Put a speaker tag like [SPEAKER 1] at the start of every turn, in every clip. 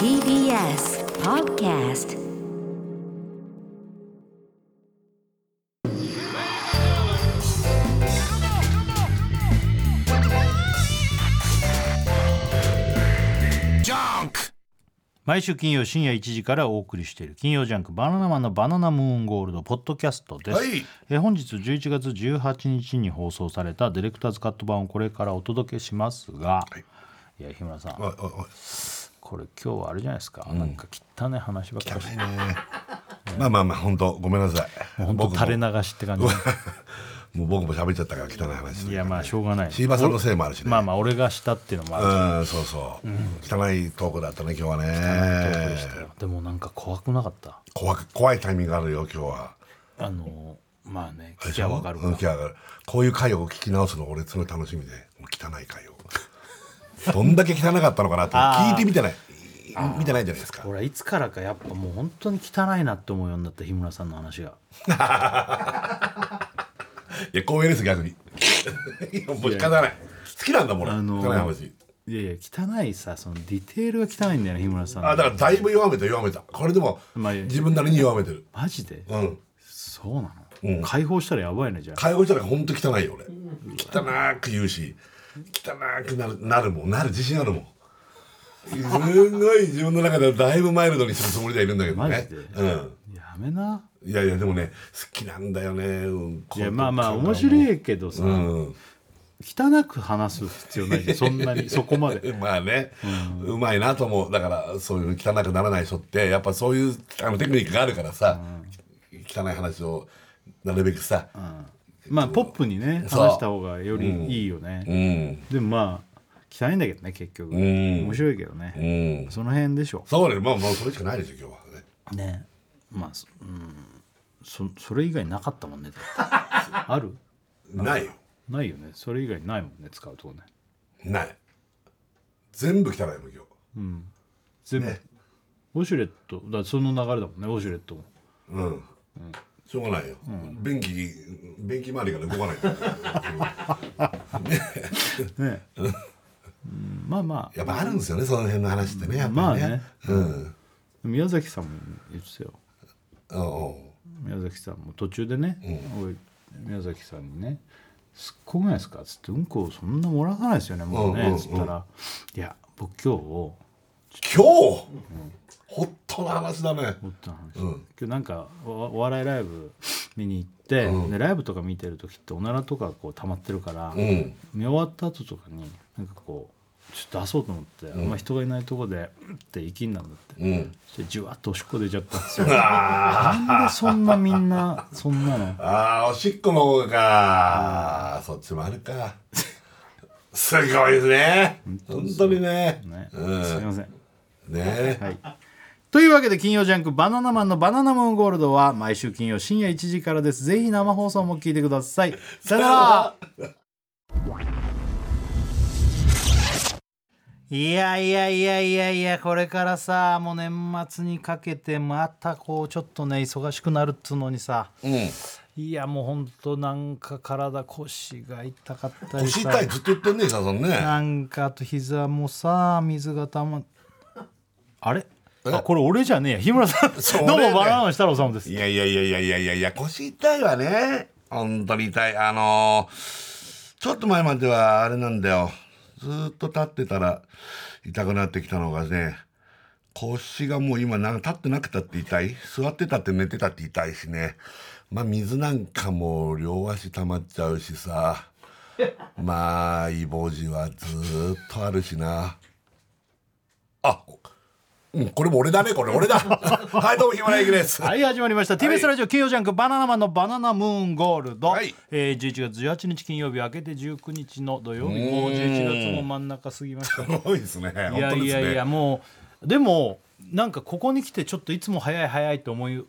[SPEAKER 1] TBS Podcast
[SPEAKER 2] 毎週金曜深夜1時からお送りしている金曜ジャンク「バナナマンのバナナムーンゴールド」ポッドキャストです、
[SPEAKER 3] はい
[SPEAKER 2] えー本日11月18日に放送されたディレクターズカット版をこれからお届けしますが、い、や日村さん
[SPEAKER 3] おいおいおい
[SPEAKER 2] これ今日はあれじゃないですか、なんか汚い話ばっかりして
[SPEAKER 3] まあまあまあ本当ごめんなさい
[SPEAKER 2] 本当
[SPEAKER 3] 僕も
[SPEAKER 2] 垂れ流しって感じ
[SPEAKER 3] もう僕も喋っちゃったから汚い話する
[SPEAKER 2] いやまあしょうがない
[SPEAKER 3] 椎葉さんのせいもあるしね
[SPEAKER 2] まあまあ俺がしたっていうのもある
[SPEAKER 3] うんそうそう、汚いトークだったね今日はね
[SPEAKER 2] けど、でもなんか怖くなかった
[SPEAKER 3] 怖く怖いタイミングがあるよ今日は
[SPEAKER 2] あのまあね
[SPEAKER 3] あれ
[SPEAKER 2] 聞
[SPEAKER 3] で
[SPEAKER 2] き
[SPEAKER 3] し
[SPEAKER 2] ゃ
[SPEAKER 3] ょ
[SPEAKER 2] わかるか
[SPEAKER 3] うん聞き
[SPEAKER 2] ら
[SPEAKER 3] ゃわかるこういう回を聞き直すの俺すごい楽しみでもう汚い回をどんだけ汚かったのかなって聞いてみてない見てないじゃないですか
[SPEAKER 2] 俺はいつからかやっぱもう本当に汚いなって思うようになった日村さんの話が
[SPEAKER 3] いや光栄です 逆にいやもう汚い好きなんだもん俺、
[SPEAKER 2] あの
[SPEAKER 3] 汚い話
[SPEAKER 2] いやいや汚いさそのディテールが汚いんだよね日村さんの
[SPEAKER 3] あだからだいぶ弱めた弱めたこれでも
[SPEAKER 2] まあ
[SPEAKER 3] 自分なりに弱めてる
[SPEAKER 2] マジで、
[SPEAKER 3] うん
[SPEAKER 2] そうなの、解放したらやばいねじゃあ
[SPEAKER 3] 介護したら本当汚いよ俺汚く言うし汚くなるなるもんなる自信あるもんすごい自分の中ではだいぶマイルドにするつもりではいるんだけど
[SPEAKER 2] マ
[SPEAKER 3] ね
[SPEAKER 2] ジで
[SPEAKER 3] うん
[SPEAKER 2] やめな
[SPEAKER 3] うんいやいやでもね好きなんだよね、うん、
[SPEAKER 2] いやまあまあ
[SPEAKER 3] こう
[SPEAKER 2] 面白いけどさ、
[SPEAKER 3] うん
[SPEAKER 2] 汚く話す必要ないじゃんそんな にそこまで
[SPEAKER 3] まあね、うまいなと思うだからそういう汚くならない人ってやっぱそういうあのテクニックがあるからさ、汚い話をなるべくさ、
[SPEAKER 2] まあポップにね
[SPEAKER 3] そう
[SPEAKER 2] 話した方がよりいいよね、
[SPEAKER 3] うん
[SPEAKER 2] でもまあ汚いんだけどね結局、
[SPEAKER 3] ん
[SPEAKER 2] 面白いけど
[SPEAKER 3] う、
[SPEAKER 2] ね
[SPEAKER 3] ん
[SPEAKER 2] その辺でしょ
[SPEAKER 3] そうねまあもうそれしかないでしょ今日はね
[SPEAKER 2] ねまあそ,、うん、そそれ以外なかったもんねだってある
[SPEAKER 3] ないよ
[SPEAKER 2] ないよねそれ以外ないもんね使うとこね
[SPEAKER 3] ない全部汚いもん今
[SPEAKER 2] 全部、ウォシュレットだからその流れだもんねウォシュレットも
[SPEAKER 3] 日うん、しょうがないよ、便器便器周りから動かないから
[SPEAKER 2] ねえ、うん、まあまあ
[SPEAKER 3] やっぱあるんですよねその辺の話ってねやっぱりね,、うん
[SPEAKER 2] 宮崎さんも言ってた
[SPEAKER 3] う
[SPEAKER 2] よ
[SPEAKER 3] んうん
[SPEAKER 2] 宮崎さんも途中でね、おい宮崎さんにね「すっごくないですか?」っつって「うんこをそんな漏らさないですよねもうね」
[SPEAKER 3] うんうんうん
[SPEAKER 2] つったら「いや僕今日
[SPEAKER 3] 今日、ホットな話だね
[SPEAKER 2] 思った話、今日なんかおお笑いライブ見に行って、でライブとか見てる時っておならとかこう溜まってるから、
[SPEAKER 3] うん
[SPEAKER 2] 見終わった後とかになんかこうちょっと出そうと思って、あんま人がいないとこでうんって息になるんだって、
[SPEAKER 3] うん
[SPEAKER 2] そしてじわっとおしっこ出ちゃったんですよなんでそんなみんなそんなの
[SPEAKER 3] ああおしっこの方がそっちもあるかすごいですね本当にね
[SPEAKER 2] ね、
[SPEAKER 3] うん
[SPEAKER 2] すいません
[SPEAKER 3] ね
[SPEAKER 2] はい。というわけで金曜ジャンク「バナナマンのバナナムーンゴールド」は毎週金曜深夜1時からですぜひ生放送も聞いてくだ さいさよなら いやいやいやいやいやこれからさもう年末にかけてまたこうちょっとね忙しくなるっつうのにさ
[SPEAKER 3] うん
[SPEAKER 2] いやもうほんとなんか体腰が痛かったり
[SPEAKER 3] 腰
[SPEAKER 2] さ
[SPEAKER 3] 痛いずっと言ってんね伊沢さんね
[SPEAKER 2] なんかあと膝もさ水がたまあれあこれ俺じゃねえや日村さん、
[SPEAKER 3] そう
[SPEAKER 2] どう
[SPEAKER 3] 俺
[SPEAKER 2] も
[SPEAKER 3] ね
[SPEAKER 2] バナナの設楽さです
[SPEAKER 3] いやいやいやいやいやいやいや腰痛いわね本当に痛いあのーちょっと前まではあれなんだよずーっと立ってたら痛くなってきたのがね腰がもう今な立ってなくたって痛い座ってたって寝てたって痛いしねまあ水なんかもう両足溜まっちゃうし さまあイボ痔はずーっとあるしなあうんこれも俺だねこれ俺だ はいどうも日村ゆきです
[SPEAKER 2] はい始まりました、TBS ラジオ金曜ジャンク「バナナマンのバナナムーンゴールド」
[SPEAKER 3] はい
[SPEAKER 2] えー、11月18日金曜日明けて19日の土曜日もう11月も真ん中過ぎました
[SPEAKER 3] すごいですね。
[SPEAKER 2] いや
[SPEAKER 3] 本当です
[SPEAKER 2] い
[SPEAKER 3] ね
[SPEAKER 2] やいや。もうでもなんかここに来てちょっといつも早い早いと思いう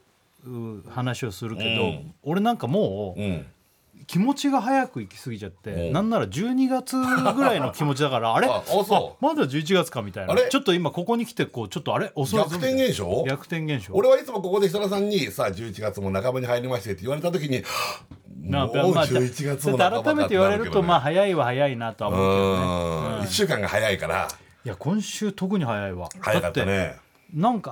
[SPEAKER 2] う話をするけど、
[SPEAKER 3] うん
[SPEAKER 2] 俺なんかもう、
[SPEAKER 3] うん。
[SPEAKER 2] 気持ちが早く行き過ぎちゃって、なんなら12月ぐらいの気持ちだからあれ
[SPEAKER 3] あ、あ、そ
[SPEAKER 2] まだ11月かみたいな
[SPEAKER 3] あれ
[SPEAKER 2] ちょっと今ここに来てこうちょっとあれ
[SPEAKER 3] う。
[SPEAKER 2] 遅いぞ
[SPEAKER 3] 逆転現象
[SPEAKER 2] みたいな。逆転現象
[SPEAKER 3] 俺はいつもここで設楽さんにさあ11月も半ばに入りましてって言われた時にはぁ
[SPEAKER 2] な
[SPEAKER 3] もう11月も
[SPEAKER 2] だ
[SPEAKER 3] 半
[SPEAKER 2] って
[SPEAKER 3] ば
[SPEAKER 2] 改めて言われるとまあ
[SPEAKER 3] あ
[SPEAKER 2] 早いは早いなとは思うけどね
[SPEAKER 3] 1週間が早いから
[SPEAKER 2] いや今週特に早いわ
[SPEAKER 3] 早かった
[SPEAKER 2] だて
[SPEAKER 3] ね
[SPEAKER 2] なんか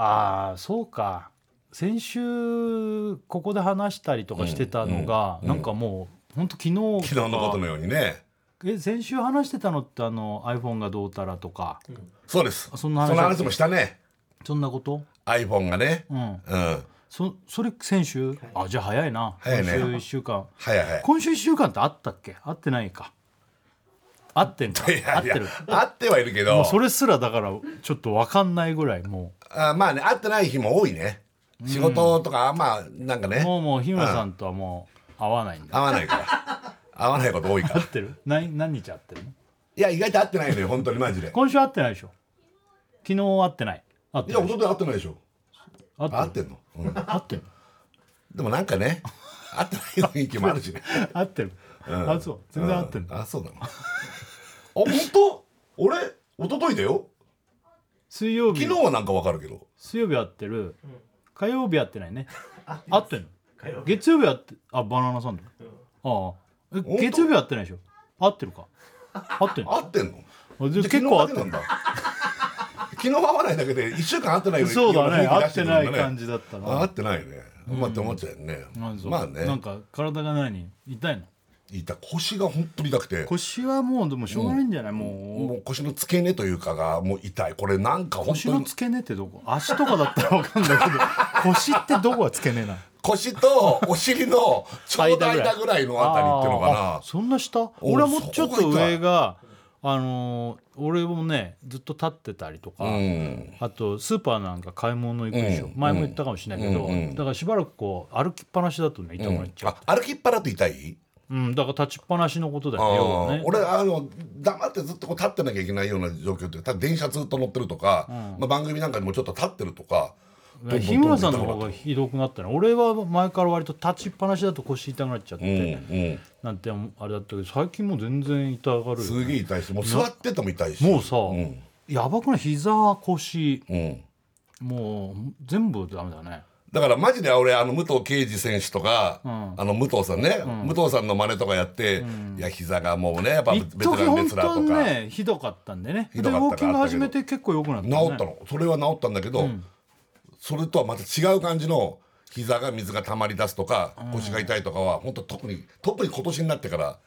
[SPEAKER 2] あーそうか先週ここで話したりとかしてたのが、なんかもう本当昨日とか
[SPEAKER 3] 昨日のことのようにね
[SPEAKER 2] え先週話してたのってあの iPhone がどうたらとか、
[SPEAKER 3] そうです
[SPEAKER 2] そんな話
[SPEAKER 3] もしたね
[SPEAKER 2] そんなこと、
[SPEAKER 3] iPhone がね
[SPEAKER 2] う
[SPEAKER 3] うん
[SPEAKER 2] ん、
[SPEAKER 3] 早
[SPEAKER 2] そそれ先週あじゃあ早いな
[SPEAKER 3] 早いね
[SPEAKER 2] 今週1週間
[SPEAKER 3] いはい
[SPEAKER 2] 今週1週間ってあったっけあってないかあってん か
[SPEAKER 3] いやいや
[SPEAKER 2] あってる
[SPEAKER 3] 合ってはいるけ
[SPEAKER 2] も
[SPEAKER 3] ど
[SPEAKER 2] うそれすらだからちょっと分かんないぐらいも
[SPEAKER 3] あまあね会ってない日も多いね仕事とかまあなんか
[SPEAKER 2] う
[SPEAKER 3] ね
[SPEAKER 2] もうもう日村さんとはもう会わないんだ
[SPEAKER 3] 合わないから合わないこと多いから
[SPEAKER 2] 合ってる何何日会ってるの
[SPEAKER 3] いや意外と会ってないのよ本当にマジで
[SPEAKER 2] 今週会ってないでしょ昨日会ってない会っ
[SPEAKER 3] い
[SPEAKER 2] て
[SPEAKER 3] や
[SPEAKER 2] ない
[SPEAKER 3] 一昨日会ってないでしょ
[SPEAKER 2] 会って
[SPEAKER 3] 会
[SPEAKER 2] る
[SPEAKER 3] ってんの、うん、
[SPEAKER 2] 会ってる
[SPEAKER 3] でもなんかね会ってない雰囲気もあるしね
[SPEAKER 2] 会ってるあそう全然会ってる
[SPEAKER 3] あそうなのあ本当俺一昨日だよ
[SPEAKER 2] 水曜日
[SPEAKER 3] 昨日はなんかわかるけど
[SPEAKER 2] 水曜日会ってる火曜日会ってないね 会ってんの月曜日会ってあバナナサンドああえ
[SPEAKER 3] 当
[SPEAKER 2] 月曜日会ってないでしょ会ってるか会ってんの
[SPEAKER 3] 会ってんの
[SPEAKER 2] あじゃあ
[SPEAKER 3] じゃ
[SPEAKER 2] 結構
[SPEAKER 3] あ
[SPEAKER 2] 会っ
[SPEAKER 3] 昨日だけな
[SPEAKER 2] てる
[SPEAKER 3] んだ昨日会わないだけで一週間会ってないよ
[SPEAKER 2] そうだ
[SPEAKER 3] よ
[SPEAKER 2] ね
[SPEAKER 3] うな雰囲気
[SPEAKER 2] 会
[SPEAKER 3] 出
[SPEAKER 2] っ
[SPEAKER 3] して
[SPEAKER 2] て
[SPEAKER 3] る
[SPEAKER 2] ない
[SPEAKER 3] もんね
[SPEAKER 2] 感じだったな
[SPEAKER 3] あ会ってないよね、まあって思っちゃうよね
[SPEAKER 2] なんぞ
[SPEAKER 3] まあね
[SPEAKER 2] なんか体が何痛いの
[SPEAKER 3] いた腰が本当に痛くて
[SPEAKER 2] 腰はもうでもしょうがないんじゃない、もう
[SPEAKER 3] もう腰の付け根というかがもう痛いこれなんか本
[SPEAKER 2] 腰
[SPEAKER 3] 当
[SPEAKER 2] の
[SPEAKER 3] に
[SPEAKER 2] 付け根ってどこ足とかだったらわかんない けど腰ってどこが付け根なの
[SPEAKER 3] 腰とお尻のちょうど間ぐらいのあたりっていうのか
[SPEAKER 2] あ
[SPEAKER 3] な
[SPEAKER 2] ーそんな下俺はもうちょっ
[SPEAKER 3] そ
[SPEAKER 2] と
[SPEAKER 3] こが痛い
[SPEAKER 2] 上があのー俺もねずっと立ってたりとか、
[SPEAKER 3] うん
[SPEAKER 2] あとスーパーなんか買い物行くでしょ、
[SPEAKER 3] うん
[SPEAKER 2] 前も言ったかもしれないけど、
[SPEAKER 3] うんうん
[SPEAKER 2] だからしばらくこう歩きっぱなしだとね痛くなっちゃう、
[SPEAKER 3] あ歩きっぱらって痛い
[SPEAKER 2] うんだから立ちっぱなしのことだ
[SPEAKER 3] あ
[SPEAKER 2] よね要
[SPEAKER 3] あ
[SPEAKER 2] はね
[SPEAKER 3] 俺あの黙ってずっとこう立ってなきゃいけないような状況ってただ電車ずっと乗ってるとか、まあ、番組なんかでもちょっと立ってるとかどんどんどんどん
[SPEAKER 2] 日村さんの方がひどくなったね俺は前から割と立ちっぱなしだと腰痛くなっちゃっ
[SPEAKER 3] う
[SPEAKER 2] て、
[SPEAKER 3] んうん
[SPEAKER 2] なんてあれだったけど最近もう全然痛がるよ
[SPEAKER 3] すげえ痛いしもう座ってても痛いし
[SPEAKER 2] もうさ、
[SPEAKER 3] ん
[SPEAKER 2] やばくない膝腰
[SPEAKER 3] うん
[SPEAKER 2] もう全部ダメだね
[SPEAKER 3] だからマジで俺あの武藤敬司選手とか、あの武藤さんね、武藤さんの真似とかやって、いや膝がもうねやっぱベ
[SPEAKER 2] 一
[SPEAKER 3] テ
[SPEAKER 2] 時
[SPEAKER 3] ラン
[SPEAKER 2] 本
[SPEAKER 3] ベテラン
[SPEAKER 2] 当
[SPEAKER 3] と
[SPEAKER 2] に
[SPEAKER 3] か、
[SPEAKER 2] ねひどかったんでね
[SPEAKER 3] ひどか
[SPEAKER 2] で
[SPEAKER 3] っ
[SPEAKER 2] ウォ
[SPEAKER 3] た
[SPEAKER 2] ーキ
[SPEAKER 3] から
[SPEAKER 2] ング始めて結構良くなった、ね、
[SPEAKER 3] 治ったのそれは治ったんだけど、それとはまた違う感じの膝が水が溜まり出すとか腰が痛いとかは本当特に特に今年になってから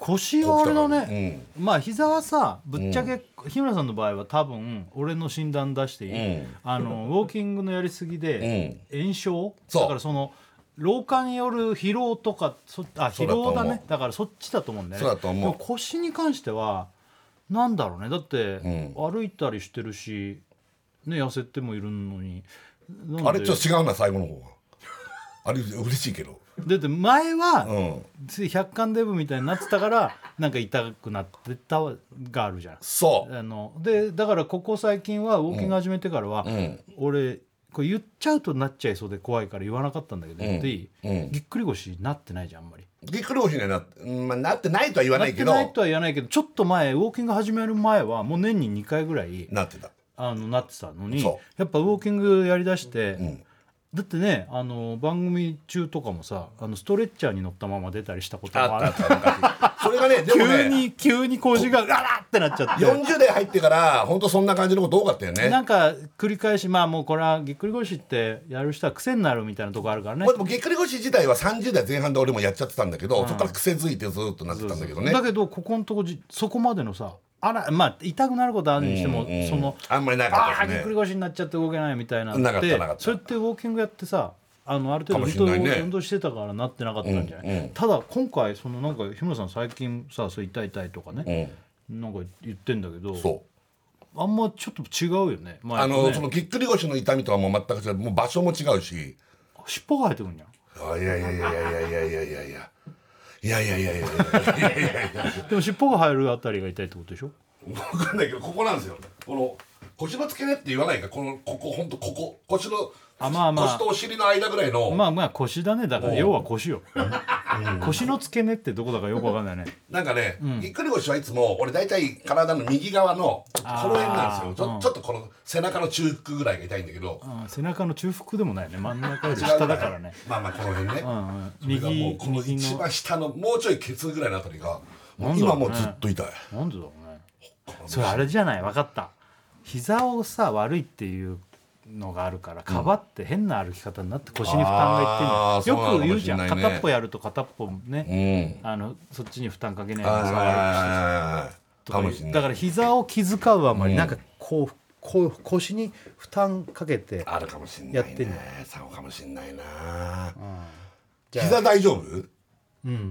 [SPEAKER 2] 腰はあれだね、まあ膝はさぶっちゃけ、日村さんの場合は多分俺の診断出していい、
[SPEAKER 3] うん
[SPEAKER 2] あのウォーキングのやりすぎで炎症、
[SPEAKER 3] そう
[SPEAKER 2] だからその老化による疲労とかそあ
[SPEAKER 3] そう
[SPEAKER 2] 疲
[SPEAKER 3] だと思う
[SPEAKER 2] 労だねだからそっちだと思うんだよね
[SPEAKER 3] そうだと思う
[SPEAKER 2] でも腰に関してはなんだろうねだって、
[SPEAKER 3] ん
[SPEAKER 2] 歩いたりしてるし、ね、痩せてもいるのになんで
[SPEAKER 3] あれちょっと違うな最後の方はあれ嬉しいけど
[SPEAKER 2] だって前は、
[SPEAKER 3] うん
[SPEAKER 2] つい百貫デブみたいになってたからなんか痛くなってたがあるじゃん
[SPEAKER 3] そう
[SPEAKER 2] あのでだからここ最近はウォーキング始めてからは、
[SPEAKER 3] ん
[SPEAKER 2] 俺これ言っちゃうとなっちゃいそうで怖いから言わなかったんだけど、言っていい、
[SPEAKER 3] うん
[SPEAKER 2] ぎっくり腰になってないじゃんあんまり
[SPEAKER 3] ぎっくり腰にはな,うん、まあ、なってないとは言わな
[SPEAKER 2] な
[SPEAKER 3] い
[SPEAKER 2] っ
[SPEAKER 3] け
[SPEAKER 2] て
[SPEAKER 3] ど
[SPEAKER 2] ないとは言わないけどちょっと前ウォーキング始める前はもう年に2回ぐらい
[SPEAKER 3] なってた
[SPEAKER 2] あのなってたのに
[SPEAKER 3] そ
[SPEAKER 2] やっぱウォーキングやりだして、
[SPEAKER 3] ん
[SPEAKER 2] だってねあの番組中とかもさあのストレッチャーに乗ったまま出たりしたこともある
[SPEAKER 3] それがねでも
[SPEAKER 2] 急
[SPEAKER 3] ね
[SPEAKER 2] に急に腰がうわらってなっちゃって
[SPEAKER 3] 40代入ってから本当そんな感じのこと多かったよね
[SPEAKER 2] なんか繰り返しまあもうこれはぎっくり腰ってやる人は癖になるみたいなとこあるからね
[SPEAKER 3] まあ、でもぎっくり腰自体は30代前半で俺もやっちゃってたんだけど、そこから癖づいてずっとなってたんだけどね
[SPEAKER 2] だけどここのとこじそこまでのさあらまあ痛くなることはあるにしても、
[SPEAKER 3] うん
[SPEAKER 2] その
[SPEAKER 3] あんまりなか
[SPEAKER 2] あ
[SPEAKER 3] った
[SPEAKER 2] あぎ
[SPEAKER 3] です
[SPEAKER 2] っく
[SPEAKER 3] ね
[SPEAKER 2] り腰になっちゃって動けないみたいな
[SPEAKER 3] なかった
[SPEAKER 2] で
[SPEAKER 3] なかった
[SPEAKER 2] それってウォーキングやってさあのある程
[SPEAKER 3] かも
[SPEAKER 2] 度運
[SPEAKER 3] しれ
[SPEAKER 2] 動,、
[SPEAKER 3] ないね
[SPEAKER 2] 運動してたからなってなかったんじゃない、
[SPEAKER 3] うんうん
[SPEAKER 2] ただ今回そのなんか日村さん最近さそう痛い痛いとかね、なんか言ってんだけど
[SPEAKER 3] そう
[SPEAKER 2] あんまちょっと違うよね,、ま
[SPEAKER 3] あの、
[SPEAKER 2] ね
[SPEAKER 3] そのぎっくり腰の痛みとはもう全く違うもう場所も違うし
[SPEAKER 2] 尻尾が生えてくるんじゃん
[SPEAKER 3] あいやいやいやいやいやいやいやいやいやいやいやいやいやいやいやいやいや
[SPEAKER 2] でも尻尾が生えるあたりが痛いってことでしょ
[SPEAKER 3] 分かんないけどここなんですよこの腰の付け根って言わないかこのここほんとここ腰の
[SPEAKER 2] あまあまあ
[SPEAKER 3] 腰とお尻の間ぐらいの、
[SPEAKER 2] まあまあ腰だねだから
[SPEAKER 3] うん
[SPEAKER 2] 要は腰よ腰の付け根ってどこだかよくわかんないね
[SPEAKER 3] なんかね、ぎっくり腰はいつも俺大体体の右側のこの辺なんですよちょ,、ちょっとこの背中の中腹ぐらいが痛いんだけど、
[SPEAKER 2] あー背中の中腹でもないね真ん中より
[SPEAKER 3] 違う
[SPEAKER 2] 下だからね
[SPEAKER 3] まあまあこの辺ね、
[SPEAKER 2] うん
[SPEAKER 3] それがもうこの
[SPEAKER 2] 右右
[SPEAKER 3] 一
[SPEAKER 2] の
[SPEAKER 3] 番下のもうちょいケツぐらいのあたりがもう
[SPEAKER 2] なんだ
[SPEAKER 3] 今
[SPEAKER 2] ろうね
[SPEAKER 3] もうずっと痛い
[SPEAKER 2] なんでだろうねそれあれじゃないわかった膝をさ悪いっていうのがあるからかばって変な歩き方になって腰に負担がいってんの
[SPEAKER 3] あーそうなの
[SPEAKER 2] よく言うじゃん、
[SPEAKER 3] かもしんないね
[SPEAKER 2] 片っぽやると片っぽ
[SPEAKER 3] う
[SPEAKER 2] ね、
[SPEAKER 3] ん
[SPEAKER 2] あのそっちに負担かけないように
[SPEAKER 3] はいはいはいはいはい
[SPEAKER 2] と
[SPEAKER 3] か
[SPEAKER 2] か
[SPEAKER 3] もしれ
[SPEAKER 2] 言
[SPEAKER 3] な
[SPEAKER 2] うだ
[SPEAKER 3] い
[SPEAKER 2] から膝を気遣うあまり、
[SPEAKER 3] うん
[SPEAKER 2] なんかこうこう腰に負担かけて
[SPEAKER 3] あるかもしれない
[SPEAKER 2] やってんの
[SPEAKER 3] ねそうかもしれないな
[SPEAKER 2] じゃあ
[SPEAKER 3] 膝大丈夫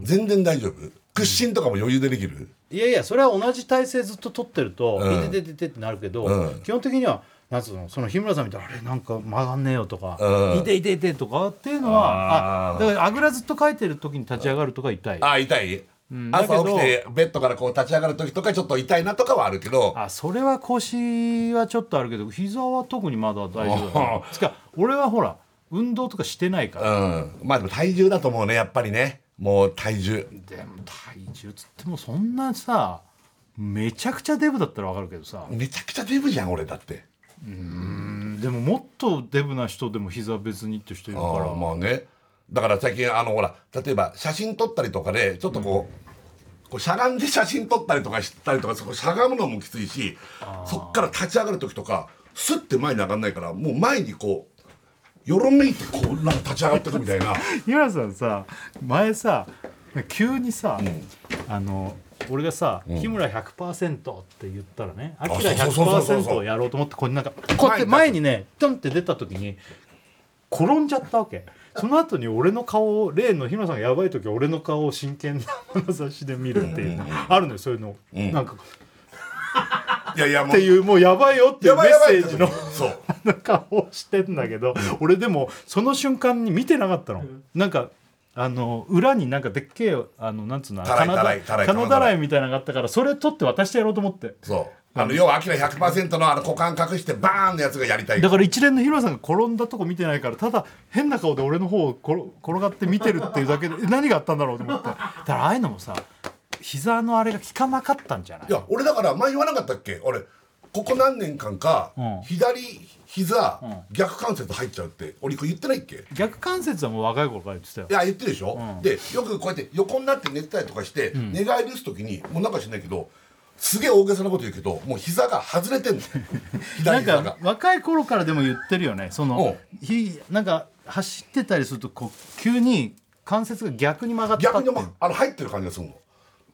[SPEAKER 3] 全然大丈夫屈伸とかも余裕でできる
[SPEAKER 2] いやいやそれは同じ体勢ずっと取ってると「
[SPEAKER 3] うん
[SPEAKER 2] いてててて」ってなるけど、
[SPEAKER 3] うん
[SPEAKER 2] 基本的にはなんつうのその日村さんみたいな「あれなんか曲がんねえよ」とか
[SPEAKER 3] うん
[SPEAKER 2] いていていて」とかっていうのは
[SPEAKER 3] あー
[SPEAKER 2] あだからあぐらずっと書いてる時に立ち上がるとか痛いあ
[SPEAKER 3] あ痛い
[SPEAKER 2] んだけ
[SPEAKER 3] 朝起
[SPEAKER 2] ど
[SPEAKER 3] きてベッドからこう立ち上がる時とかちょっと痛いなとかはあるけど
[SPEAKER 2] それは腰はちょっとあるけど膝は特にまだ大丈夫だ
[SPEAKER 3] あ
[SPEAKER 2] なつか俺はほら運動とかしてないか
[SPEAKER 3] う
[SPEAKER 2] ら
[SPEAKER 3] んまあでも体重だと思うねやっぱりねもう体重
[SPEAKER 2] でも体重つってもそんなさめちゃくちゃデブだったらわかるけどさ、
[SPEAKER 3] めちゃくちゃデブじゃん俺だって
[SPEAKER 2] でももっとデブな人でも膝別にって人いる
[SPEAKER 3] あ
[SPEAKER 2] から
[SPEAKER 3] ーまあねだから最近あのほら例えば写真撮ったりとかでちょっとこう,、こうしゃがんで写真撮ったりとかしたりとかそこしゃがむのもきついしそっから立ち上がる時とかスッて前に上がんないからもう前にこうよろめいてこうなんか立ち上がってくみ たいな
[SPEAKER 2] 日村さんさ前さ急にさ、あの俺がさ「日村100%」って言ったらね「あきら
[SPEAKER 3] そうそうそう
[SPEAKER 2] 100%」
[SPEAKER 3] そう
[SPEAKER 2] をやろうと思ってこれなんかこうやって前にねドンって出た時に転んじゃったわけその後に俺の顔を例の日村さんがやばい時は俺の顔を真剣な眼差しで見るっていうのあるのよそういうの、なんかっ
[SPEAKER 3] いやいやも
[SPEAKER 2] て
[SPEAKER 3] う
[SPEAKER 2] いうもうやばいよっていうメッセージの
[SPEAKER 3] って時にそう
[SPEAKER 2] なんか顔してんだけど俺でもその瞬間に見てなかったのなんかあの裏になんかでっけえあのなんつうの
[SPEAKER 3] たらい
[SPEAKER 2] 金
[SPEAKER 3] たらいたらい
[SPEAKER 2] 金だらいみたいなのがあったからそれ取って渡してやろうと思って
[SPEAKER 3] そうあの要はアキラ100%のあの股間隠してバーンのやつがやりたい
[SPEAKER 2] だから一連の日村さんが転んだとこ見てないからただ変な顔で俺の方を転転がって見てるっていうだけでえ何があったんだろうと思ってだからああいうのもさ膝のあれが効かなかったんじゃない
[SPEAKER 3] いや俺だから前言わなかったっけ俺ここ何年間か、
[SPEAKER 2] うん
[SPEAKER 3] 左膝、
[SPEAKER 2] ん
[SPEAKER 3] 逆関節入っちゃうって俺これ言ってないっけい
[SPEAKER 2] 逆関節はもう若い頃から言ってたよ
[SPEAKER 3] や言ってるでしょ、
[SPEAKER 2] ん
[SPEAKER 3] でよくこうやって横になって寝てたりとかして、寝返り打つ時にもうなんかしないけどすげえ大げさなこと言うけどもう膝が外れてん の左
[SPEAKER 2] なん
[SPEAKER 3] 膝が
[SPEAKER 2] か若い頃からでも言ってるよねその
[SPEAKER 3] う
[SPEAKER 2] ひなんか走ってたりするとこう急に関節が逆に曲がった
[SPEAKER 3] 逆
[SPEAKER 2] っ
[SPEAKER 3] に
[SPEAKER 2] て
[SPEAKER 3] もうあの入ってる感じがするの。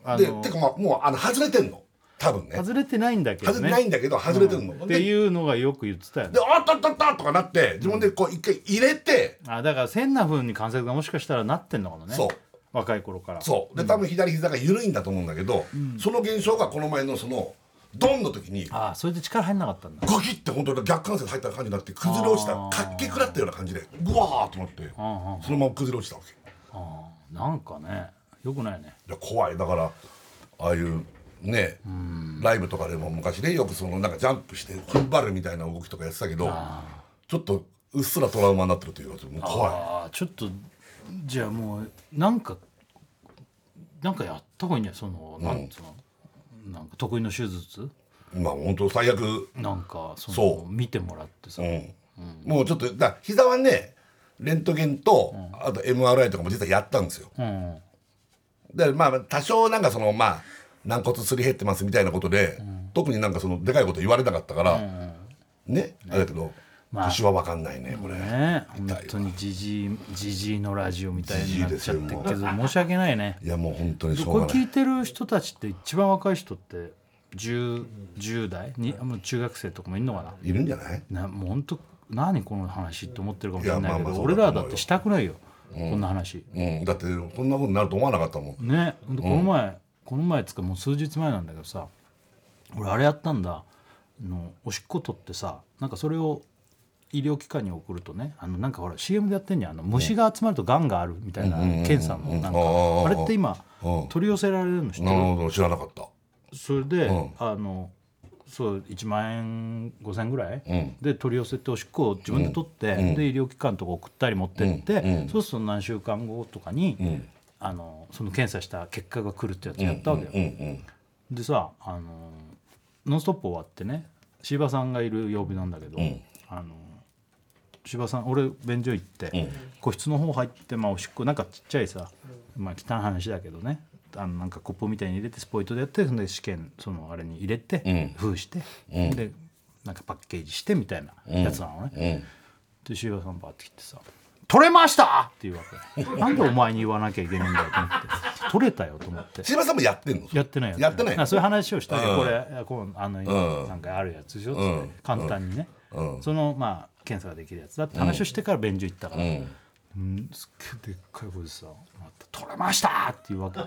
[SPEAKER 2] あ
[SPEAKER 3] で
[SPEAKER 2] の
[SPEAKER 3] てかまあもうあの外れてんの多分ね
[SPEAKER 2] 外れてないんだけどね
[SPEAKER 3] 外れてないんだけど外れてるの、
[SPEAKER 2] っ
[SPEAKER 3] で
[SPEAKER 2] ていうのがよく言ってたよ
[SPEAKER 3] で
[SPEAKER 2] ね
[SPEAKER 3] 「あったったった!」とかなって自分でこう一回入れて、
[SPEAKER 2] あだから変な風に関節がもしかしたらなってんのかもね
[SPEAKER 3] そう
[SPEAKER 2] 若い頃から
[SPEAKER 3] そうで多分左膝が緩いんだと思うんだけど、その現象がこの前のそのドンの時に
[SPEAKER 2] ああそれで力入んなかったんだ
[SPEAKER 3] ゴキって本当に逆関節入った感じになって崩れ落ちた
[SPEAKER 2] あー
[SPEAKER 3] かっけくらったような感じでグワーッとなって
[SPEAKER 2] うんうん
[SPEAKER 3] そのまま崩れ落ちたわけい
[SPEAKER 2] ああなんかねよくないね
[SPEAKER 3] や怖いだからああいうねライブとかでも昔ねよくそのなんかジャンプして踏ん張るみたいな動きとかやってたけどちょっとうっすらトラウマになってるというかもう怖い
[SPEAKER 2] ああちょっとじゃあもうなんかなんかやった方がいいんじゃないそのなんつうの、なんか得意の手術
[SPEAKER 3] まあ本当最悪
[SPEAKER 2] なんかその
[SPEAKER 3] そう
[SPEAKER 2] 見てもらってさ、
[SPEAKER 3] うんもうちょっとだ膝はねレントゲンと、あと MRI とかも実はやったんですよ
[SPEAKER 2] うん
[SPEAKER 3] でまあ多少なんかそのまあ軟骨すり減ってますみたいなことで、特になんかそのでかいこと言われなかったから、ねあれだけど、
[SPEAKER 2] まあ
[SPEAKER 3] 腰は分かんないねこれ、
[SPEAKER 2] ねえ
[SPEAKER 3] 痛い
[SPEAKER 2] 本
[SPEAKER 3] わ
[SPEAKER 2] 当にじじいじじいのラジオみたいになっちゃってる
[SPEAKER 3] ジジイ
[SPEAKER 2] け
[SPEAKER 3] です
[SPEAKER 2] ど申し訳ないね
[SPEAKER 3] いやもう本当にしょ
[SPEAKER 2] こ
[SPEAKER 3] う
[SPEAKER 2] れ
[SPEAKER 3] がな
[SPEAKER 2] 聞
[SPEAKER 3] い
[SPEAKER 2] いてる人たちって一番若い人って 10, 10代にあもう中学生とかもいるのか
[SPEAKER 3] いるんじゃない
[SPEAKER 2] ななもう本当何この話って思ってるかもしれ
[SPEAKER 3] いや
[SPEAKER 2] な
[SPEAKER 3] まあ
[SPEAKER 2] いけ
[SPEAKER 3] まあ
[SPEAKER 2] ど
[SPEAKER 3] そうだと思うよ
[SPEAKER 2] 俺らだってしたくないよ、こんな話
[SPEAKER 3] うん、だってこんなことになると思わなかったもん
[SPEAKER 2] ねでこの前、この前っつうかもう数日前なんだけどさ俺あれやったんだあのおしっこ取ってさなんかそれを医療機関に送るとねあのなんかほら CM でやってんじゃんあの虫が集まるとがんがあるみたいな検査のなんか
[SPEAKER 3] うん
[SPEAKER 2] あれって今
[SPEAKER 3] うん
[SPEAKER 2] 取り寄せられるの知って
[SPEAKER 3] な
[SPEAKER 2] る
[SPEAKER 3] るほど知らなかった
[SPEAKER 2] それで、
[SPEAKER 3] ん
[SPEAKER 2] あのそう1万円5,000円ぐらい、
[SPEAKER 3] ん
[SPEAKER 2] で取り寄せておしっこを自分で取って、で医療機関とか送ったり持ってって、
[SPEAKER 3] うんうん
[SPEAKER 2] そうすると何週間後とかに、あのその検査した結果が来るってやつやったわけよ。
[SPEAKER 3] うんうん
[SPEAKER 2] でさあの「ノンストップ!」終わってね柴さんがいる曜日なんだけど、あの柴さん俺便所行って、個室の方入って、まあ、おしっこなんかちっちゃいさ、まあ、汚い話だけどねあのなんかコップみたいに入れてスポイトでやってそんで試験そのあれに入れて、封して、でなんかパッケージしてみたいなやつなのね、
[SPEAKER 3] うん。
[SPEAKER 2] で修也さんバーって来てさ「取れました!」っていうわけなんでお前に言わなきゃいけないんだよと思って取れたよと思って
[SPEAKER 3] 千葉さんもやってんの
[SPEAKER 2] やってない
[SPEAKER 3] やってない
[SPEAKER 2] あそういう話をしたら、
[SPEAKER 3] うん
[SPEAKER 2] これこうあの、
[SPEAKER 3] うん
[SPEAKER 2] なんかあるやつでしょ、つって
[SPEAKER 3] うん
[SPEAKER 2] 簡単にね、
[SPEAKER 3] うん
[SPEAKER 2] そのまあ検査ができるやつだって話をしてから便所行ったから、
[SPEAKER 3] うん。
[SPEAKER 2] うん、すっげえでっかい声でさ「取れました!」っていうわけ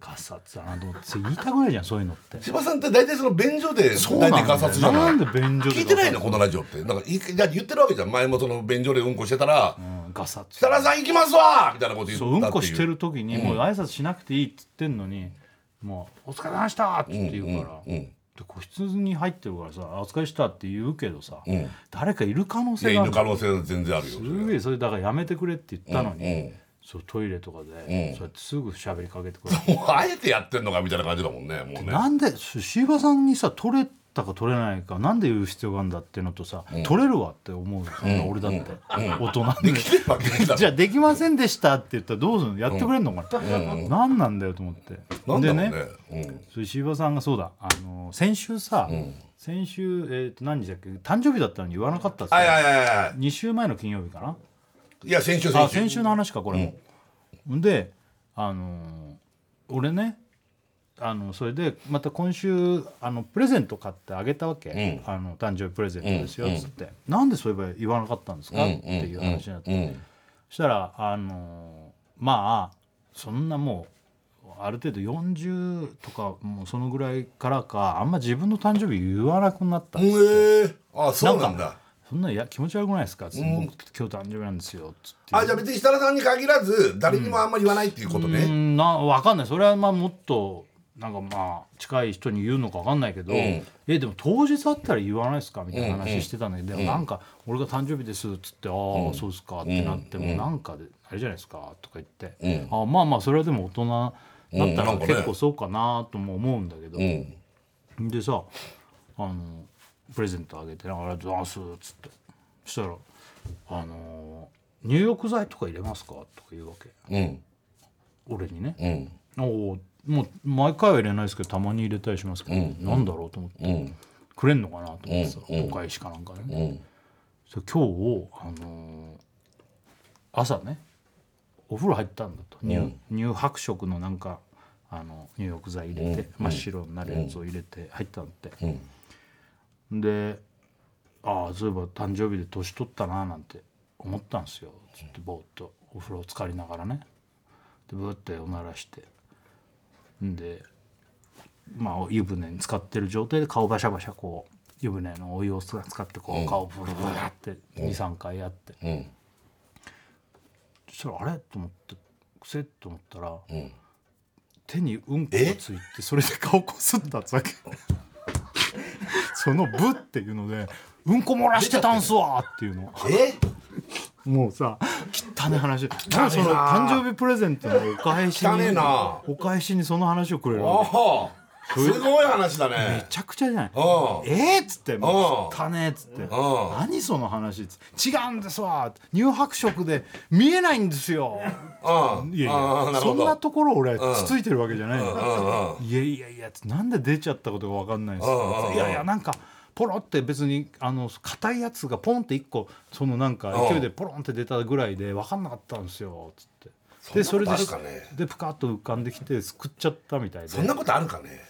[SPEAKER 2] ガサツだなと思って言いたくないじゃんそういうのって
[SPEAKER 3] 千葉さんって大体その便所で
[SPEAKER 2] そうな
[SPEAKER 3] 大
[SPEAKER 2] んだ
[SPEAKER 3] 体
[SPEAKER 2] よ
[SPEAKER 3] ガサツじゃな
[SPEAKER 2] ないんで便所で
[SPEAKER 3] 聞いてないのこのラジオってなんかいだって言ってるわけじゃん前もその便所でうんこしてたら
[SPEAKER 2] うんガサ
[SPEAKER 3] 「
[SPEAKER 2] ツ
[SPEAKER 3] 設楽さん行きますわ!」みたいなこと言った
[SPEAKER 2] そ
[SPEAKER 3] って
[SPEAKER 2] う
[SPEAKER 3] いう
[SPEAKER 2] うんこしてる時にもう挨拶しなくていいっつってんのに「もうお疲れ様でした!」って言うから、
[SPEAKER 3] うんうんうん
[SPEAKER 2] で個室に入ってるからさ「お疲れした」って言うけどさ、
[SPEAKER 3] ん
[SPEAKER 2] 誰かいる可能
[SPEAKER 3] いや
[SPEAKER 2] 性
[SPEAKER 3] い
[SPEAKER 2] があ
[SPEAKER 3] る
[SPEAKER 2] る
[SPEAKER 3] 可能性は全然あるよそれ
[SPEAKER 2] すげえそれだからやめてくれって言ったのに、
[SPEAKER 3] うん
[SPEAKER 2] そうトイレとかで、
[SPEAKER 3] うん
[SPEAKER 2] そうやってすぐ喋りかけてくる
[SPEAKER 3] もうあえてやってんのかみたいな感じだもんねもうね
[SPEAKER 2] なんで椎葉さんにさ取れたか取れないかなんで言う必要があるんだっていうのとさ、取れるわって思うよ俺だって、大人で
[SPEAKER 3] できてるわけねえだ
[SPEAKER 2] じ
[SPEAKER 3] ろ
[SPEAKER 2] ゃあできませんでしたって言ったらどうするのやってくれんのかな、何なんだよと思って
[SPEAKER 3] なんだろうね
[SPEAKER 2] でね
[SPEAKER 3] うん
[SPEAKER 2] そう石破さんがそうだあの先週さ、先週、えー、と何日だっけ誕生日だったのに言わなかったっすよ
[SPEAKER 3] はいはいはいは
[SPEAKER 2] 2週前の金曜日かない
[SPEAKER 3] いや先週
[SPEAKER 2] あ
[SPEAKER 3] 先週
[SPEAKER 2] 先週の話かこれも、ん、であのー俺ねあのそれでまた今週あのプレゼント買ってあげたわけ、あの誕生日プレゼントですよっつって、なんでそういえば言わなかったんですか、っていう話になって、
[SPEAKER 3] うん
[SPEAKER 2] そしたらあのーまあそんなもうある程度40とかもうそのぐらいからかあんま自分の誕生日言わなくなったんですよ
[SPEAKER 3] へえあそうなんだ
[SPEAKER 2] そんなんや気持ち悪くないですか?」つって僕今日誕生日なんですよ」つって
[SPEAKER 3] あじゃあ別に設楽さんに限らず誰にもあんまり言わないっていうこと
[SPEAKER 2] う
[SPEAKER 3] ね
[SPEAKER 2] んなわかんないそれはまあもっとなんかまあ近い人に言うのかわかんないけど、えでも当日会ったら言わないですかみたいな話してたんだけど、でもなんか俺が誕生日ですっつってああ、そうですかってなっても、なんかであれじゃないですかとか言って、あまあまあそれはでも大人だった
[SPEAKER 3] うんなん
[SPEAKER 2] ら
[SPEAKER 3] かね
[SPEAKER 2] 結構そうかなとも思うんだけど、
[SPEAKER 3] うん
[SPEAKER 2] でさあのプレゼントあげてなんか「ありがとうございます」っつってそしたら「あの入浴剤とか入れますか?」とか言うわけ
[SPEAKER 3] うん
[SPEAKER 2] 俺にね。
[SPEAKER 3] うん
[SPEAKER 2] おーもう毎回は入れないですけどたまに入れたりしますけど、なんだろうと思って、
[SPEAKER 3] うん
[SPEAKER 2] くれんのかなと思ってさ、お返しかなんかね、
[SPEAKER 3] うん
[SPEAKER 2] そしたら今日、あのー朝ねお風呂入ったんだと、乳乳白色のなんかあの入浴剤入れて、真っ白になるやつを入れて入ったんだって、でああそういえば誕生日で年取ったななんて思ったんですよつってぼーっとお風呂を浸かりながらねでブーっておならしてんでまあ湯船に浸かってる状態で顔バシャバシャこう湯船のお湯を使ってこう顔ブルブルって23回やって
[SPEAKER 3] うん
[SPEAKER 2] そしたらあれと思ってくせっと思ったら
[SPEAKER 3] ん
[SPEAKER 2] 手にうんこがついてそれで顔こすったっつ わけその「ぶ」っていうので「うんこ漏らしてたんすわ」っていうの
[SPEAKER 3] え
[SPEAKER 2] もうさ汚い話なんでその誕生日プレゼントのお返し
[SPEAKER 3] 汚ねえ
[SPEAKER 2] に
[SPEAKER 3] な
[SPEAKER 2] お返しにその話をくれるわけ
[SPEAKER 3] ああすごい話だね
[SPEAKER 2] めちゃくちゃじゃない
[SPEAKER 3] うん
[SPEAKER 2] えーっつって「も
[SPEAKER 3] う
[SPEAKER 2] うん汚ねえ」っつって「
[SPEAKER 3] ん
[SPEAKER 2] 何その話」っつって違うんですわ」乳白色で見えないんですよ」
[SPEAKER 3] うん
[SPEAKER 2] いやい
[SPEAKER 3] ああ
[SPEAKER 2] や
[SPEAKER 3] なる
[SPEAKER 2] そ
[SPEAKER 3] ほ
[SPEAKER 2] ん
[SPEAKER 3] ど
[SPEAKER 2] なところ俺つついてるわけじゃないの、
[SPEAKER 3] うんうん
[SPEAKER 2] いやいやいやなんで出ちゃったことが分かんないです、
[SPEAKER 3] うんうんうん
[SPEAKER 2] いやいやなんかポロって別にあの硬いやつがポンって一個そのなんか勢いでポロンって出たぐらいで分かんなかったんですよつってで
[SPEAKER 3] そんな
[SPEAKER 2] で
[SPEAKER 3] ことあるかね
[SPEAKER 2] でプカッと浮かんできてすくっちゃったみたいで
[SPEAKER 3] そんなことあるかね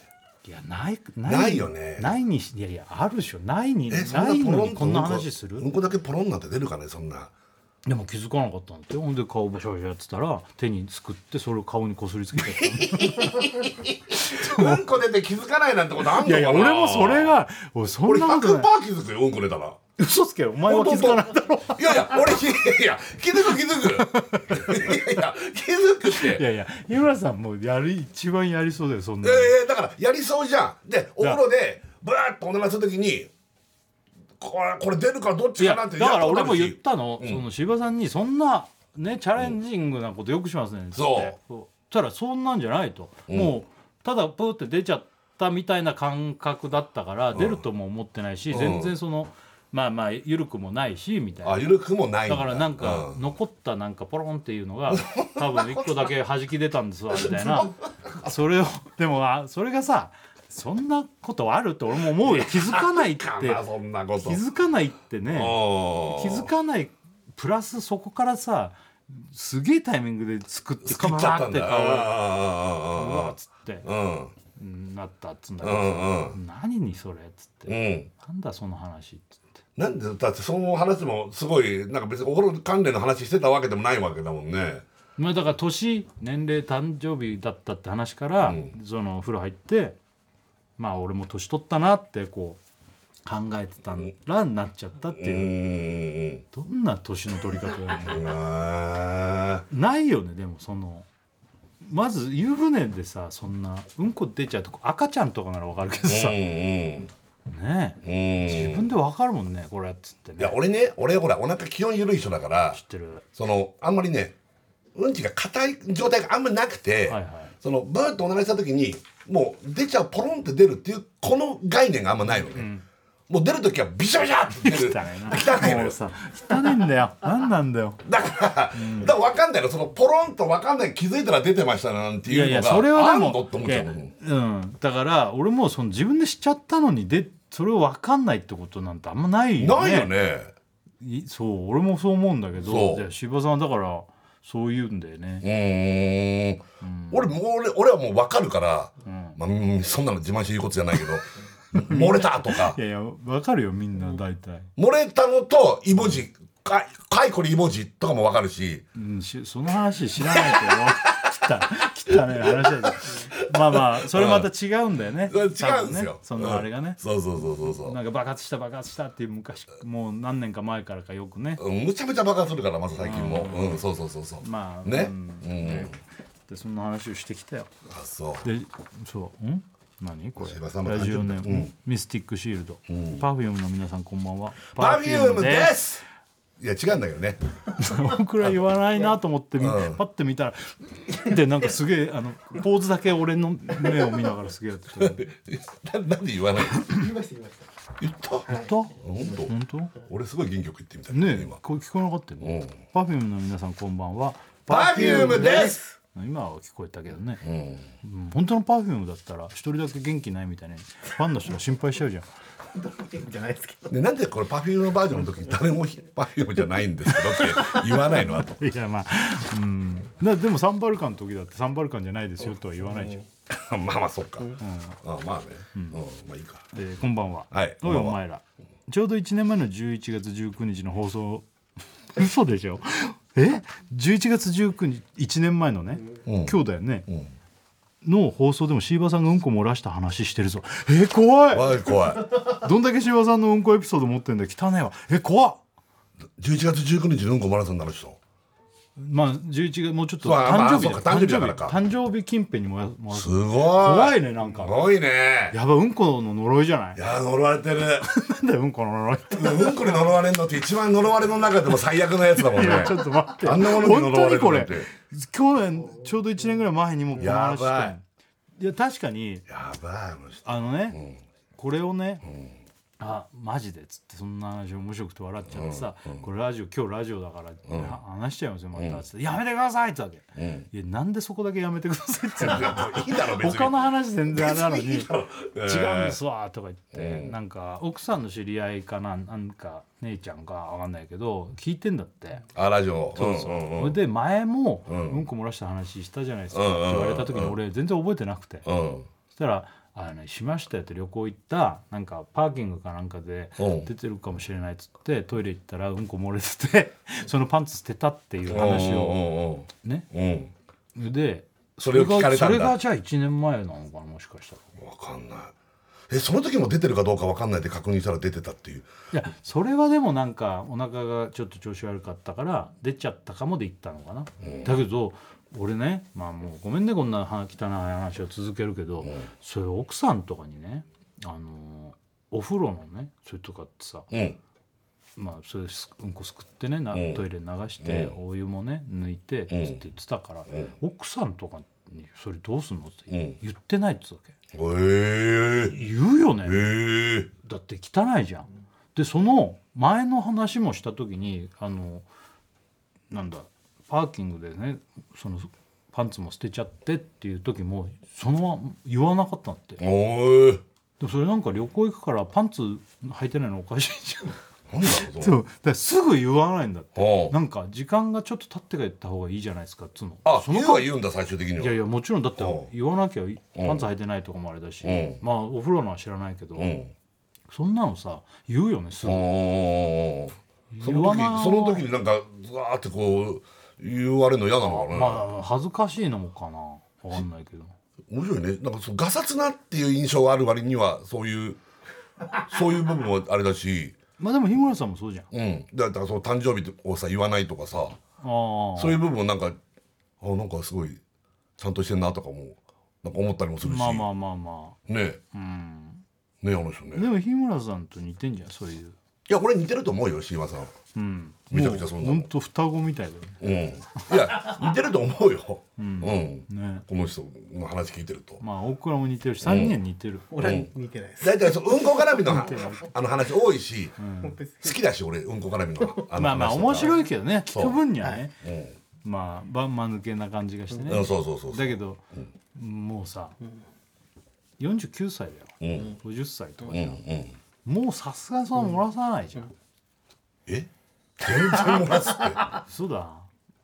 [SPEAKER 2] いやないない
[SPEAKER 3] ないよね
[SPEAKER 2] ないにしいやいやあるでしょないに
[SPEAKER 3] えそ
[SPEAKER 2] なんい
[SPEAKER 3] なポ
[SPEAKER 2] の
[SPEAKER 3] ロン
[SPEAKER 2] に
[SPEAKER 3] と
[SPEAKER 2] こんな話する
[SPEAKER 3] うんこだけポロンなんて出るかねそんな
[SPEAKER 2] でも気づかなかったんだってほんで顔バシャバシャやってたら手にすくってそれを顔にこすりつけちゃった
[SPEAKER 3] うんこ出て気づかないなんて ことあんのかない
[SPEAKER 2] やいや俺もそれ が俺そん
[SPEAKER 3] 俺
[SPEAKER 2] なこと
[SPEAKER 3] 100
[SPEAKER 2] ない
[SPEAKER 3] パー気づくようんこ出たら
[SPEAKER 2] 嘘つけよお前は気づかないだろ
[SPEAKER 3] いやいや俺いやいや気づく気づ くいやいや気づくって
[SPEAKER 2] いやいや日村さんもやり一番やりそうだよそんなの
[SPEAKER 3] ええだからやりそうじゃんでお風呂でブワーッとおならするときにこれこれ出るかどっ
[SPEAKER 2] い
[SPEAKER 3] ちか
[SPEAKER 2] や
[SPEAKER 3] なっ
[SPEAKER 2] だ
[SPEAKER 3] て
[SPEAKER 2] から俺も
[SPEAKER 3] や
[SPEAKER 2] 言っ
[SPEAKER 3] こと
[SPEAKER 2] たの、その柴さんにそんなねチャレンジングなことよくしますねっつって
[SPEAKER 3] そう
[SPEAKER 2] そしたらそんなんじゃないと、もうただプーって出ちゃったみたいな感覚だったから、出るとも思ってないし、全然そのまあまあ緩くもないしみたいな
[SPEAKER 3] あ緩くもない
[SPEAKER 2] だからなんか
[SPEAKER 3] うん
[SPEAKER 2] 残ったなんかポロンっていう のが多分一個だけ弾き出たんですわみたいなそれをでもあそれがさそんなことあるって俺も思うよ気づかないって
[SPEAKER 3] かなそんなこと
[SPEAKER 2] 気づかないってね
[SPEAKER 3] おー
[SPEAKER 2] 気づかないプラスそこからさすげえタイミングで作って
[SPEAKER 3] 食っちゃったんだ
[SPEAKER 2] カバーって顔うわ
[SPEAKER 3] あ
[SPEAKER 2] っつって
[SPEAKER 3] ーうん
[SPEAKER 2] うんなったっつうんだ
[SPEAKER 3] う
[SPEAKER 2] けど
[SPEAKER 3] んうん
[SPEAKER 2] 何にそれっつって
[SPEAKER 3] うん
[SPEAKER 2] なんだその話っつって
[SPEAKER 3] なんでだってその話もすごいなんか別にお風呂関連の話してたわけでもないわけだもんね
[SPEAKER 2] まあだから年年齢誕生日だったって話から、
[SPEAKER 3] うん
[SPEAKER 2] そのお風呂入ってまあ俺も年取ったなってこう考えてたらなっちゃったって
[SPEAKER 3] う
[SPEAKER 2] いう、
[SPEAKER 3] ーん
[SPEAKER 2] どんな年の取り方だろう
[SPEAKER 3] うわ
[SPEAKER 2] ないよねでもそのまず湯船でさそんなうんこ出ちゃうとこ赤ちゃんとかならわかるけ
[SPEAKER 3] ー
[SPEAKER 2] どさ、
[SPEAKER 3] うん
[SPEAKER 2] ね
[SPEAKER 3] うんう
[SPEAKER 2] え自
[SPEAKER 3] ん
[SPEAKER 2] 分でわかるもんねこれっつって
[SPEAKER 3] いや
[SPEAKER 2] ね
[SPEAKER 3] 俺ね俺ほらお腹気温緩い人だから
[SPEAKER 2] 知ってる
[SPEAKER 3] そのあんまりねうんちが硬い状態があんまりなくて、
[SPEAKER 2] はいはい
[SPEAKER 3] そのブーッとおならした時にもう出ちゃうポロンって出るっていうこの概念があんまないのね、もう出る時はビシャビシャって出
[SPEAKER 2] 汚
[SPEAKER 3] る汚
[SPEAKER 2] い
[SPEAKER 3] い
[SPEAKER 2] な
[SPEAKER 3] の
[SPEAKER 2] もう
[SPEAKER 3] よ
[SPEAKER 2] さ汚いんだよ何なんだよ
[SPEAKER 3] だから、だから分かんないのそのポロンと分かんない気づいたら出てましたなんて
[SPEAKER 2] い
[SPEAKER 3] いう
[SPEAKER 2] や
[SPEAKER 3] のが
[SPEAKER 2] いやそれはで
[SPEAKER 3] あんの
[SPEAKER 2] も
[SPEAKER 3] って思っちゃうもん
[SPEAKER 2] いやうんだから俺もその自分でしちゃったのにでそれを分かんないってことなんてあんまないよね
[SPEAKER 3] ないよね
[SPEAKER 2] いそう俺もそう思うんだけ
[SPEAKER 3] そう
[SPEAKER 2] どじゃあ柴さんはだからそう言うんだよね
[SPEAKER 3] うーん俺もう俺俺はもう分かるから、まあうん、そんなの自慢して言うことじゃないけ ど漏れたとか
[SPEAKER 2] いやいや分かるよみんな大体、
[SPEAKER 3] 漏れたのとイボジかかいこりイボジとかも分かるし
[SPEAKER 2] うん、しその話知ら ないけど汚い汚い話だけどまあまあそれまた違うんだよね
[SPEAKER 3] それ違うんです
[SPEAKER 2] 多
[SPEAKER 3] よ、
[SPEAKER 2] 分ねそのあれが
[SPEAKER 3] うん
[SPEAKER 2] ね、
[SPEAKER 3] そうそうそうそうそう
[SPEAKER 2] なんか爆発した爆発したっていう昔もう何年か前からかよくね
[SPEAKER 3] うんむちゃむちゃ爆発するからまず最近もうんそうそうそうそう
[SPEAKER 2] まあ
[SPEAKER 3] ね
[SPEAKER 2] う
[SPEAKER 3] うんん
[SPEAKER 2] でそんな話をしてきたよ
[SPEAKER 3] あそう
[SPEAKER 2] でそううん何こ
[SPEAKER 3] 柴さん
[SPEAKER 2] れ
[SPEAKER 3] の
[SPEAKER 2] ラジオネーム、
[SPEAKER 3] 誕生
[SPEAKER 2] ミスティックシールド、パフュームの皆さんこんばんは
[SPEAKER 3] パフュームですすいや違うんだけどね
[SPEAKER 2] 僕ら言わないなと思って、みパッて見たらでなんかすげえあのポーズだけ俺の目を見ながらすげえやってた本
[SPEAKER 3] ななんで言わない
[SPEAKER 4] 言いました言いまし
[SPEAKER 3] 言った本
[SPEAKER 2] 当
[SPEAKER 3] 当
[SPEAKER 2] 本当
[SPEAKER 3] 俺すごい元気よく言ってみたい
[SPEAKER 2] ねえ
[SPEAKER 3] 今
[SPEAKER 2] これ聞こえなかったよね、パフュームの皆さんこんばんは
[SPEAKER 3] パフュームです
[SPEAKER 2] 今は聞こえたけどね、うん本当のパフュームだったら一人だけ元気ないみたいなファンの人が心配しちゃうじゃん
[SPEAKER 4] たじゃないですけど
[SPEAKER 3] でなんでこれパフュームバージョンの時に誰もパフュームじゃないんですけどって言わないのあと
[SPEAKER 2] いやまあ、うん、なでもサンバルカンの時だってサンバルカンじゃないですよとは言わないじゃん。
[SPEAKER 3] まあまあそっか、あまあね、うん、まあいいか
[SPEAKER 2] えーこんばんは。
[SPEAKER 3] はいこ
[SPEAKER 2] おい
[SPEAKER 3] んばんは
[SPEAKER 2] お前ら。ちょうど1年前の11月19日の放送 嘘でしょえ ?11 月19日1年前のね、今日だよね、の放送でも椎葉さんがうんこ漏らした話してるぞ。えー怖い
[SPEAKER 3] 怖い怖い
[SPEAKER 2] どんだけ椎葉さんのうんこエピソード持ってんだよ汚ねわ。え怖っ
[SPEAKER 3] 11月19日のうんこマラソンになる人
[SPEAKER 2] まあ11月もうちょっと
[SPEAKER 3] そうあま
[SPEAKER 2] 誕
[SPEAKER 3] あ
[SPEAKER 2] 生日だよ
[SPEAKER 3] そうか誕生日だからか
[SPEAKER 2] 誕生日近辺にもやもや
[SPEAKER 3] すごい
[SPEAKER 2] 怖いねなんか
[SPEAKER 3] すごいね
[SPEAKER 2] やばいうんこの呪いじゃない
[SPEAKER 3] いや呪われてる
[SPEAKER 2] なんだようんこの呪いって
[SPEAKER 3] うんこに呪われんのって一番呪われの中でも最悪なやつだもんね
[SPEAKER 2] ちょっと待 って
[SPEAKER 3] あんなものに
[SPEAKER 2] 本
[SPEAKER 3] 呪わ
[SPEAKER 2] 当
[SPEAKER 3] れ
[SPEAKER 2] に
[SPEAKER 3] る
[SPEAKER 2] こ
[SPEAKER 3] なん
[SPEAKER 2] れ
[SPEAKER 3] て
[SPEAKER 2] 去年ちょうど1年ぐらい前にもこの話した
[SPEAKER 3] やば
[SPEAKER 2] いや確かに
[SPEAKER 3] やばいあの人
[SPEAKER 2] あのね、これをね、あマジでっつってそんな話面白くて笑っちゃってさ、これラジオ今日ラジオだから、は話しちゃいますよまたっつって、やめてください」って言ったわけ、いやなんでそこだけやめてください」って言 うの
[SPEAKER 3] いいだろ別に
[SPEAKER 2] 他の話全然あれなの に「違
[SPEAKER 3] え
[SPEAKER 2] うんですわ」とか言って、なんか奥さんの知り合いかななんか姉ちゃんかわかんないけど聞いてんだって。
[SPEAKER 3] あラジオ
[SPEAKER 2] そうそう
[SPEAKER 3] うんうん
[SPEAKER 2] それで前もうんこ漏らした話したじゃないですかって言われた時に俺全然覚えてなくてそ
[SPEAKER 3] うん
[SPEAKER 2] したら「あのしましたよ」って旅行行ったなんかパーキングかなんかで
[SPEAKER 3] うん
[SPEAKER 2] 出てるかもしれないっつってトイレ行ったらうんこ漏れてて そのパンツ捨てたっていう話を
[SPEAKER 3] を
[SPEAKER 2] ね
[SPEAKER 3] うんうん
[SPEAKER 2] で
[SPEAKER 3] それを聞かれたんだ
[SPEAKER 2] それがじゃあ1年前なのかなもしかしたら
[SPEAKER 3] わかんないえその時も出てるかどうかわかんないで確認したら出てたっていう
[SPEAKER 2] いやそれはでもなんかお腹がちょっと調子悪かったから出ちゃったかもで言ったのかな、だけど俺ねまあもうごめんねこんなは汚い話を続けるけど、それ奥さんとかにねあのお風呂のねそれとかってさ
[SPEAKER 3] うん
[SPEAKER 2] まあそれすうんこすくってねな
[SPEAKER 3] うん
[SPEAKER 2] トイレ流して、お湯もね抜いてつって言ってたから、奥さんとかに「それどうすんの?」って
[SPEAKER 3] うん
[SPEAKER 2] 言ってないっつうわけ
[SPEAKER 3] えー、
[SPEAKER 2] 言うよね
[SPEAKER 3] えー、
[SPEAKER 2] だって汚いじゃん。でその前の話もした時にあのなんだパーキングでねそのパンツも捨てちゃってっていう時もそのまま言わなかったんだってで
[SPEAKER 3] おい
[SPEAKER 2] もそれなんか旅行行くからパンツ履いてないのおかしいじゃ
[SPEAKER 3] な
[SPEAKER 2] ん
[SPEAKER 3] んだろう
[SPEAKER 2] そ
[SPEAKER 3] そう
[SPEAKER 2] だからすぐ言わないんだって
[SPEAKER 3] おう
[SPEAKER 2] なんか時間がちょっと経ってから言った方がいいじゃないですかっつうの
[SPEAKER 3] あ
[SPEAKER 2] そ
[SPEAKER 3] 言
[SPEAKER 2] の
[SPEAKER 3] うは言うんだ最終的に
[SPEAKER 2] いやい
[SPEAKER 3] は
[SPEAKER 2] やもちろんだって
[SPEAKER 3] おう
[SPEAKER 2] 言わなきゃい
[SPEAKER 3] おう
[SPEAKER 2] パンツ履いてないとかもあれだし
[SPEAKER 3] うん
[SPEAKER 2] まあお風呂のは知らないけど
[SPEAKER 3] うん
[SPEAKER 2] そんなのさ言うよねすぐ
[SPEAKER 3] おーそ
[SPEAKER 2] 言
[SPEAKER 3] の
[SPEAKER 2] わ
[SPEAKER 3] 時
[SPEAKER 2] ない
[SPEAKER 3] その時になんかずわーってこう言われるの嫌なのかな、
[SPEAKER 2] まあ恥ずかしいのもかなわかんないけど
[SPEAKER 3] 面白いねなんかそうガサツなっていう印象がある割にはそういう そういう部分もあれだし、
[SPEAKER 2] まあでも日村さんもそうじゃん
[SPEAKER 3] うん、だだからその誕生日をさ言わないとかさ
[SPEAKER 2] ああ
[SPEAKER 3] そういう部分もなんかあなんかすごいちゃんとしてんなとかもなんか思ったりもするし、
[SPEAKER 2] まあまあまあま
[SPEAKER 3] ね
[SPEAKER 2] あうん
[SPEAKER 3] えねえあの人ね
[SPEAKER 2] でも日村さんと似てんじゃんそういう
[SPEAKER 3] いや俺似てると思うよ椎葉さん
[SPEAKER 2] うん
[SPEAKER 3] めちゃくちゃそんなの
[SPEAKER 2] もうほんと双子みたいだよ
[SPEAKER 3] うんいや似てると思うよ、うん
[SPEAKER 2] ねね
[SPEAKER 3] この人の話聞いてると
[SPEAKER 2] まあ大倉も似てるし3人は似てる
[SPEAKER 4] 俺は似てないです。
[SPEAKER 3] 大体 そううんこ絡みのはあの話多いし、
[SPEAKER 4] 本当に好き
[SPEAKER 3] 好きだし俺うんこ絡みのあの話
[SPEAKER 2] まあまあ面
[SPEAKER 3] い、
[SPEAKER 2] 白いけどね聞
[SPEAKER 3] う
[SPEAKER 2] く分にはね
[SPEAKER 3] うん
[SPEAKER 2] まあばんま抜けな感じがしてね
[SPEAKER 3] うん、そうそうそうそう
[SPEAKER 2] だけどもうさ49歳だよ
[SPEAKER 3] うん
[SPEAKER 2] 50歳とか
[SPEAKER 3] うんう
[SPEAKER 2] じゃん
[SPEAKER 3] ん
[SPEAKER 2] もうさすがにそんな漏らさないじゃん
[SPEAKER 3] え全然漏らすっ
[SPEAKER 2] そうだ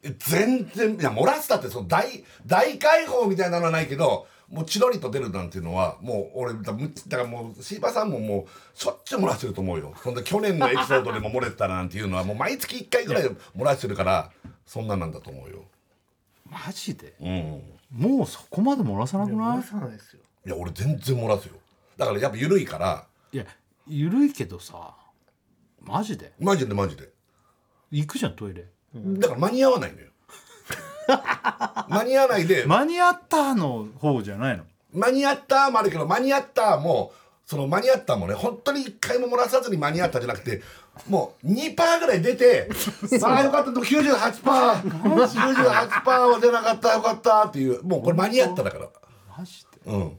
[SPEAKER 3] てえ全然いや漏らすだってその大大解放みたいなのはないけどもうチロリと出るなんていうのはもう俺だむだからもう椎葉さんももうしょっちゅう漏らしてると思うよそんで去年のエピソードでも漏れてたなんていうのはもう毎月1回ぐらい漏らしてるからそんなんなんだと思うよ
[SPEAKER 2] マジで
[SPEAKER 3] うん
[SPEAKER 2] もうそこまで漏らさなく
[SPEAKER 4] 漏
[SPEAKER 2] な
[SPEAKER 4] らさないですよ。
[SPEAKER 3] いや俺全然漏らすよだからやっぱ緩いから
[SPEAKER 2] いいや緩いけどさマジで
[SPEAKER 3] マジでマジで
[SPEAKER 2] 行くじゃんトイレ
[SPEAKER 3] だから間に合わない のよ間に合わないで
[SPEAKER 2] 間に合ったの方じゃないの
[SPEAKER 3] 間に合ったもあるけど間に合ったもその間に合ったもね本当に一回も漏らさずに間に合ったじゃなくてもう2%ぐらい出 てまあよかったと 98%98% は出なかったよかったっていうもうこれ間に合っただから
[SPEAKER 2] マジで
[SPEAKER 3] うん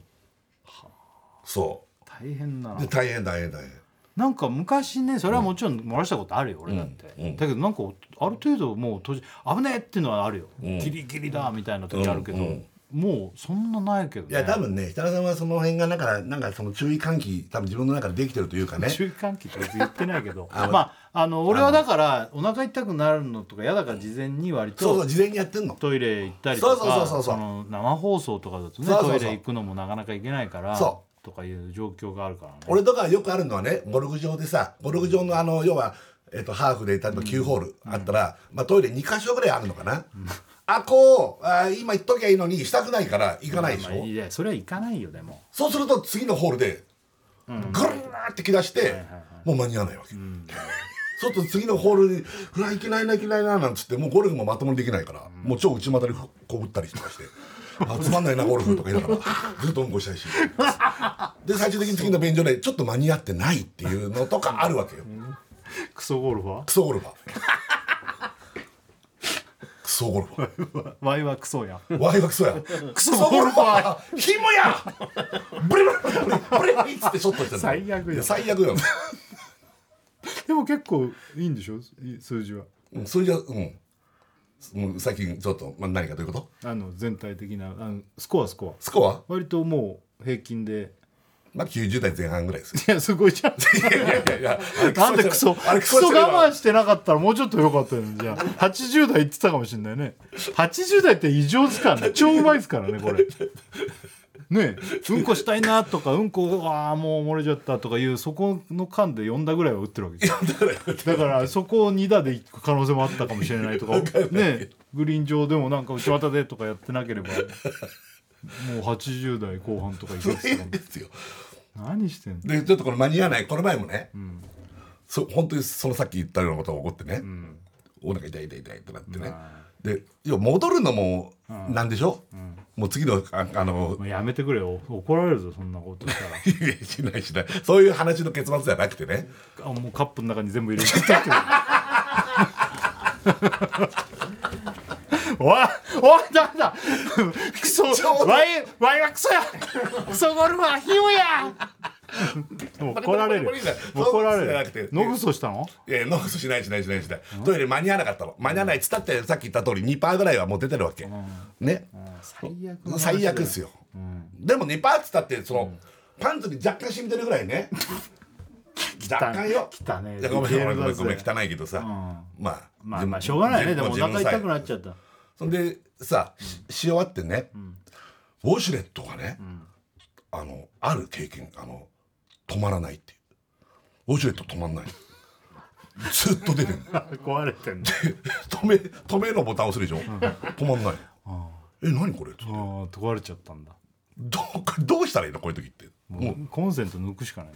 [SPEAKER 3] そ
[SPEAKER 2] 大変だ
[SPEAKER 3] うで
[SPEAKER 2] な
[SPEAKER 3] 大変大変大変
[SPEAKER 2] なんか昔ねそれはもちろん漏らしたことあるよ、俺だって、
[SPEAKER 3] うん
[SPEAKER 2] だけどなんかある程度もう閉じ危ねえっていうのはあるよ、
[SPEAKER 3] うん
[SPEAKER 2] ギリギリだみたいな時あるけど、
[SPEAKER 3] うんうん
[SPEAKER 2] もうそんなないけど、ね、
[SPEAKER 3] いや多分ね設楽さんはその辺がなんかなんかその注意喚起多分自分の中でできてるというかね
[SPEAKER 2] 注意喚起って別に言ってないけ ど
[SPEAKER 3] あ
[SPEAKER 2] まああの俺はだからお腹痛くなるのとか嫌だから事前に割
[SPEAKER 3] そうそ
[SPEAKER 2] と
[SPEAKER 3] う事前にやってんの
[SPEAKER 2] トイレ行ったりと
[SPEAKER 3] そうそうそうそ
[SPEAKER 2] か
[SPEAKER 3] うそう
[SPEAKER 2] その生放送とかだとね
[SPEAKER 3] そうそうそう
[SPEAKER 2] トイレ行くのもなかなか行けないから
[SPEAKER 3] そ
[SPEAKER 2] とかいう状況があるからね
[SPEAKER 3] 俺とかよくあるのはねゴルフ場でさゴルフ場のあの要は、えっとハーフで例えば9ホールあったら、まあ、トイレ2箇所ぐらいあるのかな、あこうあ今行っときゃいいのにしたくないから行かないでしょ、
[SPEAKER 2] まあいやそれは行かないよでも
[SPEAKER 3] そうすると次のホールでぐるーって来だして、もう間に合わないわけ、そうすると次のホールに「うわいけないないけないな」なんつってもうゴルフもまともにできないから、もう超内股でこう打ったりとかして「あつまんないなゴルフ」とか言いながら ずっとうんこしたいしで最終的に次の便所でちょっと間に合ってないっていうのとかあるわけよ、
[SPEAKER 2] クソゴルファ
[SPEAKER 3] クソゴルファークソゴルファー
[SPEAKER 2] ーワイはクソやん
[SPEAKER 3] ワイはクソや。クソゴルファー。ヒムや。ブリブリブリブリブリっつってショットしてる。
[SPEAKER 2] 最悪や
[SPEAKER 3] いや最悪や。
[SPEAKER 2] でも結構いいんでしょい数字は
[SPEAKER 3] うんそれじゃうん。うん最近ちょっとまあ何かということ。
[SPEAKER 2] あの全体的なあのスコアスコ
[SPEAKER 3] スコア
[SPEAKER 2] ア割ともう平均で
[SPEAKER 3] まあ90代前半ぐらいですよ。
[SPEAKER 2] いやすごいじゃん
[SPEAKER 3] いやいやいやいや。あれ
[SPEAKER 2] なんでクソ
[SPEAKER 3] あれ
[SPEAKER 2] ク
[SPEAKER 3] ク
[SPEAKER 2] ソ
[SPEAKER 3] ソしてるわ
[SPEAKER 2] 我慢してなかったらもうちょっと良かったよねじゃあ80代言ってたかもしれないね80代って異常ですからね超うまいですからねこれねえうんこしたいなとかうんこああもう漏れちゃったとかいうそこの間で4打ぐらいは打ってるわけですよだからそこを2打で行く可能性もあったかもしれないとかねえグリーン上でもなんか内股でとかやってなければもう80代後半とかいくんです
[SPEAKER 3] い
[SPEAKER 2] よ
[SPEAKER 3] やですよ。
[SPEAKER 2] 何してんの
[SPEAKER 3] でちょっとこれ間に合わないこの前もね、そ本当にそのさっき言ったようなことが起こってね、お腹痛い痛い痛いってなってね、で要は戻るのもなんでしょ、もう次のああの、
[SPEAKER 2] もうやめてくれよ怒られるぞそんなことしたら。
[SPEAKER 3] いや しないしないそういう話の結末じゃなくてね
[SPEAKER 2] あもうカップの中に全部入れちゃったけどおいおいなんだクソ
[SPEAKER 3] ちょうど
[SPEAKER 2] ワイワイはクソやクソゴルフはヒヨやもう怒られる
[SPEAKER 3] パリパリパリパリ
[SPEAKER 2] もう怒ら
[SPEAKER 3] そうじゃ
[SPEAKER 2] れ
[SPEAKER 3] なくて
[SPEAKER 2] るノグソしたの
[SPEAKER 3] いやノースしないしないしないしないトイレ間に合わなかったの間に合わないっつったってさっき言った通り2%ぐらいはもう出てるわけ、ね、
[SPEAKER 2] 最悪の話だよ
[SPEAKER 3] 最悪ですよ、でも2%っつったってその、パンツに若干染みてるぐらいね若干よ
[SPEAKER 2] 汚ねえ
[SPEAKER 3] いやごめんごめんごめんごめん
[SPEAKER 2] 汚
[SPEAKER 3] 汚いけどさ、まあ
[SPEAKER 2] ま
[SPEAKER 3] 自
[SPEAKER 2] あ
[SPEAKER 3] 分
[SPEAKER 2] まあしょうがないねでもお
[SPEAKER 3] 自分
[SPEAKER 2] 腹
[SPEAKER 3] のさ
[SPEAKER 2] 痛くなっちゃった
[SPEAKER 3] そんでさしし終わってね、ウォシュレットがね、あのある経験あの止まらないっていうウォシュレット止まん ないずっと出てる
[SPEAKER 2] 壊 れてんの
[SPEAKER 3] 止め止めのボタン押すでしょ止まんないえ何これって
[SPEAKER 2] ああ壊れちゃったんだ
[SPEAKER 3] どうこれどうしたらいいのこういう時って
[SPEAKER 2] もうコンセント抜くしかない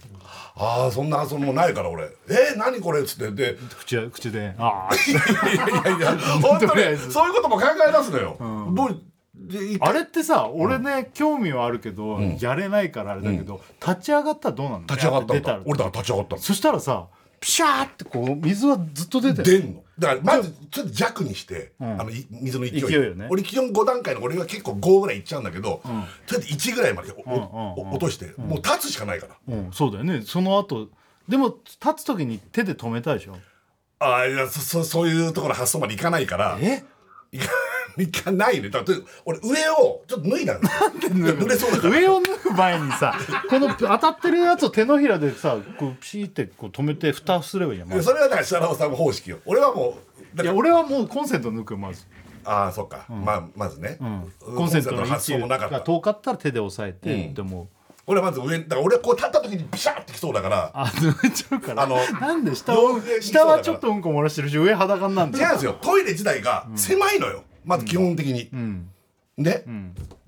[SPEAKER 3] ああそんな遊びもないから俺え何これっつって で
[SPEAKER 2] 口は口でああ
[SPEAKER 3] いやいやいや本当
[SPEAKER 2] とりあえ
[SPEAKER 3] に
[SPEAKER 2] ず
[SPEAKER 3] そういうことも考え出すのよ、もうで一回
[SPEAKER 2] あれってさ俺ね興味はあるけどやれないからあれだけど立ち上がったらどうなの
[SPEAKER 3] 立ち上がった
[SPEAKER 2] 出
[SPEAKER 3] ん
[SPEAKER 2] た
[SPEAKER 3] だ
[SPEAKER 2] ら
[SPEAKER 3] 俺だから立ち上がったん
[SPEAKER 2] そしたらさピシャーってこう水はずっと出てる
[SPEAKER 3] 出んのだからまずちょっと弱にして、
[SPEAKER 2] ん
[SPEAKER 3] あのい水の勢い
[SPEAKER 2] 勢いよね
[SPEAKER 3] 俺基本5段階の俺は結構5ぐらいいっちゃうんだけど、とりあえず1ぐらいまでおお
[SPEAKER 2] うんうん
[SPEAKER 3] お
[SPEAKER 2] うん
[SPEAKER 3] 落として、もう立つしかないから、
[SPEAKER 2] うんそうだよねその後でも立つ時に手で止めたでしょ
[SPEAKER 3] ああいやそそそういうところ発想までいかないから
[SPEAKER 2] え
[SPEAKER 3] いかいかないねだって俺上をちょっと脱いだの濡れそうだから
[SPEAKER 2] 上を脱ぐ前に さこの当たってるやつを手のひらでさこうピシーってこう止めて蓋すればいいやんま
[SPEAKER 3] で
[SPEAKER 2] ず
[SPEAKER 3] それはだから設楽さん方式よ俺はもうだか
[SPEAKER 2] いや
[SPEAKER 3] ら
[SPEAKER 2] 俺はもうコンセント抜くよまず
[SPEAKER 3] ああそっか、まあ、まずね、
[SPEAKER 2] コンセントの位
[SPEAKER 3] 発
[SPEAKER 2] 置
[SPEAKER 3] 想もなかった
[SPEAKER 2] が遠かったら手で押さえて、
[SPEAKER 3] うん
[SPEAKER 2] でも
[SPEAKER 3] 俺はまず上だから俺はこう立った時にビシャーってきそうだから
[SPEAKER 2] あ抜いちゃうから
[SPEAKER 3] あの
[SPEAKER 2] なんで下を
[SPEAKER 3] 両腕に
[SPEAKER 2] 下はちょっとうんこ漏らしてるし上裸になん
[SPEAKER 3] 違
[SPEAKER 2] だ
[SPEAKER 3] うん
[SPEAKER 2] よ
[SPEAKER 3] ですよトイレ自体が狭いのよ、まず基本的に、ね、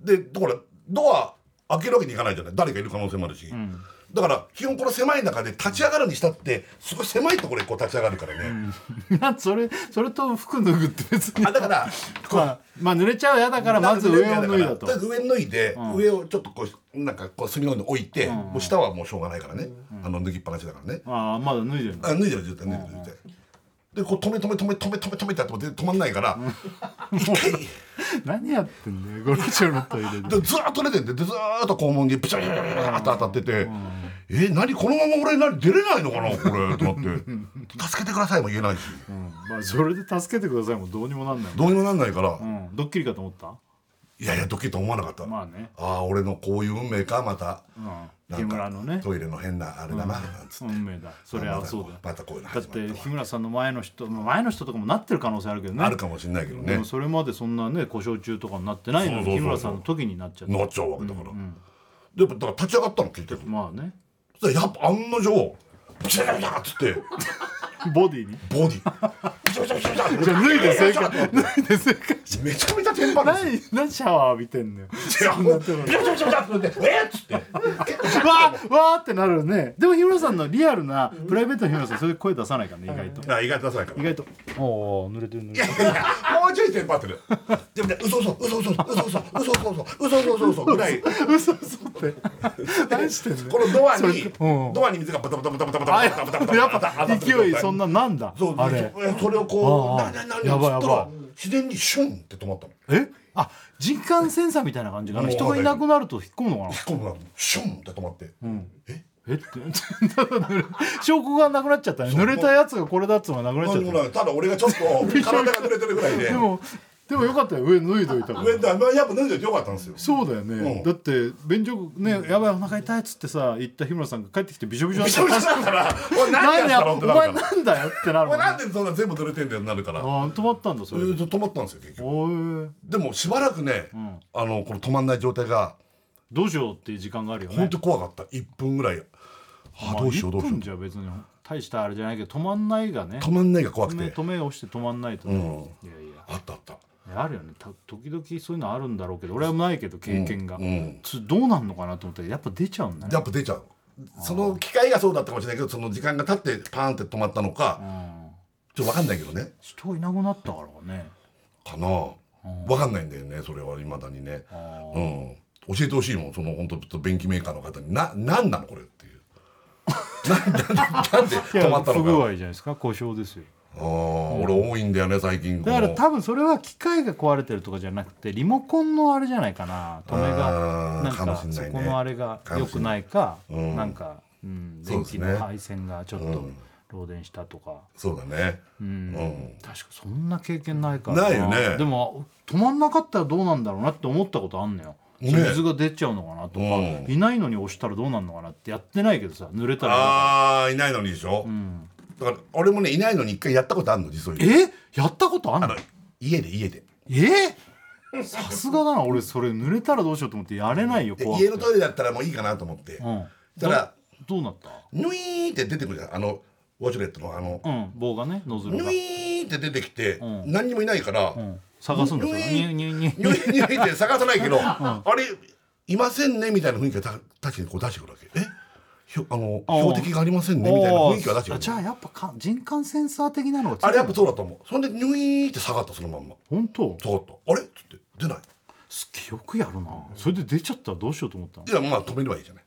[SPEAKER 3] でだからドア開けるわけにいかないじゃない誰かいる可能性もあるし、だから基本この狭い中で立ち上がるにしたってすごい狭いところでこう立ち上がるからね、
[SPEAKER 2] なんそれそれと服脱ぐって別に
[SPEAKER 3] あだから
[SPEAKER 2] まあ、まあ濡れちゃうやだからまず上を脱いだと
[SPEAKER 3] りあえず上脱いで、上をちょっとこうなんかこう隅の方に置いて、もう下はもうしょうがないからね、あの脱ぎっぱなしだからね、
[SPEAKER 2] ああまだ脱いでるの
[SPEAKER 3] あ脱いでる絶対脱いでる絶対でこう止め止め止め止め止め止めってやっても全然止まんないから、一回
[SPEAKER 2] 何やってんだよゴロチョロトイレで
[SPEAKER 3] でずーっと出てんででずーっと肛門にピチャピチャピチャって当たってて「え何このまま俺何出れないのかなこれ」となって「助けてください」も言えないし
[SPEAKER 2] まあそれで助けてくださいもどうにもなんないもん
[SPEAKER 3] どうにもなんないから
[SPEAKER 2] うん、ドッキリかと思った
[SPEAKER 3] いやいやドキッと思わなかった、
[SPEAKER 2] まあね、
[SPEAKER 3] ああ俺のこういう運命かまた、
[SPEAKER 2] うん、木村のね
[SPEAKER 3] トイレの変なあれだな、なんつって、
[SPEAKER 2] 運命だそれはそうだ、
[SPEAKER 3] またこういうの
[SPEAKER 2] だっ
[SPEAKER 3] 始まった
[SPEAKER 2] て日村さんの前の人まあ前の人とかもなってる可能性あるけどね
[SPEAKER 3] あるかもしれないけど
[SPEAKER 2] で
[SPEAKER 3] ね
[SPEAKER 2] もそれまでそんなね故障中とかになってないの
[SPEAKER 3] そうそうそうそ
[SPEAKER 2] に
[SPEAKER 3] う
[SPEAKER 2] 日村さんの時になっちゃって
[SPEAKER 3] なっちゃうわけだから、でやっぱだから立ち上がったの聞いてる
[SPEAKER 2] まあね
[SPEAKER 3] そしたらやっぱ案の定ピチャピチャっつって
[SPEAKER 2] ボディに
[SPEAKER 3] ボディピチャピチャピチャピチャ
[SPEAKER 2] じゃあ脱いで正解 脱いで正解
[SPEAKER 3] めちゃめちゃ天板ですよ
[SPEAKER 2] 何何シャワー浴びてんのよ
[SPEAKER 3] いやもうビャビャビャビャってえっつって結構
[SPEAKER 2] わーわーってなるねでも日村さんのリアルなプライベートの日村さんそういう声出さないからね意外と
[SPEAKER 3] あ意外とダサいから
[SPEAKER 2] 意
[SPEAKER 3] い
[SPEAKER 2] 外とああ濡れてる濡れてる
[SPEAKER 3] やもうちょいテンパってるでもね嘘嘘嘘嘘嘘嘘嘘嘘嘘嘘嘘嘘ぐらいこ
[SPEAKER 2] 嘘嘘って 何してんの
[SPEAKER 3] のドアにドアに水がバタバタバタバタバタ
[SPEAKER 2] あ
[SPEAKER 3] バ
[SPEAKER 2] や
[SPEAKER 3] タバタバタ
[SPEAKER 2] っぱ勢いそんななんだ
[SPEAKER 3] そう
[SPEAKER 2] あれ
[SPEAKER 3] それをこう何何何っつったら自然にシュンって止まったの
[SPEAKER 2] えあ人感センサーみたいな感じかな
[SPEAKER 3] うん
[SPEAKER 2] 人がいなくなると引っ込むのかな
[SPEAKER 3] 今度はシュンって止まって
[SPEAKER 2] えって 証拠がなくなっちゃったね濡れたやつがこれだっつうのがなくなっちゃった
[SPEAKER 3] ただ俺がちょっと体が濡れてるぐらいで
[SPEAKER 2] でもでもよかったよ上脱いどいたから
[SPEAKER 3] 上だやっぱ脱いでてよかったんですよ
[SPEAKER 2] そうだよね、
[SPEAKER 3] うん
[SPEAKER 2] だって便所ねやばいお腹痛いっつってさ言った日村さんが帰ってきてびしょびしょ
[SPEAKER 3] び
[SPEAKER 2] に
[SPEAKER 3] しょびしょ
[SPEAKER 2] な
[SPEAKER 3] だ
[SPEAKER 2] っ
[SPEAKER 3] から「おい
[SPEAKER 2] た
[SPEAKER 3] 何やったの?」
[SPEAKER 2] お
[SPEAKER 3] ってなるか
[SPEAKER 2] 前
[SPEAKER 3] ら
[SPEAKER 2] なんだよってなる
[SPEAKER 3] お
[SPEAKER 2] も
[SPEAKER 3] 前
[SPEAKER 2] んね
[SPEAKER 3] なんでそんな全部濡れてんだよなるから、
[SPEAKER 2] あー止まったんだそ
[SPEAKER 3] え
[SPEAKER 2] れ、
[SPEAKER 3] ーと止まったんですよ結局
[SPEAKER 2] おー
[SPEAKER 3] でもしばらくね、あのこの止まんない状態が
[SPEAKER 2] どうしようっていう時間があるよね
[SPEAKER 3] 本当怖かった1分ぐらいあー
[SPEAKER 2] まあ
[SPEAKER 3] どうしようどうし
[SPEAKER 2] 1
[SPEAKER 3] よ
[SPEAKER 2] 分じゃ別に大したあれじゃないけど止まんないがね
[SPEAKER 3] う止まんないが怖く
[SPEAKER 2] 止め
[SPEAKER 3] て
[SPEAKER 2] 止めをして止まんないと、ねいやいや
[SPEAKER 3] あったあった
[SPEAKER 2] あるよねた時々そういうのあるんだろうけど俺はないけど経験が、
[SPEAKER 3] うんうん
[SPEAKER 2] つどうなんのかなと思ったらやっぱ出ちゃうんだね
[SPEAKER 3] やっぱ出ちゃうその機会がそうだったかもしれないけどその時間が経ってパーンって止まったのか、ちょっと分かんないけどね
[SPEAKER 2] 人いなくなったからかね
[SPEAKER 3] かな分かんないんだよねそれはいまだにね、うん、教えてほしいもんその本当便器メーカーの方にな何なのこれって いうなななんで
[SPEAKER 2] い
[SPEAKER 3] 止
[SPEAKER 2] や
[SPEAKER 3] まった
[SPEAKER 2] 不
[SPEAKER 3] の
[SPEAKER 2] 具
[SPEAKER 3] か
[SPEAKER 2] 合じゃないですか故障ですよ
[SPEAKER 3] あー俺多いんだよね最近
[SPEAKER 2] だから
[SPEAKER 3] この
[SPEAKER 2] 多分それは機械が壊れてるとかじゃなくてリモコンのあれじゃないかな止めが
[SPEAKER 3] あー
[SPEAKER 2] なんか
[SPEAKER 3] かもしん
[SPEAKER 2] そ
[SPEAKER 3] ないね
[SPEAKER 2] このあれが
[SPEAKER 3] か
[SPEAKER 2] 良
[SPEAKER 3] もし
[SPEAKER 2] く
[SPEAKER 3] ん
[SPEAKER 2] ないかなんかうん、
[SPEAKER 3] そう
[SPEAKER 2] 電
[SPEAKER 3] です
[SPEAKER 2] 気
[SPEAKER 3] ね
[SPEAKER 2] の配線がちょっと漏電したとか、
[SPEAKER 3] そうだね。
[SPEAKER 2] うん
[SPEAKER 3] うん
[SPEAKER 2] 確かそんな経験ないから
[SPEAKER 3] ないよね
[SPEAKER 2] でも止まんなかったらどうなんだろうなって思ったことあんのよ、
[SPEAKER 3] ね
[SPEAKER 2] 水が出ちゃうのかなとか、
[SPEAKER 3] うん
[SPEAKER 2] いないのに押したらどうなんのかなってやってないけどさ濡れたら
[SPEAKER 3] ああいないのにでしょ、
[SPEAKER 2] うん、
[SPEAKER 3] だから俺もねいないのに一回やったことあるの実は
[SPEAKER 2] えやったことあん
[SPEAKER 3] あ
[SPEAKER 2] の
[SPEAKER 3] の家で家で
[SPEAKER 2] えさすがだな俺それ濡れたらどうしようと思ってやれないよ
[SPEAKER 3] で
[SPEAKER 2] 怖くて
[SPEAKER 3] 家のトイレだったらもういいかなと思って、
[SPEAKER 2] うん
[SPEAKER 3] たら
[SPEAKER 2] どどうなった
[SPEAKER 3] ヌイーンって出てくるじゃんあのウォシュレットのあの、
[SPEAKER 2] うん棒がねノズル
[SPEAKER 3] ヌ
[SPEAKER 2] が、
[SPEAKER 3] イーンって出てきて、
[SPEAKER 2] うん
[SPEAKER 3] 何にもいないから、
[SPEAKER 2] うん、探すんですよ
[SPEAKER 3] ぬい
[SPEAKER 2] ニューニューニュー
[SPEAKER 3] ニュイニュイって探さない けど、あれいませんねみたいな雰囲気がた確かにこう出してくるわけえひょあの
[SPEAKER 2] あー
[SPEAKER 3] 標的がありませんねみたいな雰囲気が出してく
[SPEAKER 2] あ
[SPEAKER 3] る
[SPEAKER 2] じゃあやっぱか人感センサー的なのが
[SPEAKER 3] あれやっぱ
[SPEAKER 2] ぱ
[SPEAKER 3] そうだと思うそれでニュイーンって下がったそのまんま
[SPEAKER 2] 本当
[SPEAKER 3] 下がったあれっつって出ない
[SPEAKER 2] すげえよくやるなそれで出ちゃったらどうしようと思ったの
[SPEAKER 3] いやまあ止めればいいじゃない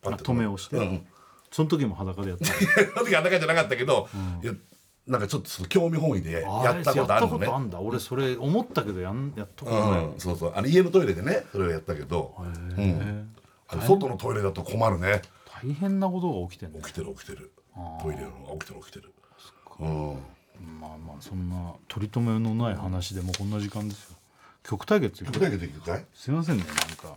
[SPEAKER 3] パッて
[SPEAKER 2] 止めをして、
[SPEAKER 3] うんうん
[SPEAKER 2] その時も裸でやったの
[SPEAKER 3] その時あったかいじゃなかったけど、いやなんかちょっとその興味本位で やったことあるの
[SPEAKER 2] やったことあ
[SPEAKER 3] ね
[SPEAKER 2] んだ俺それ思ったけどやんやったことない、
[SPEAKER 3] うん、そうそうあの家のトイレでねそれをやったけど、うん、あの外のトイレだと困るね
[SPEAKER 2] 大変なことが起きてんね
[SPEAKER 3] 起きてる起きてるトイレの起きてる起きてるうん
[SPEAKER 2] まあまあそんな取り留めのない話でもうこんな時間ですよ極対決
[SPEAKER 3] 具体的に言うかい
[SPEAKER 2] すいませんねなん か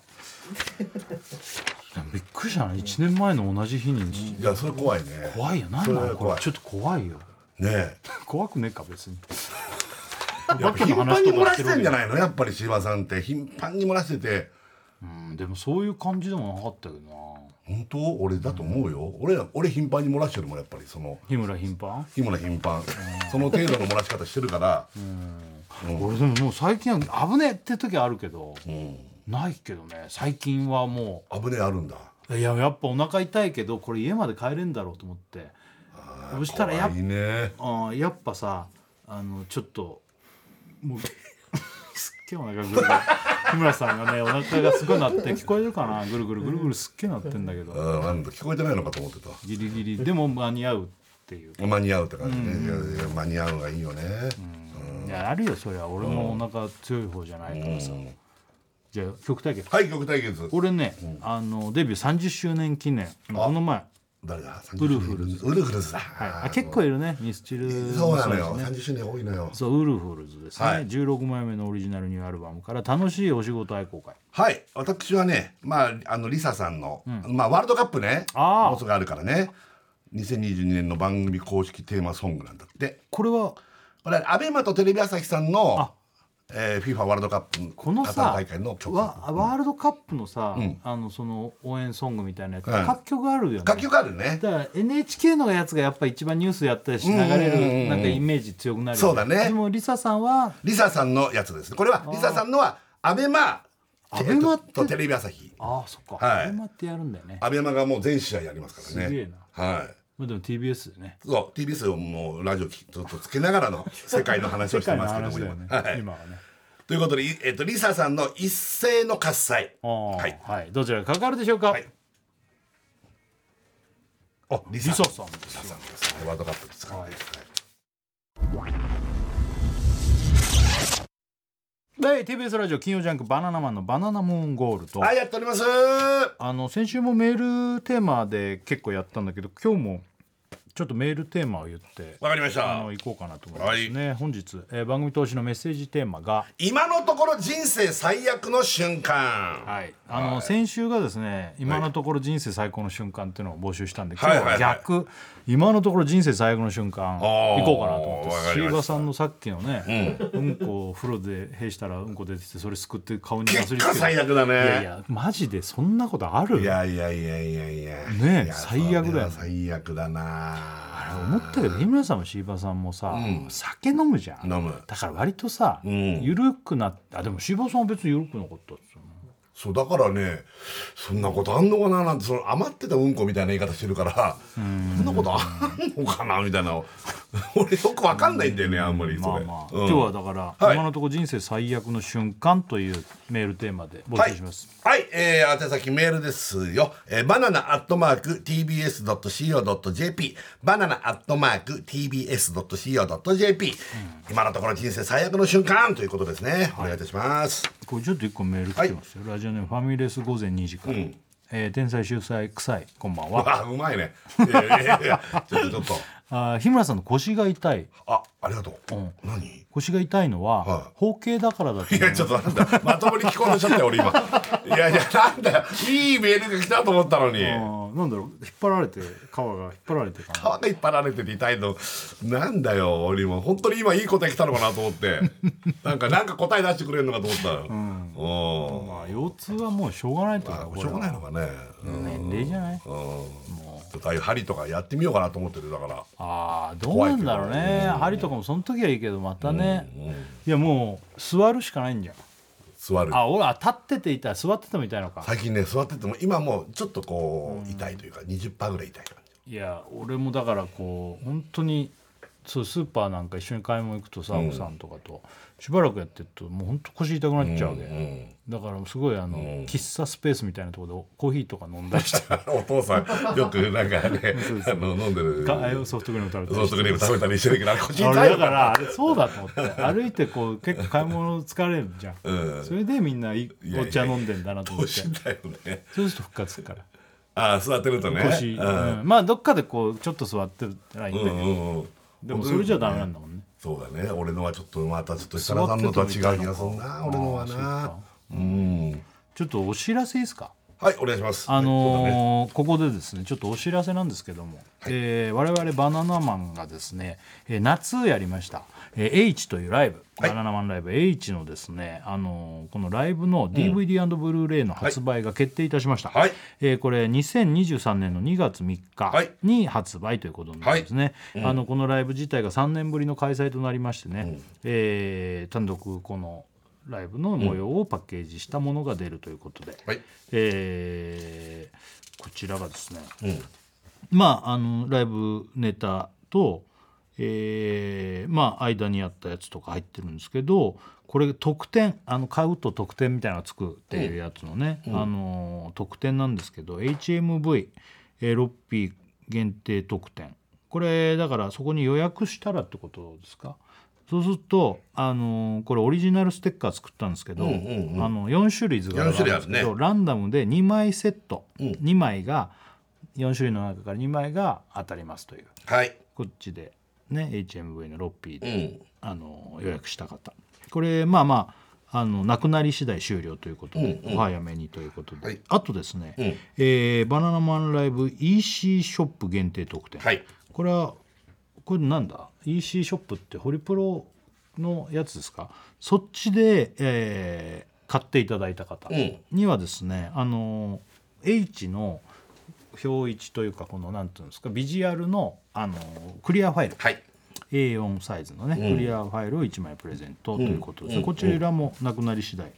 [SPEAKER 2] びっくりしたな1年前の同じ日に
[SPEAKER 3] いやそれ怖いね
[SPEAKER 2] 怖いよ何
[SPEAKER 3] それ
[SPEAKER 2] な
[SPEAKER 3] は
[SPEAKER 2] のこ
[SPEAKER 3] 怖
[SPEAKER 2] れ
[SPEAKER 3] い
[SPEAKER 2] ちょっと怖いよ
[SPEAKER 3] ね
[SPEAKER 2] 怖くねえか別に
[SPEAKER 3] えやっぱ
[SPEAKER 2] バッ
[SPEAKER 3] 頻
[SPEAKER 2] グの話
[SPEAKER 3] 繁に
[SPEAKER 2] と
[SPEAKER 3] 漏
[SPEAKER 2] からし
[SPEAKER 3] してて
[SPEAKER 2] る
[SPEAKER 3] んじゃないのやっぱり柴さんって頻繁に漏らしてて
[SPEAKER 2] うんでもそういう感じでもなかったけどな
[SPEAKER 3] 本当俺だと思うよ、俺ら俺頻繁に漏らしてるもんやっぱりその
[SPEAKER 2] 日村頻繁
[SPEAKER 3] 日村頻繁その程度の漏らし方してるから
[SPEAKER 2] 俺でももう最近は危ねえって時あるけど
[SPEAKER 3] うん
[SPEAKER 2] ないけどね最近はも
[SPEAKER 3] 危ねえあるんだ
[SPEAKER 2] ういややっぱお腹痛いけどこれ家まで帰れんだろうと思ってそしたらやっ
[SPEAKER 3] 怖いね
[SPEAKER 2] あーやっぱさあのちょっともうすっげえお腹ぐるぐる日村さんがねお腹がすごいなって聞こえるかなぐるぐるぐるぐるすっげえなってんだけ
[SPEAKER 3] う
[SPEAKER 2] ど
[SPEAKER 3] んなんだ聞こえてないのかと思ってた
[SPEAKER 2] ギリギリでも間に合うっていう、
[SPEAKER 3] 間に合うって感じね、いやいや間に合うのがいいよね、
[SPEAKER 2] いやあるよそりゃ俺もお腹強い方じゃないからさ、
[SPEAKER 3] うん
[SPEAKER 2] じゃあ曲対決
[SPEAKER 3] はい曲対決
[SPEAKER 2] 俺ね、あのデビュー30周年記念この前、
[SPEAKER 3] 誰だ
[SPEAKER 2] ウルフルズ
[SPEAKER 3] ウルフルズだ、
[SPEAKER 2] はい、あ結構いるねミスチル
[SPEAKER 3] そうなのよ、
[SPEAKER 2] もそうで
[SPEAKER 3] 30
[SPEAKER 2] すね
[SPEAKER 3] 周年多いのよ
[SPEAKER 2] そうウルフルズですね、
[SPEAKER 3] はい
[SPEAKER 2] 16枚目のオリジナルニューアルバムから楽しいお仕事愛好会
[SPEAKER 3] はい私はねまああのリサさんの、まあワールドカップね
[SPEAKER 2] あー
[SPEAKER 3] もうすぐあるからね2022年の番組公式テーマソングなんだって
[SPEAKER 2] これは
[SPEAKER 3] これアベマとテレビ朝日さん
[SPEAKER 2] あ
[SPEAKER 3] の、えー、FIFA ワールドカップ
[SPEAKER 2] この
[SPEAKER 3] カタール
[SPEAKER 2] さ
[SPEAKER 3] 大会の曲
[SPEAKER 2] ワワールドカップのさ、
[SPEAKER 3] ん
[SPEAKER 2] あのその応援ソングみたいなやつ、
[SPEAKER 3] はい
[SPEAKER 2] 各曲あるよね
[SPEAKER 3] 楽曲あるね
[SPEAKER 2] だから NHK のやつがやっぱ一番ニュースやったりし流れ
[SPEAKER 3] うんうんうんう
[SPEAKER 2] る
[SPEAKER 3] ん
[SPEAKER 2] なんかイメージ強くなるよ
[SPEAKER 3] そうだね
[SPEAKER 2] でもリサさんは
[SPEAKER 3] リサさんのやつですねこれはリサさんのはアベマ
[SPEAKER 2] アベマって
[SPEAKER 3] えーととテレビ朝日
[SPEAKER 2] ああそっか、
[SPEAKER 3] はい
[SPEAKER 2] 始まってやるんだよね
[SPEAKER 3] アベマがもう全試合やりますからね
[SPEAKER 2] すげえな
[SPEAKER 3] はい
[SPEAKER 2] まあでも TBS でね
[SPEAKER 3] そう TBS をもうラジオきちょっとつけながらの世界の話を
[SPEAKER 2] 世
[SPEAKER 3] して
[SPEAKER 2] 界の
[SPEAKER 3] ますけども
[SPEAKER 2] 話だよ
[SPEAKER 3] 今
[SPEAKER 2] ね、
[SPEAKER 3] はい
[SPEAKER 2] 今はね
[SPEAKER 3] ということで、いえっと、リサさんの一斉の喝采。
[SPEAKER 2] ああ
[SPEAKER 3] はい。
[SPEAKER 2] はい、どちらがかかるでしょうか、
[SPEAKER 3] はいあ、リ
[SPEAKER 2] リサ
[SPEAKER 3] リ
[SPEAKER 2] さんです
[SPEAKER 3] サさんですね。ワールドカップですからね。はい
[SPEAKER 2] で TBS ラジオ金曜ジャンク「バナナマンのバナナムーンゴールと」
[SPEAKER 3] はい、やっております。は
[SPEAKER 2] あの先週もメールテーマで結構やったんだけど今日もちょっとメールテーマを言って
[SPEAKER 3] わかりました
[SPEAKER 2] あの行こうかなと思いますね、本日、えー番組投資のメッセージテーマが、
[SPEAKER 3] 今のところ人生最悪の瞬間。
[SPEAKER 2] はいあの先週がですね今のところ人生最高の瞬間っていうのを募集したんで、
[SPEAKER 3] はい
[SPEAKER 2] 今日は逆、今のところ人生最悪の瞬間
[SPEAKER 3] ー
[SPEAKER 2] 行こうかなと思
[SPEAKER 3] わ
[SPEAKER 2] っ
[SPEAKER 3] か
[SPEAKER 2] て
[SPEAKER 3] りまし
[SPEAKER 2] 椎
[SPEAKER 3] た
[SPEAKER 2] 葉さんのさっきのね、うん、こを風呂でへしたらうんこ出てきてそれすくって顔になす
[SPEAKER 3] 結
[SPEAKER 2] りつけ
[SPEAKER 3] 果
[SPEAKER 2] て
[SPEAKER 3] 最悪だね。
[SPEAKER 2] いやいやマジでそんなことある
[SPEAKER 3] いやいやいやいやいや。
[SPEAKER 2] ねえ
[SPEAKER 3] いや
[SPEAKER 2] 最悪だよ
[SPEAKER 3] それは最悪だな。
[SPEAKER 2] 思ったけど日村さんも椎葉さんもさ、酒飲むじゃん
[SPEAKER 3] 飲む
[SPEAKER 2] だから割とさ、
[SPEAKER 3] ん
[SPEAKER 2] ゆるくなってあでも椎葉さんは別にゆるくなかったっすよね
[SPEAKER 3] そうだからねそんなことあんのかななんてその余ってたうんこみたいな言い方してるからそんなことあんのかなみたいな俺よくわかんないんだよねあんまりそ
[SPEAKER 2] まあ
[SPEAKER 3] れ、
[SPEAKER 2] まあ、
[SPEAKER 3] うん
[SPEAKER 2] 今日はだから、
[SPEAKER 3] はい
[SPEAKER 2] 今のところ人生最悪の瞬間というメールテーマで募
[SPEAKER 3] はい
[SPEAKER 2] 集します、、
[SPEAKER 3] はいえー、宛先メールですよ、えー、バナナアットマーク TBS.CO.JP バナナアットマーク TBS.CO.JP、今のところ人生最悪の瞬間ということですね、お願いいたします
[SPEAKER 2] これちょっと一個メール来てますよ、ラジオネームファミレス午前2時から、ええー天才秀才臭いこんばんは
[SPEAKER 3] わあうまいねいやいやいやいやちょっとちょっと
[SPEAKER 2] あー日村さんの腰が痛い
[SPEAKER 3] あありがとう、
[SPEAKER 2] うん
[SPEAKER 3] 何
[SPEAKER 2] 腰が痛いのは、
[SPEAKER 3] は
[SPEAKER 2] 包茎だからだと
[SPEAKER 3] い
[SPEAKER 2] 思う
[SPEAKER 3] やちょっとなんだまともに聞こえちゃったよ俺今いやいやなんだよいいメールが来たと思ったのに
[SPEAKER 2] あーなんだろう引っ張られて皮が引っ張られてかな
[SPEAKER 3] 皮が引っ張られてて痛いのなんだよ俺も本当に今いい答え来たのかなと思ってなんかなんか答え出してくれるのかと思ったよ、うん、
[SPEAKER 2] まあ腰痛はもうしょうがないとか
[SPEAKER 3] あしょうがないのかね、うん
[SPEAKER 2] 年齢じゃない
[SPEAKER 3] ちょっとああいう針とかやってみようかなと思ってるだから
[SPEAKER 2] ああどうなんだろう
[SPEAKER 3] 怖いけ
[SPEAKER 2] ね針とかもその時はいいけどまたね、いやもう座るしかないんじゃん
[SPEAKER 3] 座る
[SPEAKER 2] あ俺あ立ってていた座ってても痛いのか、
[SPEAKER 3] 最近ね座ってても今もうちょっとこう痛いというか20%ぐらい痛い感じ
[SPEAKER 2] い、や俺もだからこう本当にそうスーパーなんか一緒に買い物行くとさ、奥さんとかとしばらくやってるともう本当腰痛くなっちゃうわけ、だからすごいあの、喫茶スペースみたいなところでコーヒーとか飲んだり して
[SPEAKER 3] お父さんよくなんかねあの飲んでる
[SPEAKER 2] がソフトクリーム食べたり
[SPEAKER 3] ソフ
[SPEAKER 2] して
[SPEAKER 3] トクリーム食べたりしてるけどあれ腰痛い
[SPEAKER 2] 俺
[SPEAKER 3] の
[SPEAKER 2] だからあれそうだと思って歩いてこう結構買い物疲れるじゃん、それでみんないい
[SPEAKER 3] やいや
[SPEAKER 2] お茶飲んでんだなと思って
[SPEAKER 3] 腰痛いよね
[SPEAKER 2] そうすると復活するから
[SPEAKER 3] ああ座ってるとね
[SPEAKER 2] 腰、
[SPEAKER 3] うん
[SPEAKER 2] うんまあどっかでこうちょっと座ってたらいいんだ
[SPEAKER 3] う
[SPEAKER 2] けど、
[SPEAKER 3] んうんうん
[SPEAKER 2] でもそれじゃダメなんだもんね
[SPEAKER 3] そうだね俺のはちょっとまたちょっと設楽さんのとは違う気がするな俺のはなうん
[SPEAKER 2] ちょっとお知らせいいですか
[SPEAKER 3] はいお願いしますそうだ
[SPEAKER 2] あ
[SPEAKER 3] ね
[SPEAKER 2] のーここでですねちょっとお知らせなんですけども、えー我々バナナマンがですね、えー夏やりました、えー H というライブ、
[SPEAKER 3] はい
[SPEAKER 2] バナナマンライブ H のですね、あのーこのライブの DVD& ブルーレイの発売が決定いたしました、
[SPEAKER 3] はい
[SPEAKER 2] えーこれ2023年の2月3
[SPEAKER 3] はい
[SPEAKER 2] 日に発売ということになりますね、あのこのライブ自体が3年ぶりの開催となりましてね、えー単独このライブの模様をパッケージしたものが出るということで、
[SPEAKER 3] はい
[SPEAKER 2] えーこちらがですね、
[SPEAKER 3] うん
[SPEAKER 2] まああのライブネタと、えーまあ間にあったやつとか入ってるんですけどこれ特典あの買うと特典みたいなのがつくっていうやつのね、あのー特典なんですけど HMV、えー、ロッピー限定特典これだからそこに予約したらってことですかそうすると、あのーこれオリジナルステッカー作ったんですけど、
[SPEAKER 3] うんうんうん
[SPEAKER 2] あの4種類図柄があるんです
[SPEAKER 3] 四種類あ
[SPEAKER 2] け
[SPEAKER 3] る
[SPEAKER 2] ど、
[SPEAKER 3] ね
[SPEAKER 2] ランダムで2枚セット、
[SPEAKER 3] うん
[SPEAKER 2] 2枚が4種類の中から2枚が当たりますという
[SPEAKER 3] はい
[SPEAKER 2] こっちでね HMV のロッピー
[SPEAKER 3] う
[SPEAKER 2] で、
[SPEAKER 3] ん
[SPEAKER 2] あの予約した方これまあまああのなくなり次第終了ということで、
[SPEAKER 3] うんうん
[SPEAKER 2] お早めにということで、
[SPEAKER 3] はい
[SPEAKER 2] あとですね、
[SPEAKER 3] うん
[SPEAKER 2] えーバナナマンライブ EC ショップ限定特典、
[SPEAKER 3] はい
[SPEAKER 2] これはこれなんだ EC ショップってホリプロのやつですかそっちで、えー買っていただいた方
[SPEAKER 3] うん
[SPEAKER 2] にはですね、あの H の表一というかこのなんていうんですかビジュアルの、あのクリアファイル
[SPEAKER 3] はい
[SPEAKER 2] A4 サイズのね、クリアファイルを1枚プレゼントということです、こちらもなくなり次第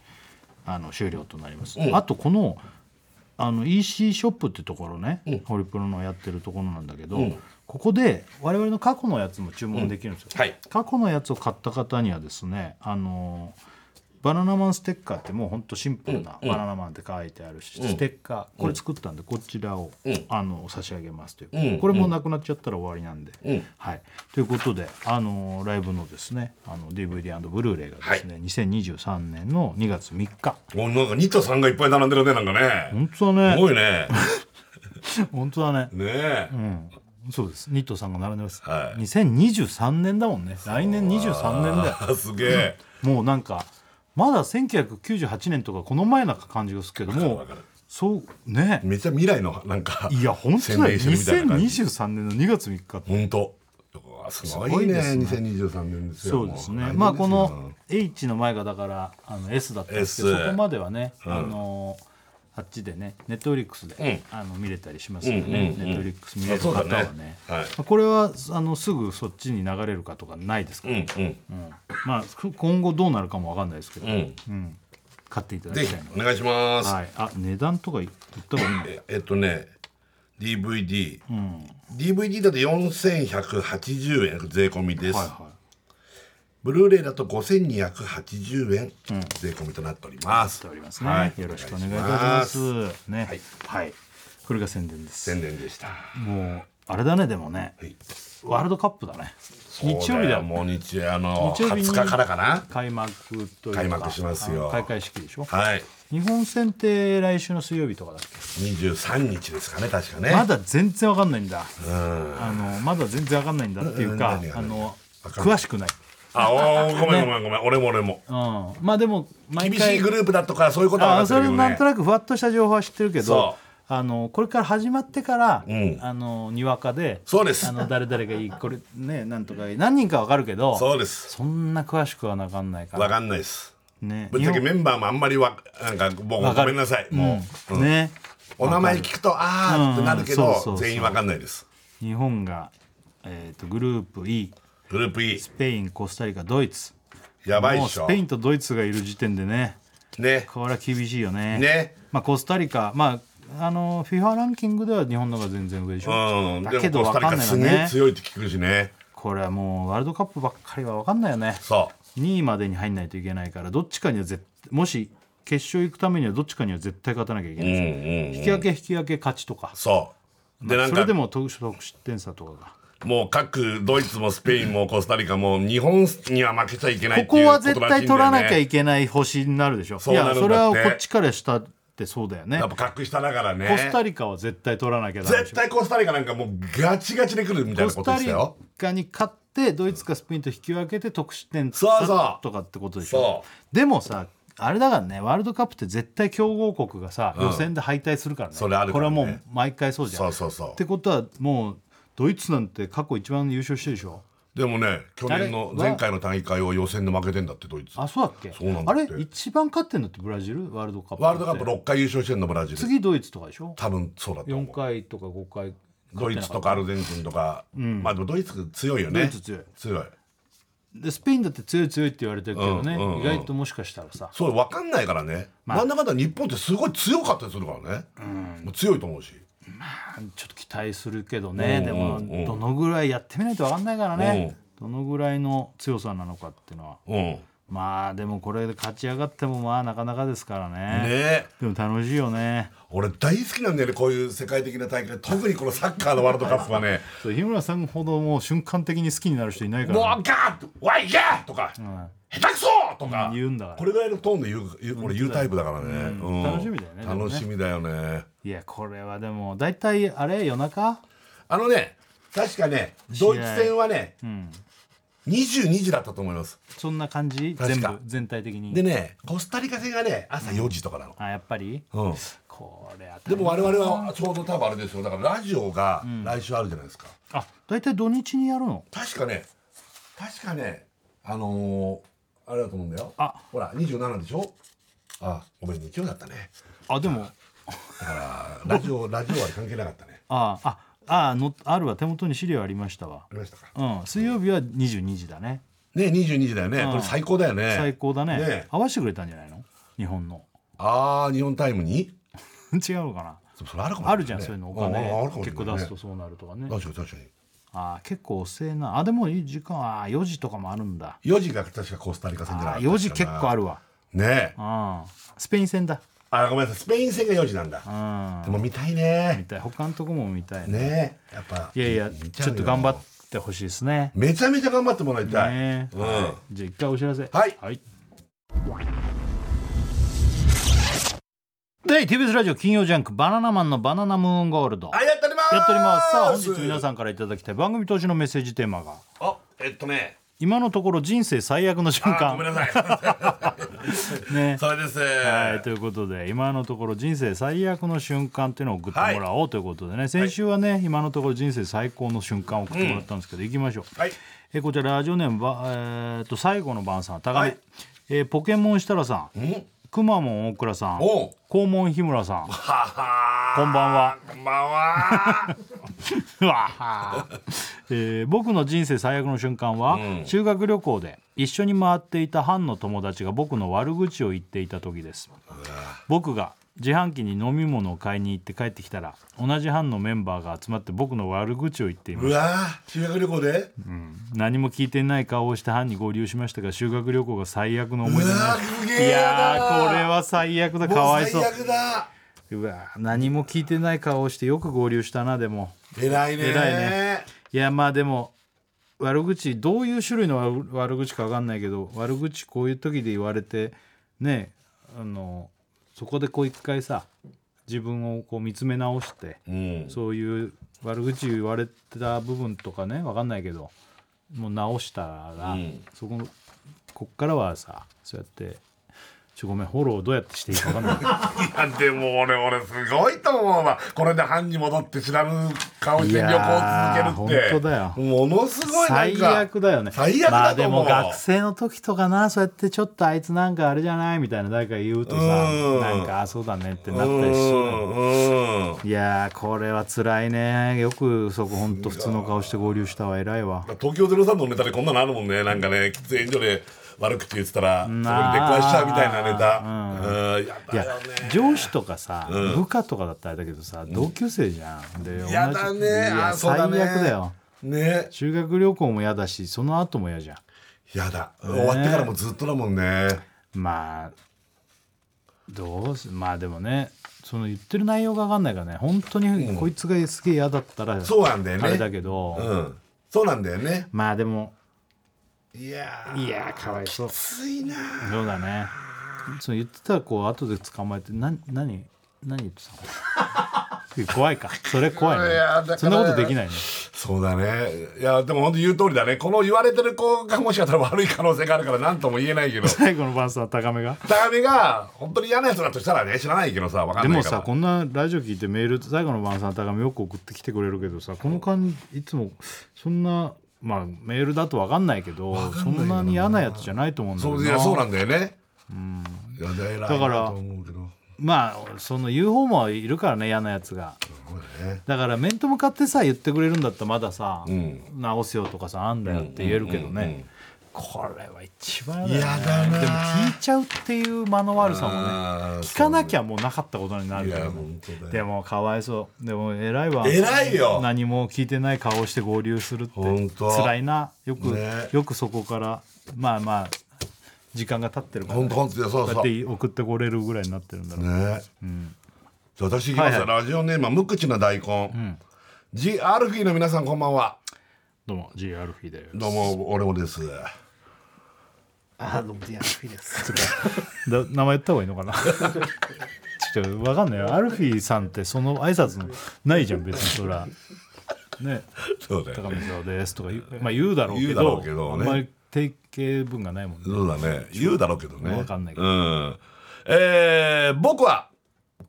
[SPEAKER 2] あの終了となります、あとこのあの EC ショップってところね、ホリプロのやってるところなんだけど、ここで我々の過去のやつも注文できるんですよ、
[SPEAKER 3] うんはい
[SPEAKER 2] 過去のやつを買った方にはですねあのバナナマンステッカーってもうほんとシンプルな「バナナマン」って書いてあるし、ステッカーこれ作ったんでこちらを、あの差し上げますということで、
[SPEAKER 3] うん
[SPEAKER 2] これもなくなっちゃったら終わりなんで、はい、ということで、あのライブのですねあの DVD& ブルーレイがですね、2023年の2月3日
[SPEAKER 3] おなんか2と3がいっぱい並んでるねなんかね
[SPEAKER 2] 本当だ
[SPEAKER 3] す
[SPEAKER 2] ね
[SPEAKER 3] ごいね
[SPEAKER 2] 本当だね、
[SPEAKER 3] ねえ
[SPEAKER 2] うん、そうですニットさんが並んでます、
[SPEAKER 3] はい
[SPEAKER 2] 2023年だもんね来年23年だよ
[SPEAKER 3] あーすげえ
[SPEAKER 2] もうなんかまだ1998年とかこの前なんか感じがするけどもうそうね
[SPEAKER 3] めっちゃ未来のなんか
[SPEAKER 2] いや本当だ
[SPEAKER 3] 宣伝
[SPEAKER 2] よ
[SPEAKER 3] してるみたいな感じ
[SPEAKER 2] 2023年の2月3日って
[SPEAKER 3] 本当うわすご
[SPEAKER 2] すご
[SPEAKER 3] い
[SPEAKER 2] い
[SPEAKER 3] ね
[SPEAKER 2] ですね
[SPEAKER 3] 2023年ですよ
[SPEAKER 2] そうです
[SPEAKER 3] も
[SPEAKER 2] ね
[SPEAKER 3] う
[SPEAKER 2] まあ
[SPEAKER 3] 来年
[SPEAKER 2] こ
[SPEAKER 3] ですよ
[SPEAKER 2] の H の前がだからあの S だったんですけど
[SPEAKER 3] S
[SPEAKER 2] そこまではね、あのあっちでねネットフリックスで、あの見れたりしますのでね、
[SPEAKER 3] うんうんうん
[SPEAKER 2] ネットフリックス見れる方はね
[SPEAKER 3] あそうだねはい
[SPEAKER 2] これはあのすぐそっちに流れるかとかないですから、
[SPEAKER 3] うんうん
[SPEAKER 2] まあ今後どうなるかもわかんないですけど、
[SPEAKER 3] うん
[SPEAKER 2] うん買っていただ
[SPEAKER 3] ぜ
[SPEAKER 2] き
[SPEAKER 3] ひ
[SPEAKER 2] たいな
[SPEAKER 3] お願いします、
[SPEAKER 2] はい、あ値段とか言った方がいいの
[SPEAKER 3] ええっとね DVD、
[SPEAKER 2] ん
[SPEAKER 3] DVD だと4180円税込みです、
[SPEAKER 2] はいは
[SPEAKER 3] ブルーレイだと5280円税込みとなっておりま
[SPEAKER 2] いし
[SPEAKER 3] す、
[SPEAKER 2] ておりますね、
[SPEAKER 3] はい
[SPEAKER 2] よろしくお願いいたします
[SPEAKER 3] お
[SPEAKER 2] ね
[SPEAKER 3] はい
[SPEAKER 2] はい、これが宣伝です
[SPEAKER 3] 宣伝でした
[SPEAKER 2] もうあれだねでもね、
[SPEAKER 3] い
[SPEAKER 2] ワールドカップだね
[SPEAKER 3] そう
[SPEAKER 2] 日
[SPEAKER 3] だよ
[SPEAKER 2] 曜日だよ
[SPEAKER 3] もう日曜あの
[SPEAKER 2] 日曜日に
[SPEAKER 3] 20日からかな
[SPEAKER 2] 開幕というか
[SPEAKER 3] 開幕しますよ
[SPEAKER 2] あの開会式でしょ
[SPEAKER 3] はい
[SPEAKER 2] 日本戦って来週の水曜日とかだっけ
[SPEAKER 3] 23日ですかね確かね
[SPEAKER 2] まだ全然わかんないんだあのまだ全然わかんないんだっていうか
[SPEAKER 3] うん何が
[SPEAKER 2] あの
[SPEAKER 3] わかんない
[SPEAKER 2] 詳しくない、
[SPEAKER 3] あおーごめんごめんごめん俺も俺も
[SPEAKER 2] うん、まあでも毎
[SPEAKER 3] 厳しいグループだとかそういうことは
[SPEAKER 2] あ
[SPEAKER 3] 分か
[SPEAKER 2] そ
[SPEAKER 3] って
[SPEAKER 2] れ
[SPEAKER 3] る
[SPEAKER 2] なん
[SPEAKER 3] け
[SPEAKER 2] と
[SPEAKER 3] どね
[SPEAKER 2] なくふわっとした情報は知ってるけど
[SPEAKER 3] そ
[SPEAKER 2] あのこれから始まってから、
[SPEAKER 3] ん
[SPEAKER 2] あのにわかで
[SPEAKER 3] そうです
[SPEAKER 2] あの誰々がいいこれねなんとかいい何人かわかるけど
[SPEAKER 3] そうです
[SPEAKER 2] そんな詳しくはなかんないから
[SPEAKER 3] 分かんないです
[SPEAKER 2] ね
[SPEAKER 3] ぶっちゃけメンバーもあんまりわなんかもう
[SPEAKER 2] わか
[SPEAKER 3] ご
[SPEAKER 2] る
[SPEAKER 3] めんなさいもう、うん
[SPEAKER 2] ね
[SPEAKER 3] お名前聞くとあーってなるけ
[SPEAKER 2] うん
[SPEAKER 3] ど、
[SPEAKER 2] そうそうそう
[SPEAKER 3] 全員分かんないです
[SPEAKER 2] 日本が、えー、とグループ E
[SPEAKER 3] グループ E
[SPEAKER 2] スペインコスタリカドイツ
[SPEAKER 3] やばい
[SPEAKER 2] も
[SPEAKER 3] っ
[SPEAKER 2] う
[SPEAKER 3] し
[SPEAKER 2] ス
[SPEAKER 3] ょ
[SPEAKER 2] ペインとドイツがいる時点でね
[SPEAKER 3] ね
[SPEAKER 2] これは厳しいよね
[SPEAKER 3] ね
[SPEAKER 2] まあ、コスタリカまああの FIFA ランキングでは日本の方が全然上でし
[SPEAKER 3] う
[SPEAKER 2] ょ、
[SPEAKER 3] ん
[SPEAKER 2] だ
[SPEAKER 3] で
[SPEAKER 2] け
[SPEAKER 3] も
[SPEAKER 2] ど
[SPEAKER 3] コス
[SPEAKER 2] 分
[SPEAKER 3] タリ
[SPEAKER 2] か
[SPEAKER 3] カ
[SPEAKER 2] んないよ
[SPEAKER 3] すげえ
[SPEAKER 2] ね
[SPEAKER 3] 強いって聞くしね
[SPEAKER 2] これはもうワールドカップばっかりは分かんないよね
[SPEAKER 3] そ
[SPEAKER 2] 2位までに入んないといけないからどっちかには絶もし決勝行くためにはどっちかには絶対勝たなきゃいけない、
[SPEAKER 3] う、うんうん、
[SPEAKER 2] 引き分け引き分け勝ちとか
[SPEAKER 3] そうでなん
[SPEAKER 2] そ
[SPEAKER 3] か
[SPEAKER 2] れでも得得失点差とかが
[SPEAKER 3] もう各ドイツもスペインもコスタリカも日本には負けちゃいけないっ
[SPEAKER 2] こ
[SPEAKER 3] てい
[SPEAKER 2] こ
[SPEAKER 3] う
[SPEAKER 2] は
[SPEAKER 3] と
[SPEAKER 2] 絶
[SPEAKER 3] らしいんだよ
[SPEAKER 2] 対
[SPEAKER 3] ね
[SPEAKER 2] 取らなきゃいけない星になるでしょ
[SPEAKER 3] そうなるんだって
[SPEAKER 2] やそれはこっちからしたってそうだよね
[SPEAKER 3] やっぱ格下だからね
[SPEAKER 2] コスタリカは絶対取らなきゃダメでし
[SPEAKER 3] 絶
[SPEAKER 2] ょ
[SPEAKER 3] 対コスタリカなんかもうガチガチで来るみたい
[SPEAKER 2] コ
[SPEAKER 3] な
[SPEAKER 2] ス
[SPEAKER 3] こと
[SPEAKER 2] タ
[SPEAKER 3] でし
[SPEAKER 2] リ
[SPEAKER 3] たよ
[SPEAKER 2] カに勝ってドイツかスペインと引き分けて得失点
[SPEAKER 3] そうそう
[SPEAKER 2] 差とかってことでしょ
[SPEAKER 3] そ
[SPEAKER 2] でもさあれだからねワールドカップって絶対強豪国がさ、予選で敗退するからね
[SPEAKER 3] それある
[SPEAKER 2] こ
[SPEAKER 3] か
[SPEAKER 2] れ
[SPEAKER 3] ら
[SPEAKER 2] は
[SPEAKER 3] ね
[SPEAKER 2] もう毎回そうじゃん
[SPEAKER 3] そうそうそう
[SPEAKER 2] ってことはもうドイツなんて過去一番優勝してるでしょ
[SPEAKER 3] でもね去年の
[SPEAKER 2] あれは
[SPEAKER 3] 前回の大会を予選で負けてんだってドイツ
[SPEAKER 2] あそうだっけ
[SPEAKER 3] そうなんだ
[SPEAKER 2] あ
[SPEAKER 3] って
[SPEAKER 2] れ一番勝ってんのってブラジルワールドカップって
[SPEAKER 3] ワールドカップ6回優勝してんのブラジル
[SPEAKER 2] 次ドイツとかでしょ
[SPEAKER 3] 多分そうだと思
[SPEAKER 2] 4
[SPEAKER 3] う
[SPEAKER 2] 回とか5回
[SPEAKER 3] ドイツとかアルゼンチンとか、まあでもドイツ強いよね
[SPEAKER 2] ドイツ強い
[SPEAKER 3] 強い
[SPEAKER 2] でスペインだって強い強いって言われてるけどね、
[SPEAKER 3] うんうんうん
[SPEAKER 2] 意外ともしかしたらさ
[SPEAKER 3] そう分かんないからね、なんだかんだ日本ってすごい強かったりするからね、もう強いと思うし
[SPEAKER 2] ちょっと期待するけどね、
[SPEAKER 3] うんうんうん
[SPEAKER 2] でもどのぐらいやってみないと分かんないからね、どのぐらいの強さなのかっていうのは
[SPEAKER 3] うんね
[SPEAKER 2] まあでもこれで勝ち上がってもまあなかなかですからね
[SPEAKER 3] え
[SPEAKER 2] でも楽しいよね
[SPEAKER 3] 俺大好きなんだよねこういう世界的な大会特にこのサッカーのワールドカップはね
[SPEAKER 2] そう日村さんほどもう瞬間的に好きになる人いないか
[SPEAKER 3] もう
[SPEAKER 2] ら、
[SPEAKER 3] ガーッわいけとか、下手くそとか、
[SPEAKER 2] うん言うんだから
[SPEAKER 3] これぐらいのトーンで言う言う俺言うタイプだからね、うん
[SPEAKER 2] 楽しみだよねでもね
[SPEAKER 3] 楽しみだよね
[SPEAKER 2] いやこれはでも大体あれ夜中
[SPEAKER 3] あのね確かねドイツ戦はね、22時だったと思います
[SPEAKER 2] そんな感じ
[SPEAKER 3] 確
[SPEAKER 2] 全
[SPEAKER 3] か
[SPEAKER 2] 部全体的に
[SPEAKER 3] でねコスタリカ戦がね朝4時とかなの、
[SPEAKER 2] あやっぱり
[SPEAKER 3] うん
[SPEAKER 2] これは
[SPEAKER 3] でも我々はちょうど多分あれですよだからラジオが来週あるじゃないですか、
[SPEAKER 2] あ大体土日にやるの
[SPEAKER 3] 確かね確かねあのー、あれだと思うんだよ
[SPEAKER 2] あ
[SPEAKER 3] ほら27でしょあごめん日曜だったね
[SPEAKER 2] あでも
[SPEAKER 3] あラジ オラジオは関係なかったね
[SPEAKER 2] ああああのあるわ手元に資料ありましたわ
[SPEAKER 3] ありましたか
[SPEAKER 2] うん水曜日は22時だね
[SPEAKER 3] ね22時だよね、
[SPEAKER 2] ん
[SPEAKER 3] これ最高だよね
[SPEAKER 2] 最高だね
[SPEAKER 3] ね
[SPEAKER 2] 合わせてくれたんじゃないの日本の
[SPEAKER 3] あー日本タイムに
[SPEAKER 2] 違うのかな
[SPEAKER 3] そそれあるかもしれなね
[SPEAKER 2] あるじゃんそういうのお金
[SPEAKER 3] うんうんあるかもし
[SPEAKER 2] 結
[SPEAKER 3] れない
[SPEAKER 2] 構
[SPEAKER 3] ね
[SPEAKER 2] 出すとそうなるとかね
[SPEAKER 3] 確かに確かに
[SPEAKER 2] ああ結構遅えなあでもいい時間ああ4時とかもあるんだ
[SPEAKER 3] 4時が確かコスタリカ戦じゃな
[SPEAKER 2] あ
[SPEAKER 3] かっ
[SPEAKER 2] あ
[SPEAKER 3] た
[SPEAKER 2] 4時結構あ
[SPEAKER 3] る
[SPEAKER 2] るわ
[SPEAKER 3] ねえ
[SPEAKER 2] うんスペイン戦だ
[SPEAKER 3] あごめんなさいスペイン戦が4時なんだ
[SPEAKER 2] うん
[SPEAKER 3] でも見たい
[SPEAKER 2] 見
[SPEAKER 3] ね
[SPEAKER 2] たい他のとこも見たいね
[SPEAKER 3] ねえやっぱ
[SPEAKER 2] いやいや
[SPEAKER 3] 見
[SPEAKER 2] ち
[SPEAKER 3] ゃう
[SPEAKER 2] ょ
[SPEAKER 3] よ
[SPEAKER 2] っと頑張ってほしいですね
[SPEAKER 3] めちゃめちゃ頑張ってもらいたい、
[SPEAKER 2] ね
[SPEAKER 3] うん
[SPEAKER 2] はいじゃあ一回お知らせ
[SPEAKER 3] はい
[SPEAKER 2] はいで TBS ラジオ金曜ジャンク「バナナマンのバナナムーンゴールド」
[SPEAKER 3] はいやっております
[SPEAKER 2] やっておりますさあ本日皆さんからいただきたい番組投資のメッセージテーマが
[SPEAKER 3] あえっとね
[SPEAKER 2] 今のところ人生最悪の瞬
[SPEAKER 3] あご
[SPEAKER 2] 間
[SPEAKER 3] めんなさい
[SPEAKER 2] ね
[SPEAKER 3] それです
[SPEAKER 2] はい、ということで今のところ人生最悪の瞬間っていうのを送ってもらおうということでね、先週はね、今のところ人生最高の瞬間を送ってもらったんですけど、行きましょう、
[SPEAKER 3] はい
[SPEAKER 2] えこちらラジオネームば、えーっと最後の晩さん高め、
[SPEAKER 3] はい
[SPEAKER 2] えーポケモン設楽さん
[SPEAKER 3] ん
[SPEAKER 2] くまモン大倉さん
[SPEAKER 3] おう
[SPEAKER 2] 肛門日村 さん
[SPEAKER 3] はは
[SPEAKER 2] こんばんは
[SPEAKER 3] こんばん は
[SPEAKER 2] うわあえー僕の人生最悪の瞬間は、修学旅行で一緒に回っていた班の友達が僕の悪口を言っていた時です僕が自販機に飲み物を買いに行って帰ってきたら同じ班のメンバーが集まって僕の悪口を言っていま
[SPEAKER 3] う
[SPEAKER 2] す
[SPEAKER 3] わ修学旅行で
[SPEAKER 2] 何も聞いてない顔をして班に合流しましたが修学旅行が最悪の思
[SPEAKER 3] う
[SPEAKER 2] い出
[SPEAKER 3] わ
[SPEAKER 2] な
[SPEAKER 3] す
[SPEAKER 2] い
[SPEAKER 3] げえ
[SPEAKER 2] や
[SPEAKER 3] な
[SPEAKER 2] ーこれは最悪だかわいそう
[SPEAKER 3] もう最悪だ
[SPEAKER 2] うわー何も聞いてない顔をしてよく合流したなでも
[SPEAKER 3] 偉いね
[SPEAKER 2] 偉いねいやまあでも悪口どういう種類の悪悪口か分かんないけど悪口こういう時で言われてねあのそこでこう一回さ自分をこう見つめ直して
[SPEAKER 3] うん
[SPEAKER 2] そういう悪口言われた部分とかね分かんないけどもう直したら、
[SPEAKER 3] うん
[SPEAKER 2] そこのこっからはさそうやってちょごめんフォローどうやってしていいか分かんない
[SPEAKER 3] いや でも俺俺すごいと思うわこれで班に戻って知らぬ顔して旅行を続けるって
[SPEAKER 2] いやー本当だよ
[SPEAKER 3] ものすごいなんか
[SPEAKER 2] 最悪だよね
[SPEAKER 3] 最悪
[SPEAKER 2] ま
[SPEAKER 3] だ
[SPEAKER 2] あ
[SPEAKER 3] と
[SPEAKER 2] で
[SPEAKER 3] 思う、
[SPEAKER 2] も学生の時とかなそうやってちょっとあいつなんかあれじゃないみたいな誰か言うとさ
[SPEAKER 3] うん
[SPEAKER 2] なんかあそうだねってなったりしそう
[SPEAKER 3] うんうん
[SPEAKER 2] いやーこれは辛いねよくそこほんと普通の顔して合流したわ偉いわ
[SPEAKER 3] 東京03のネタでこんなのあるもんねなんかね喫煙所で悪口言ってたらそこに出く
[SPEAKER 2] なあ
[SPEAKER 3] わしちゃうみたいなネタうんやだ
[SPEAKER 2] いや
[SPEAKER 3] よね
[SPEAKER 2] 上司とかさ、部下とかだったらあれだけどさ同級生じゃん、で
[SPEAKER 3] や
[SPEAKER 2] 同じ
[SPEAKER 3] だね
[SPEAKER 2] いや
[SPEAKER 3] あそう
[SPEAKER 2] 最
[SPEAKER 3] だ
[SPEAKER 2] 悪
[SPEAKER 3] ね
[SPEAKER 2] だよ
[SPEAKER 3] ね
[SPEAKER 2] 修学旅行も嫌だしその後も嫌じゃん
[SPEAKER 3] やだ終わってからもずっとだもんね
[SPEAKER 2] まあどうすまあでもねその言ってる内容が分かんないからね本当にこいつがすげえ嫌だったら、
[SPEAKER 3] そうなんだよね
[SPEAKER 2] あれだけど、
[SPEAKER 3] うんそうなんだよね
[SPEAKER 2] まあでも
[SPEAKER 3] いやー
[SPEAKER 2] いやーかわいそう
[SPEAKER 3] ついなー
[SPEAKER 2] そうだねその言ってたらこう後で捕まえてな何何言ってたの怖いかそれ怖い
[SPEAKER 3] いやだか
[SPEAKER 2] ね
[SPEAKER 3] ら
[SPEAKER 2] そんなことできないね
[SPEAKER 3] そうだねいやでも本当言う通りだねこの言われてる子がもしかしたら悪い可能性があるから何とも言えないけど
[SPEAKER 2] 最後のバンスは高めが
[SPEAKER 3] 高見が本当に嫌なやつだとしたらね知らないけどさ分か
[SPEAKER 2] で
[SPEAKER 3] んな
[SPEAKER 2] も
[SPEAKER 3] いから
[SPEAKER 2] さこんなラジオ聞いてメール最後の晩さん高めよく送ってきてくれるけどさこの間いつもそんなまあメールだと分かんないけどそんなに嫌なやつじゃないと思うんだけ
[SPEAKER 3] そ
[SPEAKER 2] ど
[SPEAKER 3] ういやそうなんだよねうんいやだ
[SPEAKER 2] だから
[SPEAKER 3] 思うけど
[SPEAKER 2] まあその言う方もいるからね嫌なやつが
[SPEAKER 3] そうだね
[SPEAKER 2] だから面と向かってさ言ってくれるんだったらまださ、
[SPEAKER 3] ん
[SPEAKER 2] 直すよとかさあんだよって言えるけどね、これは一番嫌だ,、ね、
[SPEAKER 3] 嫌だな
[SPEAKER 2] でも聞いちゃうっていう間の悪さも
[SPEAKER 3] あ
[SPEAKER 2] ね
[SPEAKER 3] ー
[SPEAKER 2] 聞かなきゃもうなかったことになる
[SPEAKER 3] い
[SPEAKER 2] か
[SPEAKER 3] や
[SPEAKER 2] ら
[SPEAKER 3] 本当だよ
[SPEAKER 2] でもかわいそうでも偉いわ
[SPEAKER 3] 偉いよ
[SPEAKER 2] 何も聞いてない顔をして合流するって
[SPEAKER 3] 本当
[SPEAKER 2] 辛いなよく、
[SPEAKER 3] ね
[SPEAKER 2] よくそこからまあまあ時間が経ってるから、
[SPEAKER 3] 本当本当いやそう
[SPEAKER 2] こうや
[SPEAKER 3] そ
[SPEAKER 2] っ
[SPEAKER 3] うね
[SPEAKER 2] て送ってこれるぐらいになってるんだろう、
[SPEAKER 3] じゃあ私いきますよ
[SPEAKER 2] はい
[SPEAKER 3] ラジオネームは無口な大根、ジアルフィーの皆さんこんばんは
[SPEAKER 2] どうも G アルフィーです
[SPEAKER 3] どうも俺もです
[SPEAKER 4] あー、どうも、ディアルフィです。
[SPEAKER 2] だ名前言った方がいいのかな ちょっと分かんないよアルフィーさんってその挨拶のないじゃん別にそらね
[SPEAKER 3] そうだ
[SPEAKER 2] 高
[SPEAKER 3] よ
[SPEAKER 2] 見沢ですとか言う,、まあ、言うだろうけ
[SPEAKER 3] 言うだろ
[SPEAKER 2] ど
[SPEAKER 3] うけど
[SPEAKER 2] あん
[SPEAKER 3] ね
[SPEAKER 2] まり定型文がないもんね
[SPEAKER 3] そうだね言うだろうけどね
[SPEAKER 2] わかんないけ
[SPEAKER 3] う
[SPEAKER 2] ど
[SPEAKER 3] んえー僕は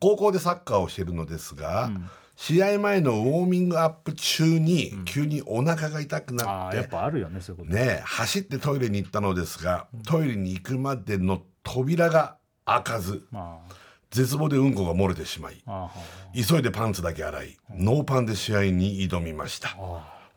[SPEAKER 3] 高校でサッカーをしているのですが、試合前のウォーミングアップ中に急にお腹が痛く
[SPEAKER 2] あ
[SPEAKER 3] なっ
[SPEAKER 2] あ
[SPEAKER 3] て、
[SPEAKER 2] やっぱあるよねそういうことね
[SPEAKER 3] ねえ走ってトイレに行ったのですがトイレに行くまでの扉が開かず
[SPEAKER 2] ま
[SPEAKER 3] 絶望でうんこが漏れてしまい
[SPEAKER 2] ああ
[SPEAKER 3] 急いでパンツだけ洗いノーパンで試合に挑みました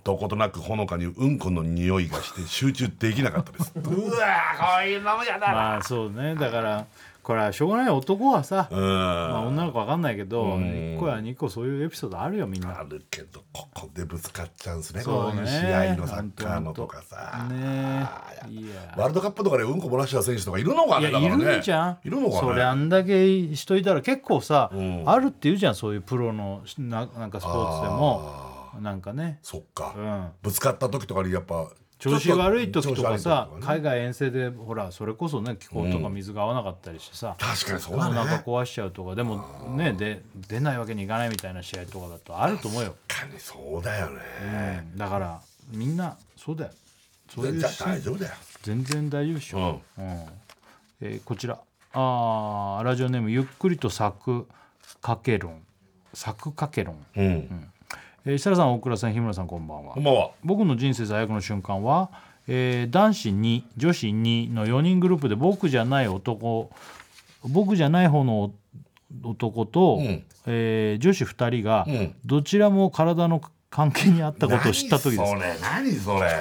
[SPEAKER 3] どことなくほのかにうんこの匂いがして集中できなかった ですうわーこういうのもや
[SPEAKER 2] あ
[SPEAKER 3] だ
[SPEAKER 2] まあそうねだからこれはしょうがない男はさ、
[SPEAKER 3] うん、
[SPEAKER 2] まあ、女の子分かんないけど1個や2個そういうエピソードあるよみんな
[SPEAKER 3] あるけどここでぶつかっちゃうんですね
[SPEAKER 2] そうね
[SPEAKER 3] こういう試合のサッカーのとかさ、
[SPEAKER 2] ね
[SPEAKER 3] あー
[SPEAKER 2] いや
[SPEAKER 3] ワールドカップとかでうんこ漏らした選手とかいるのか
[SPEAKER 2] い
[SPEAKER 3] ね
[SPEAKER 2] や、
[SPEAKER 3] だから
[SPEAKER 2] い
[SPEAKER 3] ね
[SPEAKER 2] るんじゃん
[SPEAKER 3] いるの
[SPEAKER 2] そ
[SPEAKER 3] か
[SPEAKER 2] れ
[SPEAKER 3] ね
[SPEAKER 2] あんだけしといたら結構さ、
[SPEAKER 3] ん
[SPEAKER 2] あるって言うじゃんそういうプロのしななんかスポーツでもなんかね
[SPEAKER 3] そっか、
[SPEAKER 2] うん
[SPEAKER 3] ぶつかった時とかにやっぱ
[SPEAKER 2] 調子悪い
[SPEAKER 3] ちょ
[SPEAKER 2] 時
[SPEAKER 3] っ
[SPEAKER 2] とかさ
[SPEAKER 3] 調子悪い時とかね
[SPEAKER 2] 海外遠征でほらそれこそね気候とか水が合わなかったりしてさ、
[SPEAKER 3] 確かにそう
[SPEAKER 2] お
[SPEAKER 3] だ
[SPEAKER 2] 腹
[SPEAKER 3] ね
[SPEAKER 2] 壊しちゃうとかでもねで出ないわけにいかないみたいな試合とかだとあると思うよ、
[SPEAKER 3] 確かにそうだよね、
[SPEAKER 2] うんだからみんなそうだよそういう
[SPEAKER 3] じゃあ
[SPEAKER 2] し
[SPEAKER 3] 大丈夫だよ
[SPEAKER 2] 全然大丈夫でしょ、
[SPEAKER 3] うん
[SPEAKER 2] うんえーこちらあーラジオネーム「ゆっくりと咲くかけ論」「咲くかけ論
[SPEAKER 3] うん、」
[SPEAKER 2] えー設楽さん大倉さん日村さんこんばんは
[SPEAKER 3] こんばんは
[SPEAKER 2] 僕の人生最悪の瞬間は、えー男子2女子2の4人グループで僕じゃない男僕じゃない方の男と、
[SPEAKER 3] ん
[SPEAKER 2] えー女子2人が
[SPEAKER 3] ん
[SPEAKER 2] どちらも体の関係にあったことを知った時です
[SPEAKER 3] 何それ何それ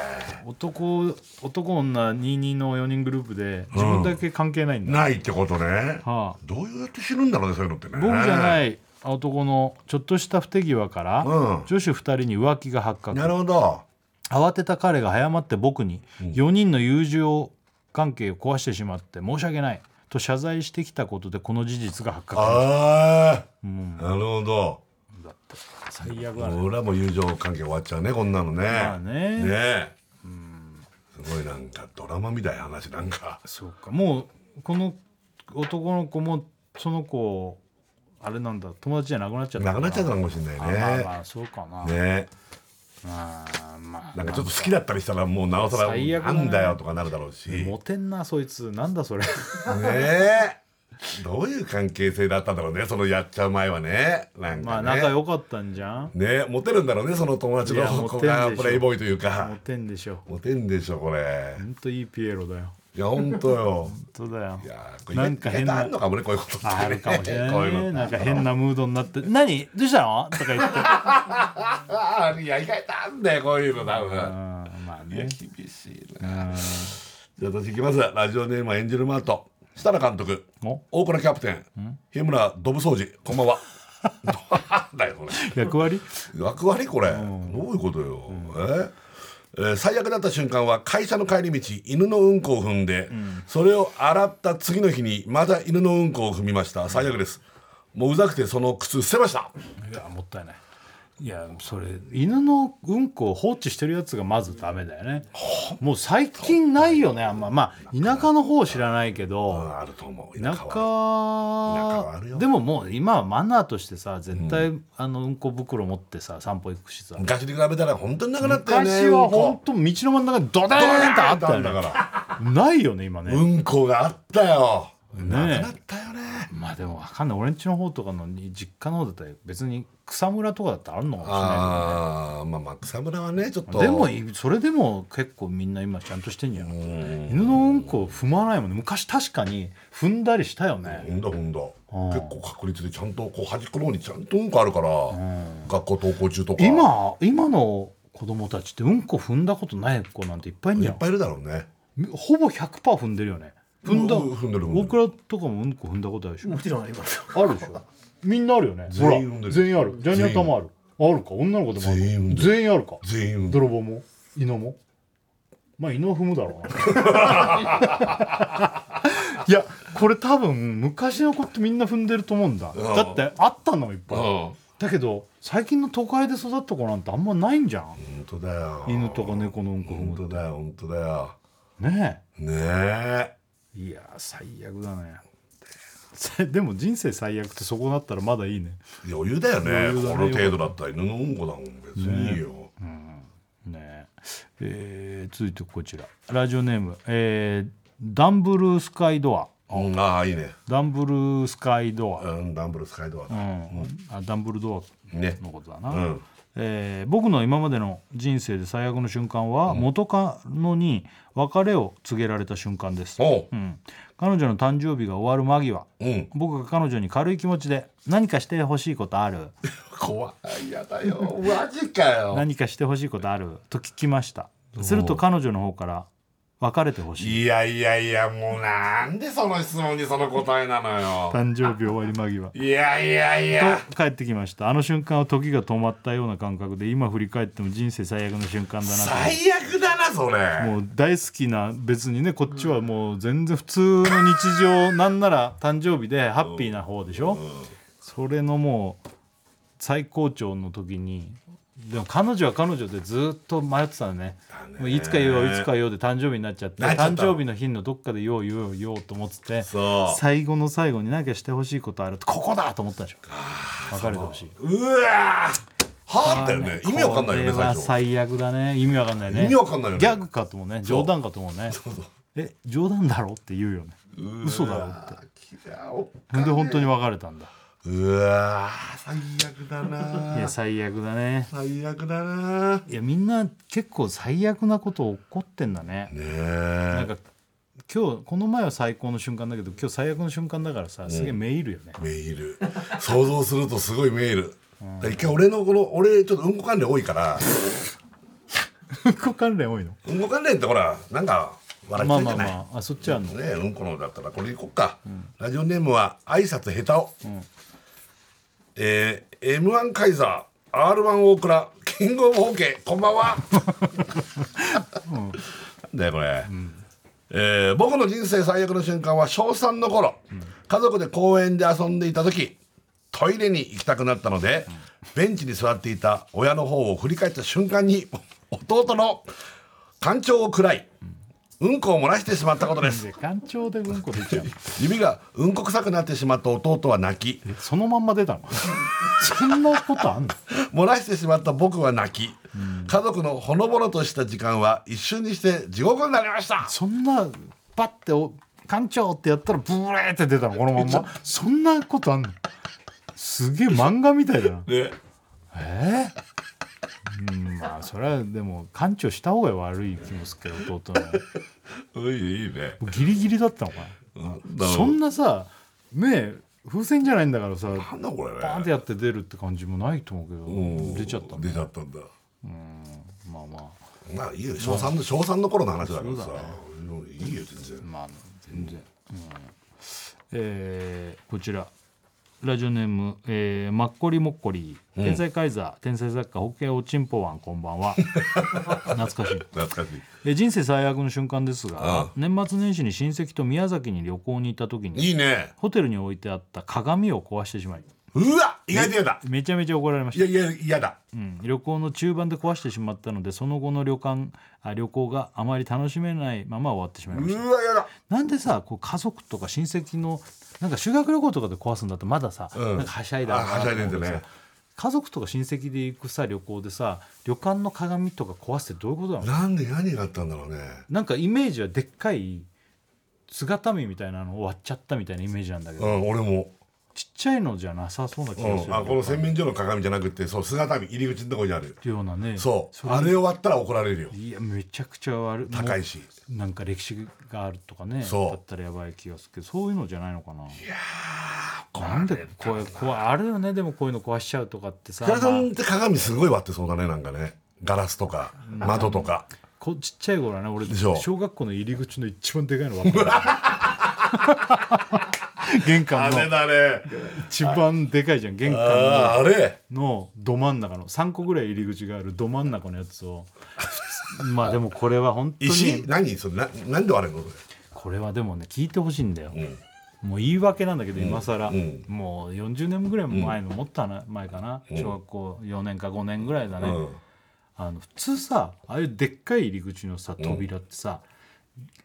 [SPEAKER 2] 男男女22の4人グループで自分だけ関係ないんだ、
[SPEAKER 3] ないってことね、
[SPEAKER 2] はあ
[SPEAKER 3] どうやって死ぬんだろうねそういうのってね
[SPEAKER 2] 僕じゃないい男のちょっとした不手際から、
[SPEAKER 3] うん
[SPEAKER 2] 女子2人に浮気が発覚
[SPEAKER 3] なるほど
[SPEAKER 2] 慌てた彼が早まって僕に4人の友情関係を壊してしまって申し訳ないと謝罪してきたことでこの事実が発覚
[SPEAKER 3] ああ、なるほど
[SPEAKER 2] 最悪だね
[SPEAKER 3] 俺らも友情関係終わっちゃうねこんなのね
[SPEAKER 2] まあね
[SPEAKER 3] ねえいなんかドラマみたいな話なんか
[SPEAKER 2] そうかもうこの男の子もその子あれなんだ友達じゃなくなっちゃった
[SPEAKER 3] なくなっちゃった
[SPEAKER 2] の
[SPEAKER 3] のかもしれ
[SPEAKER 2] かなあまあ
[SPEAKER 3] な
[SPEAKER 2] まあそうかない
[SPEAKER 3] ねね
[SPEAKER 2] まあまあ
[SPEAKER 3] なんかちょっと好きだったりしたらもうなおさら
[SPEAKER 2] 最悪だ
[SPEAKER 3] な
[SPEAKER 2] ね
[SPEAKER 3] んだよとかなるだろうしね
[SPEAKER 2] モテんなそいつなんだそれ
[SPEAKER 3] えどういう関係性だったんだろうねそのやっちゃう前はねなん
[SPEAKER 2] ま
[SPEAKER 3] か
[SPEAKER 2] あ仲
[SPEAKER 3] ね
[SPEAKER 2] 良かったんじゃん
[SPEAKER 3] ねモテるんだろうねその友達
[SPEAKER 2] いや
[SPEAKER 3] の
[SPEAKER 2] モテ
[SPEAKER 3] 子
[SPEAKER 2] るでしょ
[SPEAKER 3] がプレイボーイという
[SPEAKER 2] モ
[SPEAKER 3] か
[SPEAKER 2] テんでしょ
[SPEAKER 3] モテんでしょこれ
[SPEAKER 2] ほんといいピエロだよ
[SPEAKER 3] いや本当よ
[SPEAKER 2] ほんとだよ
[SPEAKER 3] いやーこれ
[SPEAKER 2] なんか変
[SPEAKER 3] 意外とあ
[SPEAKER 2] な
[SPEAKER 3] んのかもねこういうことってね
[SPEAKER 2] あるかもしれ ない
[SPEAKER 3] こうい
[SPEAKER 2] ね
[SPEAKER 3] うのって
[SPEAKER 2] なんか変なムードになって「何どうしたの?」とか言って
[SPEAKER 3] ああいや意外とあんだよこういうの多
[SPEAKER 2] うん
[SPEAKER 3] 分
[SPEAKER 2] まあ
[SPEAKER 3] いや
[SPEAKER 2] ね
[SPEAKER 3] 厳しいな
[SPEAKER 2] うん
[SPEAKER 3] じゃあ私いきますラジオネームはエンジェルマート設楽監督
[SPEAKER 2] お
[SPEAKER 3] 大倉キャプテン日村ドブ掃除こんばんは なんだよこれ
[SPEAKER 2] 役割
[SPEAKER 3] 役割これどういうことよええー最悪だった瞬間は会社の帰り道犬のうんこを踏んで、それを洗った次の日にまだ犬のうんこを踏みました最悪ですもううざくてその靴捨てました
[SPEAKER 2] いやもったいないいやそれ犬のうんこを放置してるやつがまずダメだよねもう最近ないよねあんままあ田舎の方知らないけど
[SPEAKER 3] あると思う
[SPEAKER 2] 田舎
[SPEAKER 3] ははあるよ
[SPEAKER 2] でももう今はマナーとしてさ絶対あのうんこ袋持ってさ散歩行くしさ
[SPEAKER 3] 昔に比べたら本当になくなったよね
[SPEAKER 2] 昔は
[SPEAKER 3] うん
[SPEAKER 2] 本
[SPEAKER 3] こ
[SPEAKER 2] 当道の真ん中にドデーンとあったよ
[SPEAKER 3] んだ
[SPEAKER 2] ね
[SPEAKER 3] か
[SPEAKER 2] ないよね今
[SPEAKER 3] らう
[SPEAKER 2] ね
[SPEAKER 3] んこがあったよ
[SPEAKER 2] ねえ
[SPEAKER 3] なくなったよね
[SPEAKER 2] まあでもわかんない俺んちの方とかの実家の方だったら別に草むらとかだってあるのかもしれないけど
[SPEAKER 3] ああまあまあ草むらはねちょっと
[SPEAKER 2] でもいそれでも結構みんな今ちゃんとしてんじゃん犬のうんこを踏まないもんね昔確かに踏んだりしたよ
[SPEAKER 3] ほ
[SPEAKER 2] ね、
[SPEAKER 3] んだほんだ
[SPEAKER 2] うん
[SPEAKER 3] 結構確率でちゃんとこう端っこの方にちゃんとうんこあるから、学校登校中とか
[SPEAKER 2] 今今の子供たちってうんこ踏んだことない子なんていっぱいいん
[SPEAKER 3] い
[SPEAKER 2] じ
[SPEAKER 3] っ
[SPEAKER 2] ゃん
[SPEAKER 3] ぱいいるだろうね
[SPEAKER 2] ほぼ100%踏んでるよね踏んだ
[SPEAKER 3] うん踏んでる踏んでる
[SPEAKER 2] 僕らとかもうんこ踏んだことあるでしょ
[SPEAKER 4] もちろんありますよ。
[SPEAKER 2] あるでしょみんなあるよね
[SPEAKER 3] 全員
[SPEAKER 2] ほ
[SPEAKER 3] 踏んで
[SPEAKER 2] ら
[SPEAKER 3] る
[SPEAKER 2] 全員あるジャニアタもあるあるか女の子でもある
[SPEAKER 3] 全員踏んでる
[SPEAKER 2] 全員あるか
[SPEAKER 3] 全員うん
[SPEAKER 2] 泥棒も犬もまあ犬を踏むだろうな いやこれ多分昔の子ってみんな踏んでると思うんだ
[SPEAKER 3] ん
[SPEAKER 2] だってあったのいっぱい
[SPEAKER 3] 本
[SPEAKER 2] だけど最近の都会で育った子なんてあんまないんじゃん
[SPEAKER 3] 当だよ
[SPEAKER 2] 犬とか猫のうんこ踏
[SPEAKER 3] 本
[SPEAKER 2] む
[SPEAKER 3] 当だよ本当だよ
[SPEAKER 2] ね
[SPEAKER 3] ねえ
[SPEAKER 2] えいやー最悪だね さでも人生最悪ってそこだったらまだいいね
[SPEAKER 3] 余裕だよね
[SPEAKER 2] 余裕だね
[SPEAKER 3] この程度だったら犬のうんこだもん別にいいよ、
[SPEAKER 2] ねええー続いてこちらラジオネーム、えーダンブルースカイドア
[SPEAKER 3] うんああいいね
[SPEAKER 2] ダンブルースカイドア
[SPEAKER 3] うんダンブルスカイドア
[SPEAKER 2] う
[SPEAKER 3] だ、
[SPEAKER 2] んあダンブルド
[SPEAKER 3] ね
[SPEAKER 2] アのことだな、
[SPEAKER 3] うん
[SPEAKER 2] えー僕の今までの人生で最悪の瞬間は元カノに別れを告げられた瞬間です、
[SPEAKER 3] おう
[SPEAKER 2] うん、彼女の誕生日が終わる間際
[SPEAKER 3] うん
[SPEAKER 2] 僕が彼女に軽い気持ちで「何かしてほしいことある
[SPEAKER 3] 怖いやだよ マジかよ
[SPEAKER 2] 何かしてほしいことある?」と聞きましたすると彼女の方から「別れてほしい
[SPEAKER 3] いやいやいやもうなんでその質問にその答えなの」よ
[SPEAKER 2] 誕生日終わり間際
[SPEAKER 3] いやいやいや
[SPEAKER 2] と帰ってきましたあの瞬間は時が止まったような感覚で今振り返っても人生最悪の瞬間だなと
[SPEAKER 3] 最悪だなそれ
[SPEAKER 2] もう大好きな別にねこっちはもう全然普通の日常なんなら誕生日でハッピーな方でしょそれのもう最高潮の時にでも彼女は彼女でずっと迷ってたのね
[SPEAKER 3] ね
[SPEAKER 2] もういつか言おういつか言おうで誕生日になっちゃって
[SPEAKER 3] なっちゃった
[SPEAKER 2] 誕生日の日のどっかで言おう言おう言おうと思ってて
[SPEAKER 3] そう
[SPEAKER 2] 最後の最後に何かしてほしいことあるってここだと思ったでしょ別れてほしいう
[SPEAKER 3] わーはあだよね意味わかんないよね最
[SPEAKER 2] これは
[SPEAKER 3] 初
[SPEAKER 2] 最悪だね意味わかんないね
[SPEAKER 3] 意味わかんないよね
[SPEAKER 2] ギャグかともね冗談かともねえ冗談だろって言うよね嘘だろってほんで本当に別れたんだ
[SPEAKER 3] うわー最悪だ
[SPEAKER 2] いや
[SPEAKER 3] な
[SPEAKER 2] 最悪だね
[SPEAKER 3] 最悪だなね
[SPEAKER 2] いやみんな結構最悪なこと起こってんだねなん
[SPEAKER 3] え
[SPEAKER 2] か今日この前は最高の瞬間だけど今日最悪の瞬間だからさすげえメールよね、
[SPEAKER 3] メール想像するとすごいメールだから一回俺のこの俺ちょっとうんこ関連多いから
[SPEAKER 2] うん、こ関連多いの
[SPEAKER 3] うんこ関連ってほらなんか笑っちゃ
[SPEAKER 2] まあ
[SPEAKER 3] うじ
[SPEAKER 2] ま
[SPEAKER 3] ゃ
[SPEAKER 2] あ
[SPEAKER 3] ない、
[SPEAKER 2] まああそっちはあんの、
[SPEAKER 3] ねうんこのだったらこれいこっか、ラジオネームは挨拶下手を、えー、m 1カイザー r 1大倉キングオブホーケーこんばんは、なんだよこれ、えー僕の人生最悪の瞬間は小3の頃、家族で公園で遊んでいた時トイレに行きたくなったので、ベンチに座っていた親の方を振り返った瞬間に弟の干潮を食らいうんこを漏らしてしまったことです
[SPEAKER 2] で干潮でうんこ出ちゃう
[SPEAKER 3] 指がうんこ臭くなってしまった弟は泣き
[SPEAKER 2] えそのまんま出たのそんなことあんの
[SPEAKER 3] 漏らしてしまった僕は泣き、家族のほのぼのとした時間は一瞬にして地獄になりました
[SPEAKER 2] そんなパッてお「艦長」ってやったらブレーって出たのこのまんまそんなことあんのすげえ漫画みたいだな
[SPEAKER 3] ね
[SPEAKER 2] えーうんまあそれはでも艦長した方が悪い気もするけど弟は
[SPEAKER 3] ういいいね
[SPEAKER 2] ギリギリだったのかなそん
[SPEAKER 3] な
[SPEAKER 2] なさ目風船じゃないんだからさ
[SPEAKER 3] なんだこれね
[SPEAKER 2] バーンってやって出るって感じもないと思うけ
[SPEAKER 3] うん
[SPEAKER 2] ど出ちゃったんだ
[SPEAKER 3] 出ちゃったんだ
[SPEAKER 2] まあま
[SPEAKER 3] まあいいよ小三の小三の頃の話だからさ、うんいいよ全然
[SPEAKER 2] あまあ全然、うんえーこちらラジオネーム、えー、マッコリモッコリ天才カイザー、天才作家ホッケーおちんぽわんこんばん は懐かしい
[SPEAKER 3] 懐かしい
[SPEAKER 2] えー人生最悪の瞬間ですが
[SPEAKER 3] ああ
[SPEAKER 2] 年末年始に親戚と宮崎に旅行に行った時に
[SPEAKER 3] いいね
[SPEAKER 2] ホテルに置いてあった鏡を壊してしまいう
[SPEAKER 3] わ意外と嫌だ
[SPEAKER 2] めちゃめちゃ怒られまし
[SPEAKER 3] い
[SPEAKER 2] た
[SPEAKER 3] や、いや嫌だ
[SPEAKER 2] うん、旅行の中盤で壊してしまったのでその後の旅館あ旅行があまり楽しめないまま終わってしまいうま
[SPEAKER 3] わ
[SPEAKER 2] した
[SPEAKER 3] 嫌だ
[SPEAKER 2] なんでさこう家族とか親戚のなんか修学旅行とかで壊すんだってまださ、
[SPEAKER 3] うん
[SPEAKER 2] なんかはしゃいだろうな
[SPEAKER 3] あはしゃいでんだね
[SPEAKER 2] と思うけどさ家族とか親戚で行くさ旅行でさ旅館の鏡とか壊すってどういうことなの
[SPEAKER 3] なんで何があったんだろうね
[SPEAKER 2] なんかイメージはでっかい姿見みたいなのを割っちゃったみたいなイメージなんだけ
[SPEAKER 3] う
[SPEAKER 2] ど、
[SPEAKER 3] ん俺も、
[SPEAKER 2] ちっちゃいのじゃなさそうな気
[SPEAKER 3] う
[SPEAKER 2] がする、
[SPEAKER 3] ん、あこの洗面所の鏡じゃなくてそう姿見入り口のとこにある
[SPEAKER 2] っていうようなね
[SPEAKER 3] そう
[SPEAKER 2] れ
[SPEAKER 3] あれを割ったら怒られるよ
[SPEAKER 2] いやめちゃくちゃ悪い
[SPEAKER 3] 高いし
[SPEAKER 2] なんか歴史があるとかね
[SPEAKER 3] そう
[SPEAKER 2] だったらやばい気がするけどそういうのじゃないのかないやなんでこういう怖いあるよねでもこういうの壊しちゃうとかってさ、
[SPEAKER 3] 寺田さ
[SPEAKER 2] まあ
[SPEAKER 3] んって鏡すごい割ってそうだねなんかねガラスとか窓とか
[SPEAKER 2] こちっちゃい頃はね俺
[SPEAKER 3] でしょ
[SPEAKER 2] 小学校の入り口の一番でかいの割った 玄関の
[SPEAKER 3] だね
[SPEAKER 2] 一番でかいじゃん玄関
[SPEAKER 3] あーあれ
[SPEAKER 2] のど真ん中の3個ぐらい入り口があるど真ん中のや つをまあでもこれは本当
[SPEAKER 3] 石
[SPEAKER 2] に
[SPEAKER 3] 何それななんで割れるの
[SPEAKER 2] これはでもね聞いてほしいんだよ、
[SPEAKER 3] うん
[SPEAKER 2] もう言い訳なんだけど今更、
[SPEAKER 3] うん
[SPEAKER 2] もう40年ぐらい前のもっとな前かな、小学校4年か5年ぐらいだね、
[SPEAKER 3] うん
[SPEAKER 2] あの普通さああいうでっかい入り口のさ扉ってさ、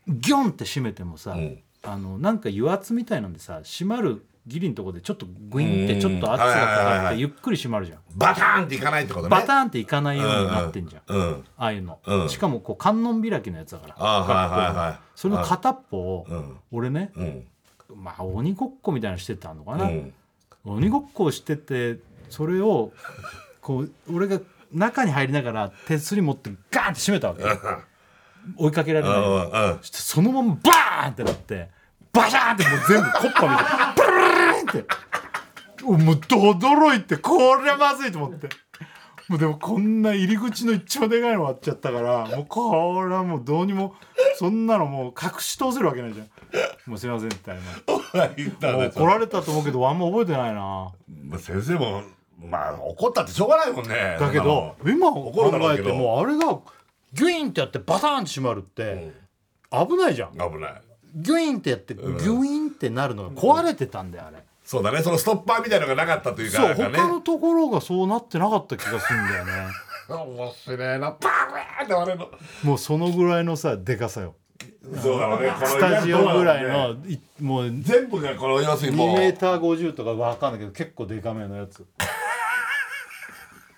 [SPEAKER 2] ギョンって閉めてもさ、
[SPEAKER 3] ん
[SPEAKER 2] あのなんか油圧みたいなんでさ閉まるギリのとこでちょっとグインっ
[SPEAKER 3] う
[SPEAKER 2] て
[SPEAKER 3] ん
[SPEAKER 2] ちょっと圧が
[SPEAKER 3] は
[SPEAKER 2] か
[SPEAKER 3] いはいは
[SPEAKER 2] かっ
[SPEAKER 3] い
[SPEAKER 2] てゆっくり閉まるじゃん、
[SPEAKER 3] バターンっていかないってことね
[SPEAKER 2] バタ
[SPEAKER 3] ン
[SPEAKER 2] ーンっていかないようになってんじゃん、
[SPEAKER 3] うんうん
[SPEAKER 2] ああいうの、
[SPEAKER 3] うん
[SPEAKER 2] しかもこう観音開きのやつだから
[SPEAKER 3] あはいはいはい
[SPEAKER 2] その片っぽを、
[SPEAKER 3] うん
[SPEAKER 2] 俺ね、
[SPEAKER 3] うん
[SPEAKER 2] まあ鬼ごっこみたいなのしてたのか
[SPEAKER 3] う
[SPEAKER 2] な、
[SPEAKER 3] ん
[SPEAKER 2] 鬼ごっこをしててそれをこう俺が中に入りながら手すり持ってガーンって閉めたわけ追いかけられ
[SPEAKER 3] う
[SPEAKER 2] ない
[SPEAKER 3] ん うん
[SPEAKER 2] そしてそのままバーンってなってバシャーンってもう全部コッパみたいにブルルルルルンってもうどどろいってこれはまずいと思ってもうでもこんな入り口の一番でかいの割っちゃったからもうこれはもうどうにもそんなのもう隠し通せるわけないじゃんもうすいませんって謝って。
[SPEAKER 3] 言ったね
[SPEAKER 2] 怒られたと思うけどあんま覚えてないな
[SPEAKER 3] まあ先生もまあ怒ったってしょうがないもんね
[SPEAKER 2] だけど
[SPEAKER 3] そんなもん
[SPEAKER 2] 今
[SPEAKER 3] 怒るだろ
[SPEAKER 2] 考
[SPEAKER 3] う
[SPEAKER 2] え
[SPEAKER 3] け
[SPEAKER 2] て
[SPEAKER 3] ど
[SPEAKER 2] もあれがギュインってやってバターンって閉まるって危ないじゃん
[SPEAKER 3] 危ない
[SPEAKER 2] ギュインってやってギュインってなるのが壊れてたんだよあれ
[SPEAKER 3] そうだねそのストッパーみたいのがなかったというか
[SPEAKER 2] そう
[SPEAKER 3] なんか
[SPEAKER 2] 他のところがそうなってなかった気がするん だよね
[SPEAKER 3] 面白いなパーンって割れるの
[SPEAKER 2] もうそのぐらいのさでかさよ
[SPEAKER 3] そうだろうねこの
[SPEAKER 2] スタジオぐらい
[SPEAKER 3] ね
[SPEAKER 2] のいもう2
[SPEAKER 3] 全部がこの要するにもう
[SPEAKER 2] メーター50とかわかんないけど結構でかめのや つ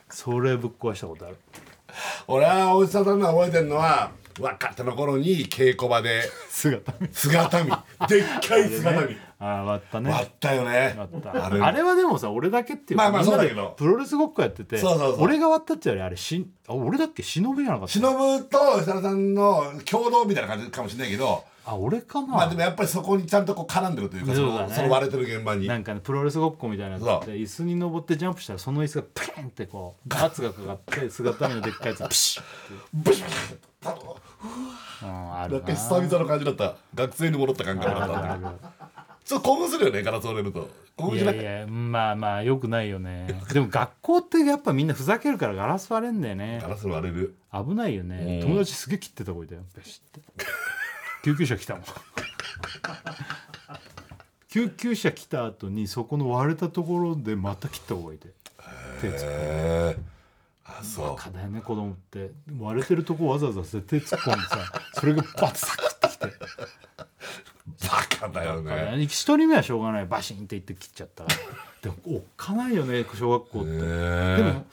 [SPEAKER 2] それぶっ壊したことある
[SPEAKER 3] 俺は大内さんの覚えてるのは若手の頃に稽古場で
[SPEAKER 2] 姿見
[SPEAKER 3] 姿 見でっかい姿見
[SPEAKER 2] ああ割ったね
[SPEAKER 3] 割ったよね
[SPEAKER 2] あった
[SPEAKER 3] あ
[SPEAKER 2] あ
[SPEAKER 3] れ
[SPEAKER 2] れはでもさ俺だけっていう
[SPEAKER 3] まあまあ
[SPEAKER 2] みんなで
[SPEAKER 3] そうだけど
[SPEAKER 2] プロレスごっこやってて
[SPEAKER 3] そうそうそう
[SPEAKER 2] 俺が割ったってよりあれしあ俺だっけ忍ぶじゃなかった
[SPEAKER 3] 忍と設楽さんの共同みたいな感じかもしれないけど
[SPEAKER 2] あ俺かな、
[SPEAKER 3] まあでもやっぱりそこにちゃんとこう絡んでるというかそ
[SPEAKER 2] そうだ
[SPEAKER 3] の
[SPEAKER 2] ね
[SPEAKER 3] その割れてる現場に
[SPEAKER 2] なんかねプロレスごっこみたいなのやって
[SPEAKER 3] そ
[SPEAKER 2] て椅子に登ってジャンプしたらその椅子がペンってこう圧がかかって姿見のでっかい やつがピシッ
[SPEAKER 3] ブシッパッと
[SPEAKER 2] うんあ
[SPEAKER 3] なん
[SPEAKER 2] る
[SPEAKER 3] か
[SPEAKER 2] な
[SPEAKER 3] 久々の感じだった学生に戻った感覚だったんだけどちょっと興奮するよねガラス折れると興奮
[SPEAKER 2] い
[SPEAKER 3] し
[SPEAKER 2] や
[SPEAKER 3] ない
[SPEAKER 2] いやまあまあよくないよねでも学校ってやっぱみんなふざけるからガラス割れんだよね
[SPEAKER 3] ガラス割れる
[SPEAKER 2] 危ないよね、友達すげえ切ってた子いたよペシッて救急車来たもん 救急車来た後にそこの割れたところでまた切った子がいて手つ
[SPEAKER 3] へえあそう
[SPEAKER 2] 課題ね子供って割れてるとこわざわざ手突っ込んでさそれがバッサクッ
[SPEAKER 3] だよ
[SPEAKER 2] やっぱ
[SPEAKER 3] ね。
[SPEAKER 2] ね一人目はしょうがないバシンって言って切っちゃったからでもおっかないよね小学校って、で
[SPEAKER 3] ね
[SPEAKER 2] も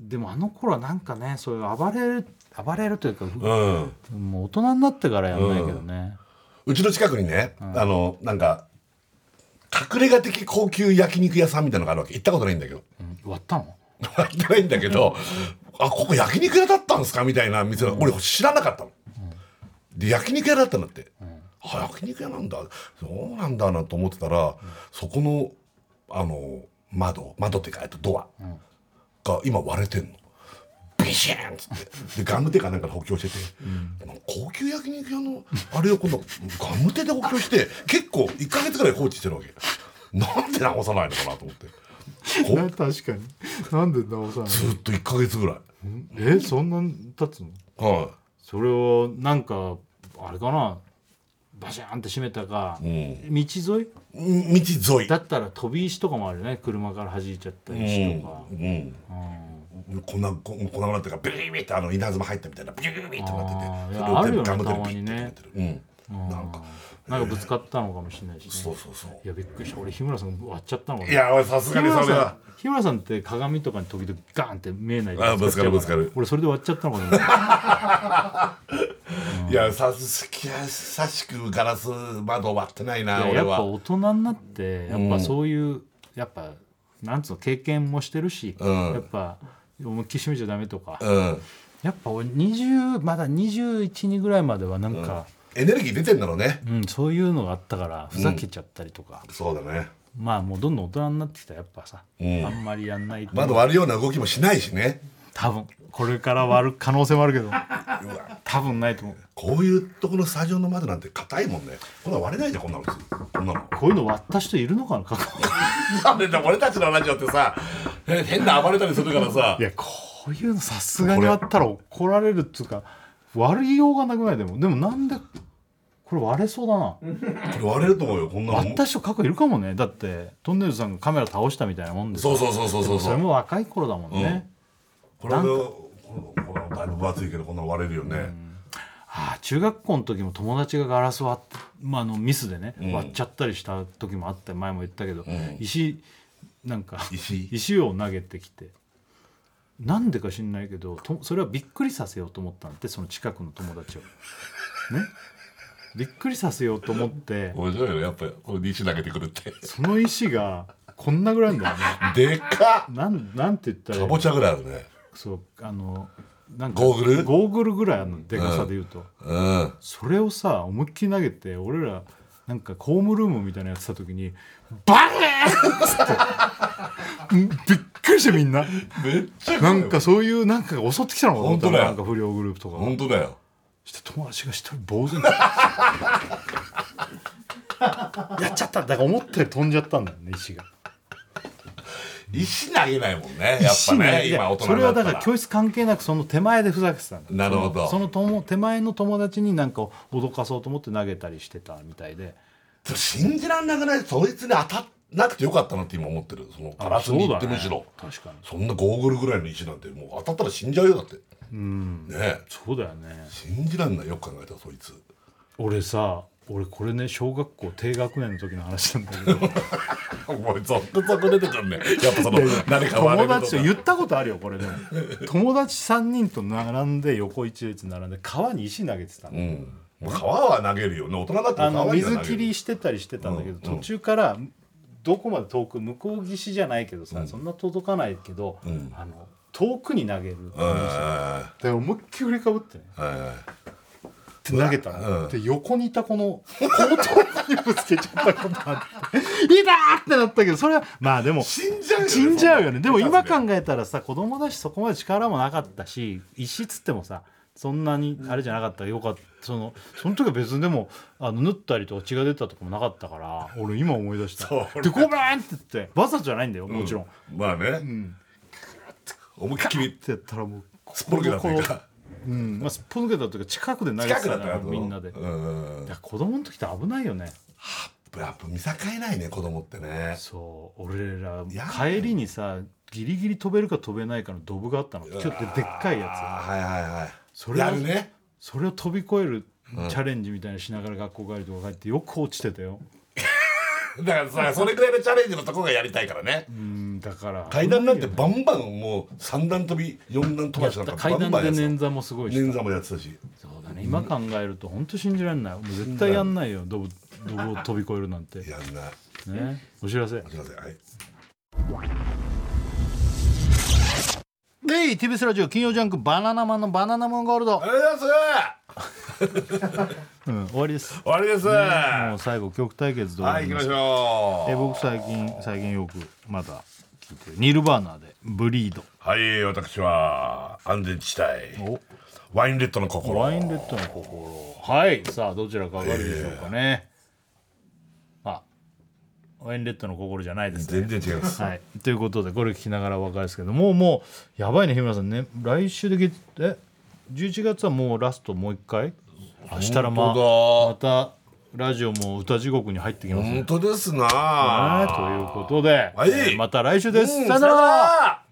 [SPEAKER 2] でもあの頃はなんかねそういう暴れる暴れるというか、
[SPEAKER 3] うん。
[SPEAKER 2] もう大人になってからやんないけどね、
[SPEAKER 3] うちの近くにね、あの、なんか、隠れ家的高級焼肉屋さんみたいなのがあるわけ。行ったことないんだけど。
[SPEAKER 2] うん割ったの
[SPEAKER 3] 行ってないんだけど、あ、ここ焼肉屋だったんですかみたいな店が、俺知らなかったの。で、焼肉屋だったんだって。あ、焼肉屋なんだ。そうなんだなと思ってたら、そこの、あの、窓、窓っていうか、えっと、ドアが今割れてんの。ビシーンっつってでガムテかなんかで補強してて、高級焼肉屋のあれを今度ガムテで補強して結構1か月ぐらい放置してるわけなんで直さないのかなと思 ってこ
[SPEAKER 4] ね確かになんで直さない
[SPEAKER 3] ずっと1か月ぐらい、
[SPEAKER 2] えそんな経つの
[SPEAKER 3] は
[SPEAKER 2] それをなんかあれかなバシャーンって閉めたか、
[SPEAKER 3] ん
[SPEAKER 2] 道沿
[SPEAKER 3] い、
[SPEAKER 2] い
[SPEAKER 3] ん道沿い
[SPEAKER 2] だったら飛び石とかもあるよね車から弾いちゃった石とか、
[SPEAKER 3] うんうん、こんなこんこんなものっていうかビリビリってあの稲妻入ったみたいなビリビリってな
[SPEAKER 2] あ
[SPEAKER 3] っ
[SPEAKER 2] ー
[SPEAKER 3] て
[SPEAKER 2] い
[SPEAKER 3] て
[SPEAKER 2] や
[SPEAKER 3] それを
[SPEAKER 2] あ
[SPEAKER 3] 全
[SPEAKER 2] るよ
[SPEAKER 3] 部ガムテで
[SPEAKER 2] ねたま
[SPEAKER 3] ビッ
[SPEAKER 2] に
[SPEAKER 3] て
[SPEAKER 2] ね
[SPEAKER 3] やってる、うん、なんか
[SPEAKER 2] なんかぶつかったのかもしれないし、ね
[SPEAKER 3] そうそうそう
[SPEAKER 2] いやびっくりした俺日村さん割っちゃったのかない
[SPEAKER 3] や俺さす
[SPEAKER 2] 日
[SPEAKER 3] がにそ
[SPEAKER 2] 村
[SPEAKER 3] れ
[SPEAKER 2] さ
[SPEAKER 3] は
[SPEAKER 2] ん日村さんって鏡とかに時々ガーンって見えないで
[SPEAKER 3] あぶつかる
[SPEAKER 2] ぶつっちゃう
[SPEAKER 3] ぶつかる
[SPEAKER 2] 俺それで割っちゃったのかない
[SPEAKER 3] やさすさしくガラス窓割ってないな
[SPEAKER 2] いや
[SPEAKER 3] 俺
[SPEAKER 2] やっぱ
[SPEAKER 3] は
[SPEAKER 2] 大人になってやっぱそういう、やっぱなんつうの経験もしてるし、
[SPEAKER 3] うん
[SPEAKER 2] やっぱ思いっきり閉めちゃダメとか、
[SPEAKER 3] うん
[SPEAKER 2] やっぱ俺20まだ212ぐらいまではなんか、
[SPEAKER 3] エネルギー出てんだろうね
[SPEAKER 2] うんそういうのがあったからふざけちゃったりとか、
[SPEAKER 3] そうだね
[SPEAKER 2] まあもうどんどん大人になってきたらやっぱさ、
[SPEAKER 3] ん
[SPEAKER 2] あんまりやんないと
[SPEAKER 3] 窓割るような動きもしないしね
[SPEAKER 2] 多分これから割る可能性もあるけど
[SPEAKER 3] うわ
[SPEAKER 2] 多分ないと思う
[SPEAKER 3] こういうとこのスタジオの窓なんて硬いもんねこんなの割れないじゃんこんなのこんなの
[SPEAKER 2] こういうの割った人いるのかな過去
[SPEAKER 3] なんでだ俺たちのラジオってさね変な暴れたりするからさ
[SPEAKER 2] いやこういうのさすがに割ったら怒られるっつうか割りようがなくないでもでもなんでこれ割れそうだ
[SPEAKER 3] こ
[SPEAKER 2] な
[SPEAKER 3] れ割れると思うよこんなの
[SPEAKER 2] 割った人過去いるかもねだってトンネルズさんがカメラ倒したみたいなもんです
[SPEAKER 3] そうそうそうそうそう
[SPEAKER 2] それも若い頃だもんね、
[SPEAKER 3] これでこのこのだいぶ分厚いけどこんなの割れるよね、
[SPEAKER 2] ああ中学校の時も友達がガラス割って、まあ、あのミスでね、割っちゃったりした時もあって前も言ったけど、石なんか
[SPEAKER 3] 石
[SPEAKER 2] 石を投げてきてなんでか知んないけどとそれはびっくりさせようと思ったんだってその近くの友達を。ねびっくりさせようと思って
[SPEAKER 3] 面白いよねやっぱりこれ石投げてくるって
[SPEAKER 2] その石がこんなぐらいなんだよね。
[SPEAKER 3] でかっ
[SPEAKER 2] なんなんて言ったらい
[SPEAKER 3] か
[SPEAKER 2] い
[SPEAKER 3] ぼちゃぐらいあるね
[SPEAKER 2] そうあのなんか
[SPEAKER 3] ゴーグル
[SPEAKER 2] ゴーグルぐらいあのでかさで言うと。
[SPEAKER 3] うん
[SPEAKER 2] それをさ思いっきり投げて俺らなんかホームルームみたいなのやってた時にバレーンっつってうんびっくりしてみんな
[SPEAKER 3] めっちゃ
[SPEAKER 2] なんかそういうなんかが襲ってきたのかと思った
[SPEAKER 3] 本当だよ
[SPEAKER 2] なんか不良グループとか
[SPEAKER 3] 本当だよ
[SPEAKER 2] して友達が一人呆然やっちゃっただから思ったより飛んじゃったんだよね石が
[SPEAKER 3] 石投げないもんねやっぱね
[SPEAKER 2] 石が
[SPEAKER 3] 今大人
[SPEAKER 2] そ
[SPEAKER 3] に
[SPEAKER 2] れ
[SPEAKER 3] な
[SPEAKER 2] は
[SPEAKER 3] ったら
[SPEAKER 2] だから教室関係なくその手前でふざけてたんだよ
[SPEAKER 3] なるほど
[SPEAKER 2] そのその友手前の友達になんか脅かそうと思って投げたりしてたみたいで
[SPEAKER 3] 信じらんなくないそいつに当たんなくてよかったなって今思ってるそのガラスに行ってむしろ
[SPEAKER 2] そうだね確かに
[SPEAKER 3] そんなゴーグルぐらいの石なんてもう当たったら死んじゃうよだって
[SPEAKER 2] うん
[SPEAKER 3] ねえ
[SPEAKER 2] そうだよね
[SPEAKER 3] 信じらんないよく考えたらそいつ
[SPEAKER 2] 俺さ俺これね小学校低学年の時の話なんだけど
[SPEAKER 3] おいぞっとそこ出てくるねやっぱその 何か割れる
[SPEAKER 2] 友
[SPEAKER 3] とか
[SPEAKER 2] 達と言ったことあるよこ れでも友達3人と並んで横一列並んで川に石投げてたの,、
[SPEAKER 3] うんもう皮は投げるよね大人だって川
[SPEAKER 2] あ
[SPEAKER 3] には
[SPEAKER 2] の
[SPEAKER 3] 投げる
[SPEAKER 2] 水切りしてたりしてたんだけど、
[SPEAKER 3] うんうん
[SPEAKER 2] 途中からどこまで遠く向こう岸じゃないけどさ、そんな届かないけど、
[SPEAKER 3] ん
[SPEAKER 2] あの遠くに投げる、
[SPEAKER 3] うんうんうん
[SPEAKER 2] で思いっきり振りかぶってね
[SPEAKER 3] うん
[SPEAKER 2] って投げたの、
[SPEAKER 3] うん
[SPEAKER 2] で横にいたこの後頭部にぶつけちゃったことあって「痛ー!」ってなったけどそれはまあでも
[SPEAKER 3] 死んじゃうよね
[SPEAKER 2] 死んじゃうよねでも今
[SPEAKER 3] そ
[SPEAKER 2] 考
[SPEAKER 3] んな
[SPEAKER 2] えたらさ子供だしそこまで力もなかったし石つってもさそんなにあれじゃなかったよかったそのその時は別にでもあの縫ったりとか血が出たとかもなかったから俺今思い出した
[SPEAKER 3] そう
[SPEAKER 2] で「ごめん!」って言ってわざじゃないんだよもちろん、
[SPEAKER 3] まあね思いっきり
[SPEAKER 2] ってやったらもう
[SPEAKER 3] すっぽ抜けたというか
[SPEAKER 2] うんまあ、すっぽ抜けたというか近くで投げて
[SPEAKER 3] 近
[SPEAKER 2] た
[SPEAKER 3] くだった
[SPEAKER 2] かららみんなで、
[SPEAKER 3] う
[SPEAKER 2] い
[SPEAKER 3] んうん
[SPEAKER 2] や子供の時って危ないよね
[SPEAKER 3] やっぱ見境ないね子供ってね
[SPEAKER 2] そう俺ら
[SPEAKER 3] やだよ
[SPEAKER 2] 帰りにさギリギリ飛べるか飛べないかのドブがあったのちょっとでっかいや
[SPEAKER 3] あーはいはいはい
[SPEAKER 2] それは
[SPEAKER 3] やるね
[SPEAKER 2] つそれを飛び越えるチャレンジみたいなのしながら学校帰りとか帰ってよく落ちてたよ
[SPEAKER 3] だからさそれぐらいのチャレンジのとこがやりたいからね
[SPEAKER 2] うんだから
[SPEAKER 3] 階段なんてバンバンもう三段跳び四段飛ばしなんか
[SPEAKER 2] 階
[SPEAKER 3] バン
[SPEAKER 2] 段
[SPEAKER 3] バンや
[SPEAKER 2] で
[SPEAKER 3] ってた
[SPEAKER 2] 捻挫もすごいし
[SPEAKER 3] 捻挫もやってたし
[SPEAKER 2] そうだね今考えると本当信じられないもう絶対やんないよドブドブを飛び越えるなんて
[SPEAKER 3] やんない
[SPEAKER 2] ねお知らせ
[SPEAKER 3] すいませんはい
[SPEAKER 2] で TBS ラジオ金曜ジャンク「バナナマンのバナナマンゴールド
[SPEAKER 3] ありがとうございま」
[SPEAKER 2] うん終わりです
[SPEAKER 3] す終わりです
[SPEAKER 2] もう最後曲対決で終わ
[SPEAKER 3] はい
[SPEAKER 2] り
[SPEAKER 3] 行きま
[SPEAKER 2] ま
[SPEAKER 3] すしょう
[SPEAKER 2] え僕最近最近よくまだ聞いてるニルバーナーで「ブリード
[SPEAKER 3] はい私は安全地帯」ワインレッドの心
[SPEAKER 2] ワインレッドの心はいさあどちらか上がるでしょうかね、あワインレッドの心じゃないですね
[SPEAKER 3] 全然違います
[SPEAKER 2] はい、ということでこれ聞きながら若いですけどもうもうやばいね日村さんね来週で月え11月はもうラストもう一回明日らま
[SPEAKER 3] 本当だ
[SPEAKER 2] またラジオも歌地獄に入ってきますね
[SPEAKER 3] 本当ですな
[SPEAKER 2] はいということで、
[SPEAKER 3] はい
[SPEAKER 2] えーまた来週です、
[SPEAKER 3] うん
[SPEAKER 2] さよなら
[SPEAKER 3] ら